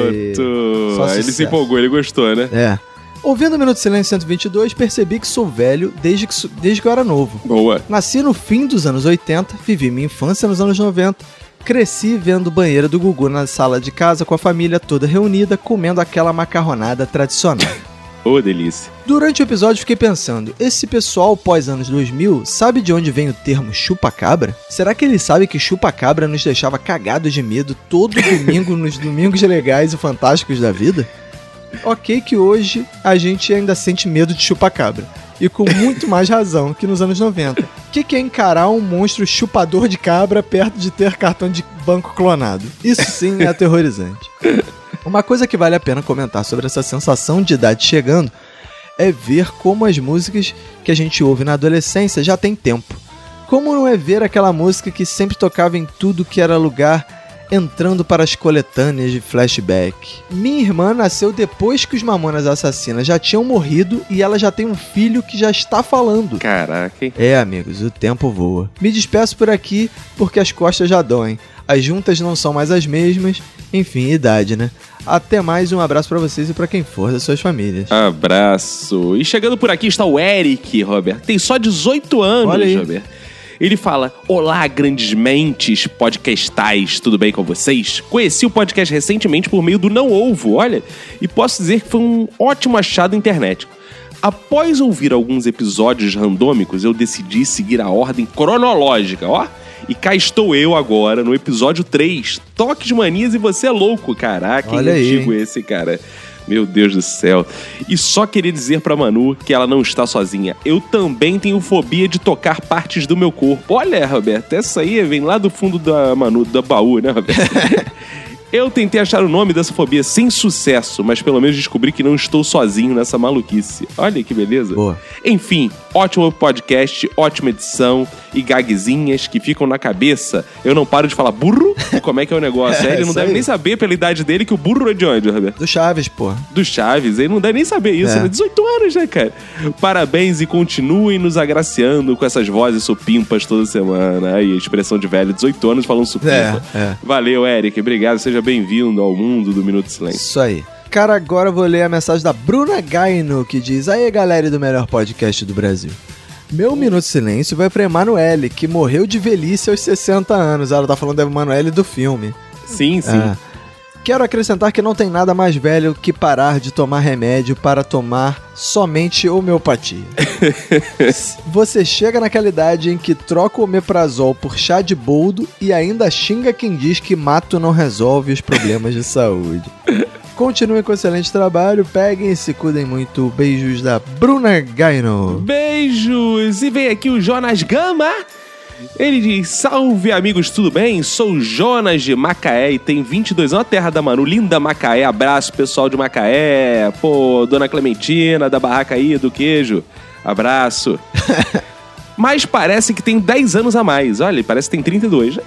garoto.
Só
ele
sucesso.
se empolgou, ele gostou, né?
É. Ouvindo o Minuto de Silêncio 122, percebi que sou velho desde que, su- desde que eu era novo.
Boa.
Nasci no fim dos anos 80, vivi minha infância nos anos 90, cresci vendo o banheiro do Gugu na sala de casa com a família toda reunida, comendo aquela macarronada tradicional.
Ô, delícia.
Durante o episódio fiquei pensando, esse pessoal pós anos 2000 sabe de onde vem o termo chupa-cabra? Será que eles sabem que chupa-cabra nos deixava cagados de medo todo domingo nos domingos legais e fantásticos da vida? Ok que hoje a gente ainda sente medo de chupa-cabra. E com muito mais razão que nos anos 90. O que, que é encarar um monstro chupador de cabra perto de ter cartão de banco clonado? Isso sim é aterrorizante. Uma coisa que vale a pena comentar sobre essa sensação de idade chegando é ver como as músicas que a gente ouve na adolescência já tem tempo. Como não é ver aquela música que sempre tocava em tudo que era lugar, entrando para as coletâneas de flashback. Minha irmã nasceu depois que os Mamonas Assassinas já tinham morrido e ela já tem um filho que já está falando.
Caraca, hein?
É, amigos, o tempo voa. Me despeço por aqui porque as costas já doem. As juntas não são mais as mesmas. Enfim, idade, né? Até mais, um abraço pra vocês e pra quem for das suas famílias.
Abraço. E chegando por aqui está o Eric, Robert. Tem só 18 anos,
Olha aí.
Robert. Ele fala: Olá, grandes mentes podcastais, tudo bem com vocês? Conheci o podcast recentemente por meio do Não Ovo, olha, e posso dizer que foi um ótimo achado internet. Após ouvir alguns episódios randômicos, eu decidi seguir a ordem cronológica, ó. E cá estou eu agora no episódio 3, Toques Manias e Você é Louco. Caraca, hein,
Olha aí,
antigo esse, cara. Meu Deus do céu. E só queria dizer pra Manu que ela não está sozinha. Eu também tenho fobia de tocar partes do meu corpo. Olha, Roberto, essa aí vem lá do fundo da Manu, da baú, né, Roberto? Eu tentei achar o nome dessa fobia sem sucesso, mas pelo menos descobri que não estou sozinho nessa maluquice. Olha que beleza.
Boa.
Enfim, ótimo podcast, ótima edição e gagzinhas que ficam na cabeça. Eu não paro de falar burro, como é que é o negócio.
É,
ele não
isso
deve
aí.
nem saber pela idade dele que o burro é de onde, Roberto?
Do Chaves, porra.
do Chaves. Ele não deve nem saber isso,
É.
né? 18 anos, né, cara? Parabéns e continuem nos agraciando com essas vozes supimpas toda semana. Aí, expressão de velho, 18 anos falando supimpa.
É, é.
Valeu, Eric. Obrigado. Seja bem-vindo ao mundo do Minuto de Silêncio.
Isso aí. Cara, agora eu vou ler a mensagem da Bruna Gaino, que diz: Aê, galera do melhor podcast do Brasil. Meu minuto de silêncio vai pra Emanuele, que morreu de velhice aos 60 anos. Ela tá falando da Emanuele do filme.
Sim, sim.
Ah. Quero acrescentar que não tem nada mais velho que parar de tomar remédio para tomar somente homeopatia. Você chega naquela idade em que troca o omeprazol por chá de boldo e ainda xinga quem diz que mato não resolve os problemas de saúde. Continuem com o excelente trabalho, peguem e se cuidem muito. Beijos da Bruna Gaino.
Beijos! E vem aqui o Jonas Gama. Ele diz: Salve amigos, tudo bem? Sou o Jonas de Macaé e tem 22 anos. A terra da Manu, linda Macaé. Abraço pessoal de Macaé. Pô, dona Clementina da barraca aí do queijo. Abraço. Mas parece que tem 10 anos a mais. Olha, ele parece que tem 32.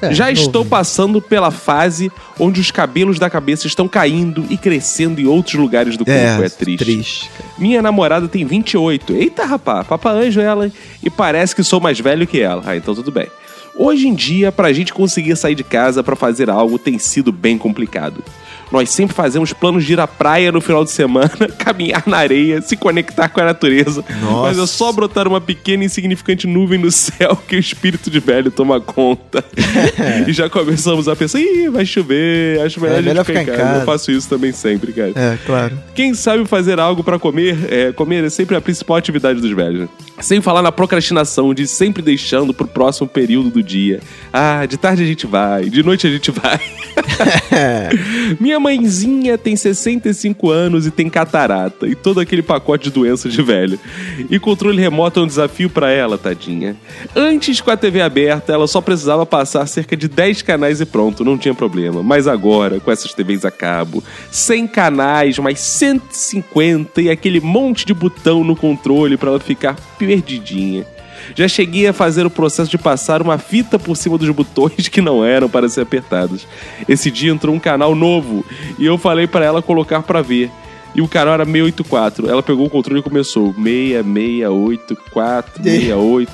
É,
Já
novo.
estou passando pela fase onde os cabelos da cabeça estão caindo e crescendo em outros lugares do corpo. É, triste.
triste cara.
Minha namorada tem 28. Eita, rapaz, Papa Anjo é ela, hein? e parece que sou mais velho que ela. Ah, então tudo bem. Hoje em dia, pra gente conseguir sair de casa pra fazer algo tem sido bem complicado. Nós sempre fazemos planos de ir à praia no final de semana, caminhar na areia, se conectar com a natureza. Mas é só brotar uma pequena e insignificante nuvem no céu que o espírito de velho toma conta. E já começamos a pensar, ih, vai chover, acho melhor,
É,
a gente
melhor
ficar, em
ficar em
casa.
casa.
Eu faço isso também sempre, cara.
É, claro.
Quem sabe fazer algo pra comer, é, comer é sempre a principal atividade dos velhos. né? Sem falar na procrastinação de sempre deixando pro próximo período do dia. Ah, de tarde a gente vai, de noite a gente vai. É Minha mãezinha tem 65 anos e tem catarata e todo aquele pacote de doenças de velho. E controle remoto é um desafio pra ela, tadinha. Antes com a TV aberta, ela só precisava passar cerca de 10 canais e pronto, não tinha problema. Mas agora, com essas TVs a cabo, 100 canais, mais 150 e aquele monte de botão no controle pra ela ficar perdidinha. Já cheguei a fazer o processo de passar uma fita por cima dos botões que não eram para ser apertados. Esse dia entrou um canal novo e eu falei para ela colocar para ver. E o canal era 684. Ela pegou o controle e começou 6684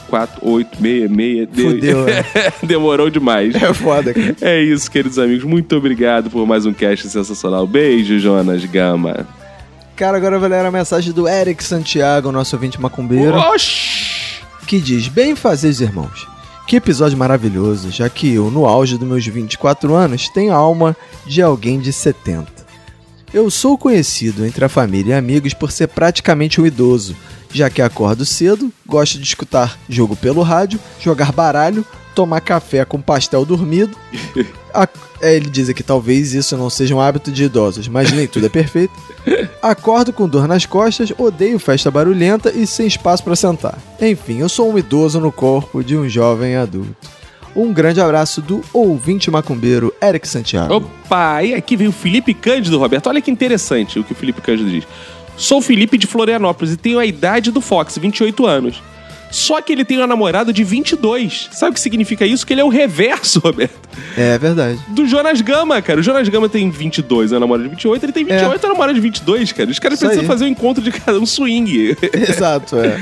684866.
Fudeu, né?
Demorou demais.
É foda, cara.
É isso, queridos amigos. Muito obrigado por mais um cast sensacional. Beijo, Jonas Gama.
Cara, agora vai ler a mensagem do Eric Santiago, nosso ouvinte macumbeiro.
Oxi!
que diz: Bem fazer os irmãos. Que episódio maravilhoso, já que eu, no auge dos meus 24 anos, tenho a alma de alguém de 70. Eu sou conhecido entre a família e amigos por ser praticamente um idoso, já que acordo cedo, gosto de escutar jogo pelo rádio, jogar baralho, tomar café com pastel dormido. A- é, ele diz aqui: talvez isso não seja um hábito de idosos, mas nem tudo é perfeito. Acordo com dor nas costas, odeio festa barulhenta e sem espaço para sentar. Enfim, eu sou um idoso no corpo de um jovem adulto. Um grande abraço do ouvinte macumbeiro Eric Santiago.
Opa, e aqui vem o Felipe Cândido, Roberto. Olha que interessante o que o Felipe Cândido diz. Sou o Felipe de Florianópolis e tenho a idade do Fox, 28 anos. Só que ele tem uma namorada de 22. Sabe o que significa isso? Que ele é o reverso, Roberto.
É verdade.
Do Jonas Gama, cara. O Jonas Gama tem 22, é uma namorada de 28. Ele tem 28, é uma namorada de 22, cara. Os caras
Isso
precisam
aí.
fazer um encontro de cada um swing.
Exato, é.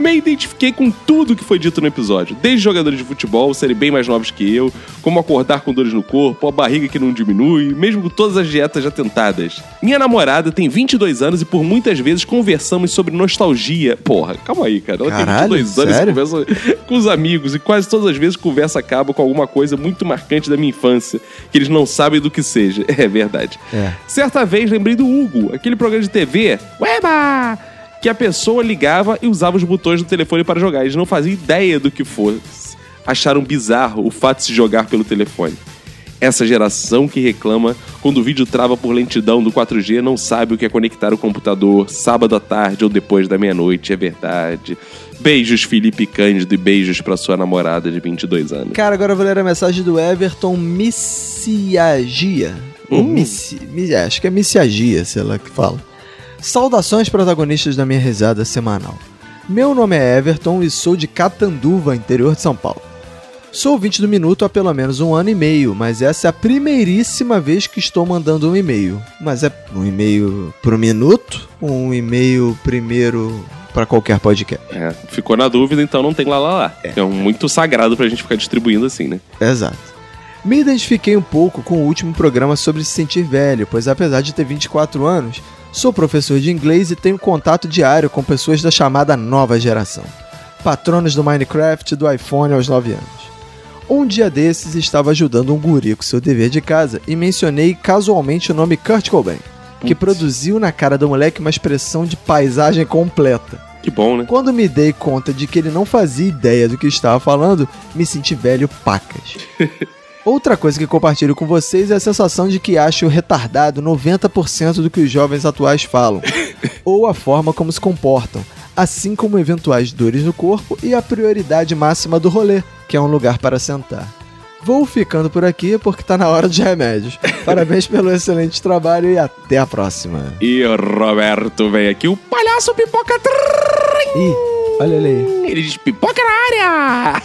Me identifiquei com tudo que foi dito no episódio. Desde jogadores de futebol serem bem mais novos que eu, como acordar com dores no corpo, a barriga que não diminui, mesmo com todas as dietas já tentadas. Minha namorada tem 22 anos e por muitas vezes conversamos sobre nostalgia. Porra, calma aí, cara. Ela
Caralho,
tem 22 anos e
sério?
conversa com os amigos e quase todas as vezes conversa acaba com alguma coisa muito marcante da minha infância, que eles não sabem do que seja. É verdade.
É.
Certa vez lembrei do Hugo, aquele programa de TV, Ueba! Que a pessoa ligava e usava os botões do telefone para jogar. Eles não faziam ideia do que fosse. Acharam bizarro o fato de se jogar pelo telefone. Essa geração que reclama quando o vídeo trava por lentidão do 4G não sabe o que é conectar o computador sábado à tarde ou depois da meia-noite, é verdade. Beijos, Felipe Cândido, e beijos pra sua namorada de 22 anos.
Cara, agora eu vou ler a mensagem do Everton Missiagia. Ou Missi, Mi- acho que é Missiagia, sei lá que fala. Saudações protagonistas da minha risada semanal. Meu nome é Everton e sou de Catanduva, interior de São Paulo. Sou ouvinte do Minuto há pelo menos um ano e meio, mas essa é a primeiríssima vez que estou mandando um e-mail. Mas é um e-mail pro Minuto, um e-mail primeiro para qualquer podcast.
É, ficou na dúvida, então não tem lá lá lá. É, um muito sagrado pra gente ficar distribuindo assim, né?
Exato. Me identifiquei um pouco com o último programa sobre se sentir velho, pois apesar de ter 24 anos, sou professor de inglês e tenho contato diário com pessoas da chamada nova geração. Patronos do Minecraft e do iPhone aos 9 anos. Um dia desses estava ajudando um guri com seu dever de casa e mencionei casualmente o nome Kurt Cobain, que produziu na cara do moleque uma expressão de paisagem completa.
Que bom, né?
Quando me dei conta de que ele não fazia ideia do que estava falando, me senti velho pacas. Outra coisa que compartilho com vocês é a sensação de que acho retardado 90% do que os jovens atuais falam, ou a forma como se comportam, assim como eventuais dores no corpo e a prioridade máxima do rolê, que é um lugar para sentar. Vou ficando por aqui porque tá na hora dos remédios. Parabéns pelo excelente trabalho e até a próxima.
E o Roberto vem aqui, o palhaço pipoca.
Ih, olha ele aí.
Ele diz pipoca na área!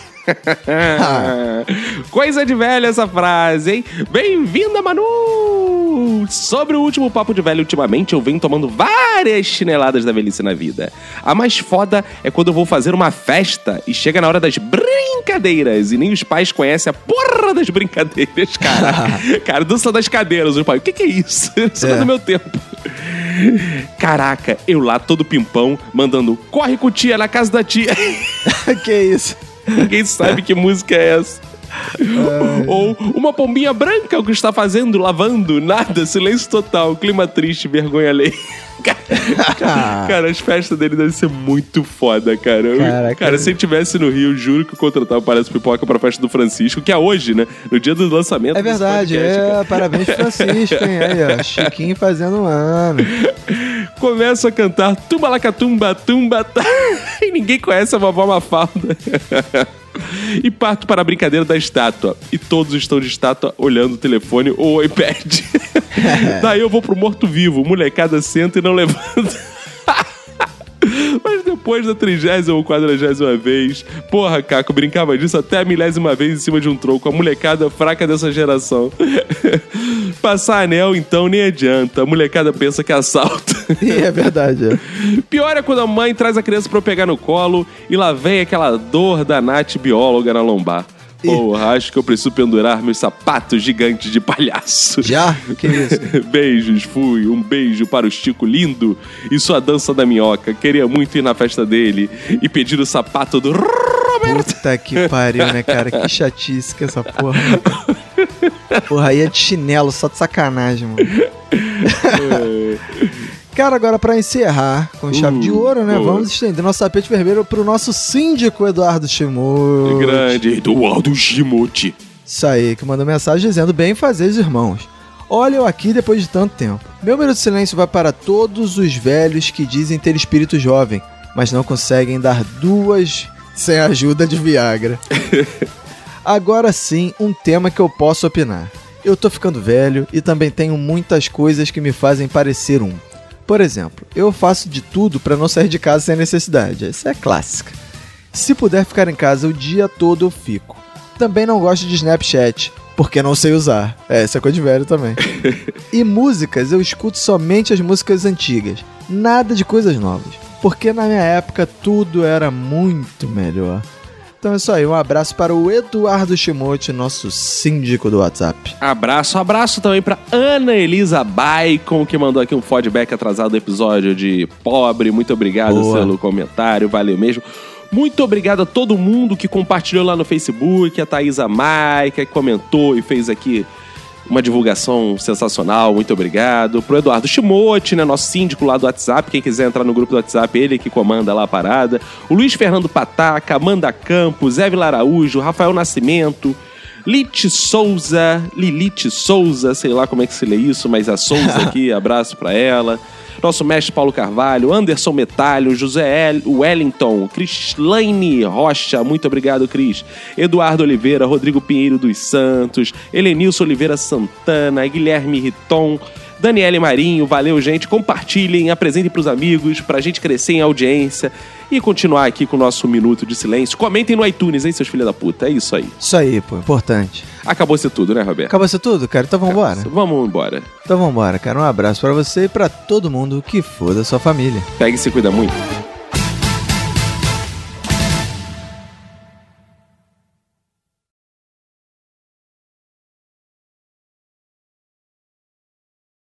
Coisa de velha essa frase, hein? Bem-vinda, Manu! Sobre o último papo de velho, ultimamente eu venho tomando várias chineladas da velhice na vida. A mais foda é quando eu vou fazer uma festa e chega na hora das brincadeiras e nem os pais conhecem a porra das brincadeiras, cara. cara, dança das cadeiras, os pais. O que, que é isso? Isso não é do meu tempo. Caraca, eu lá todo pimpão, mandando corre com tia na casa da tia.
que isso?
Ninguém sabe que música é essa.
É.
Ou uma pombinha branca, o que está fazendo? Lavando, nada, silêncio total, clima triste, vergonha lei.
Ah.
Cara, cara, as festas dele devem ser muito foda, cara. Eu-
Caraca.
Cara, se ele tivesse no Rio, juro que eu contratava o Palhaço Pipoca pra festa do Francisco, que é hoje, né? No dia do lançamento.
É
desse
verdade,
podcast, cara.
é, parabéns Francisco, hein? Aí, ó, Chiquinho fazendo um ano.
Começa a cantar Tumalacatumba, tumba, tá. E ninguém conhece a vovó Mafalda. E parto para a brincadeira da estátua. E todos estão de estátua olhando o telefone ou o iPad. Daí eu vou pro morto-vivo. Molecada senta e não levanta. Mas depois da trigésima ou quadragésima vez, porra, Caco, brincava disso até a milésima vez em cima de um tronco, a molecada fraca dessa geração. Passar anel, então, nem adianta. A molecada pensa que é assalto.
É verdade, é.
Pior é quando a mãe traz a criança pra eu pegar no colo e lá vem aquela dor da Nath bióloga na lombar. Porra, acho que eu preciso pendurar meus sapatos gigantes de palhaço.
Já? Que isso?
Beijos, fui. Um beijo para o Chico lindo e sua dança da minhoca. Queria muito ir na festa dele e pedir o sapato do
Puta que pariu, né, cara? Que chatice que essa porra. Porra, aí é de chinelo, só de sacanagem, mano. Cara, agora pra encerrar com chave de ouro, né?
boa.
Vamos estender nosso tapete vermelho pro nosso síndico Eduardo Shimura.
grande Eduardo Gimote.
Isso aí, que mandou mensagem dizendo bem fazer, irmãos. Olha eu aqui depois de tanto tempo. Meu minuto de silêncio vai para todos os velhos que dizem ter espírito jovem, mas não conseguem dar duas sem a ajuda de Viagra. Agora sim, um tema que eu posso opinar. Eu tô ficando velho e também tenho muitas coisas que me fazem parecer um. Por exemplo, eu faço de tudo pra não sair de casa sem necessidade. Essa é clássica. Se puder ficar em casa o dia todo, eu fico. Também não gosto de Snapchat, porque não sei usar. É, essa é coisa de velho também. e músicas, eu escuto somente as músicas antigas, nada de coisas novas. Porque na minha época tudo era muito melhor. Então é isso aí, um abraço para o Eduardo Shimote, nosso síndico do WhatsApp.
Abraço, abraço também pra Ana Elisa Baicon, que mandou aqui um feedback atrasado do episódio de Pobre. Muito obrigado
Boa.
pelo comentário, valeu mesmo. Muito obrigado a todo mundo que compartilhou lá no Facebook, a Thaisa Maica, que comentou e fez aqui uma divulgação sensacional, muito obrigado. Pro Eduardo Chimote, né, nosso síndico lá do WhatsApp, quem quiser entrar no grupo do WhatsApp, ele que comanda lá a parada. O Luiz Fernando Pataca, Amanda Campos, Eve Araújo, Rafael Nascimento, Lite Souza, Lilite Souza, sei lá como é que se lê isso, mas a Souza aqui, abraço pra ela. Nosso mestre Paulo Carvalho, Anderson Metalho, José El- Wellington, Crislaine Rocha, muito obrigado, Cris. Eduardo Oliveira, Rodrigo Pinheiro dos Santos, Helenilson Oliveira Santana, Guilherme Riton, Daniele Marinho, valeu, gente. Compartilhem, apresentem pros amigos, pra gente crescer em audiência e continuar aqui com o nosso minuto de silêncio. Comentem no iTunes, hein, seus filhos da puta. É isso aí.
Isso aí, pô, importante.
Acabou se tudo, né, Roberto?
Acabou isso tudo, cara? Então vambora.
Vamos embora.
Então vambora, cara. Um abraço para você e para todo mundo que for da sua família.
Pegue e se cuida muito.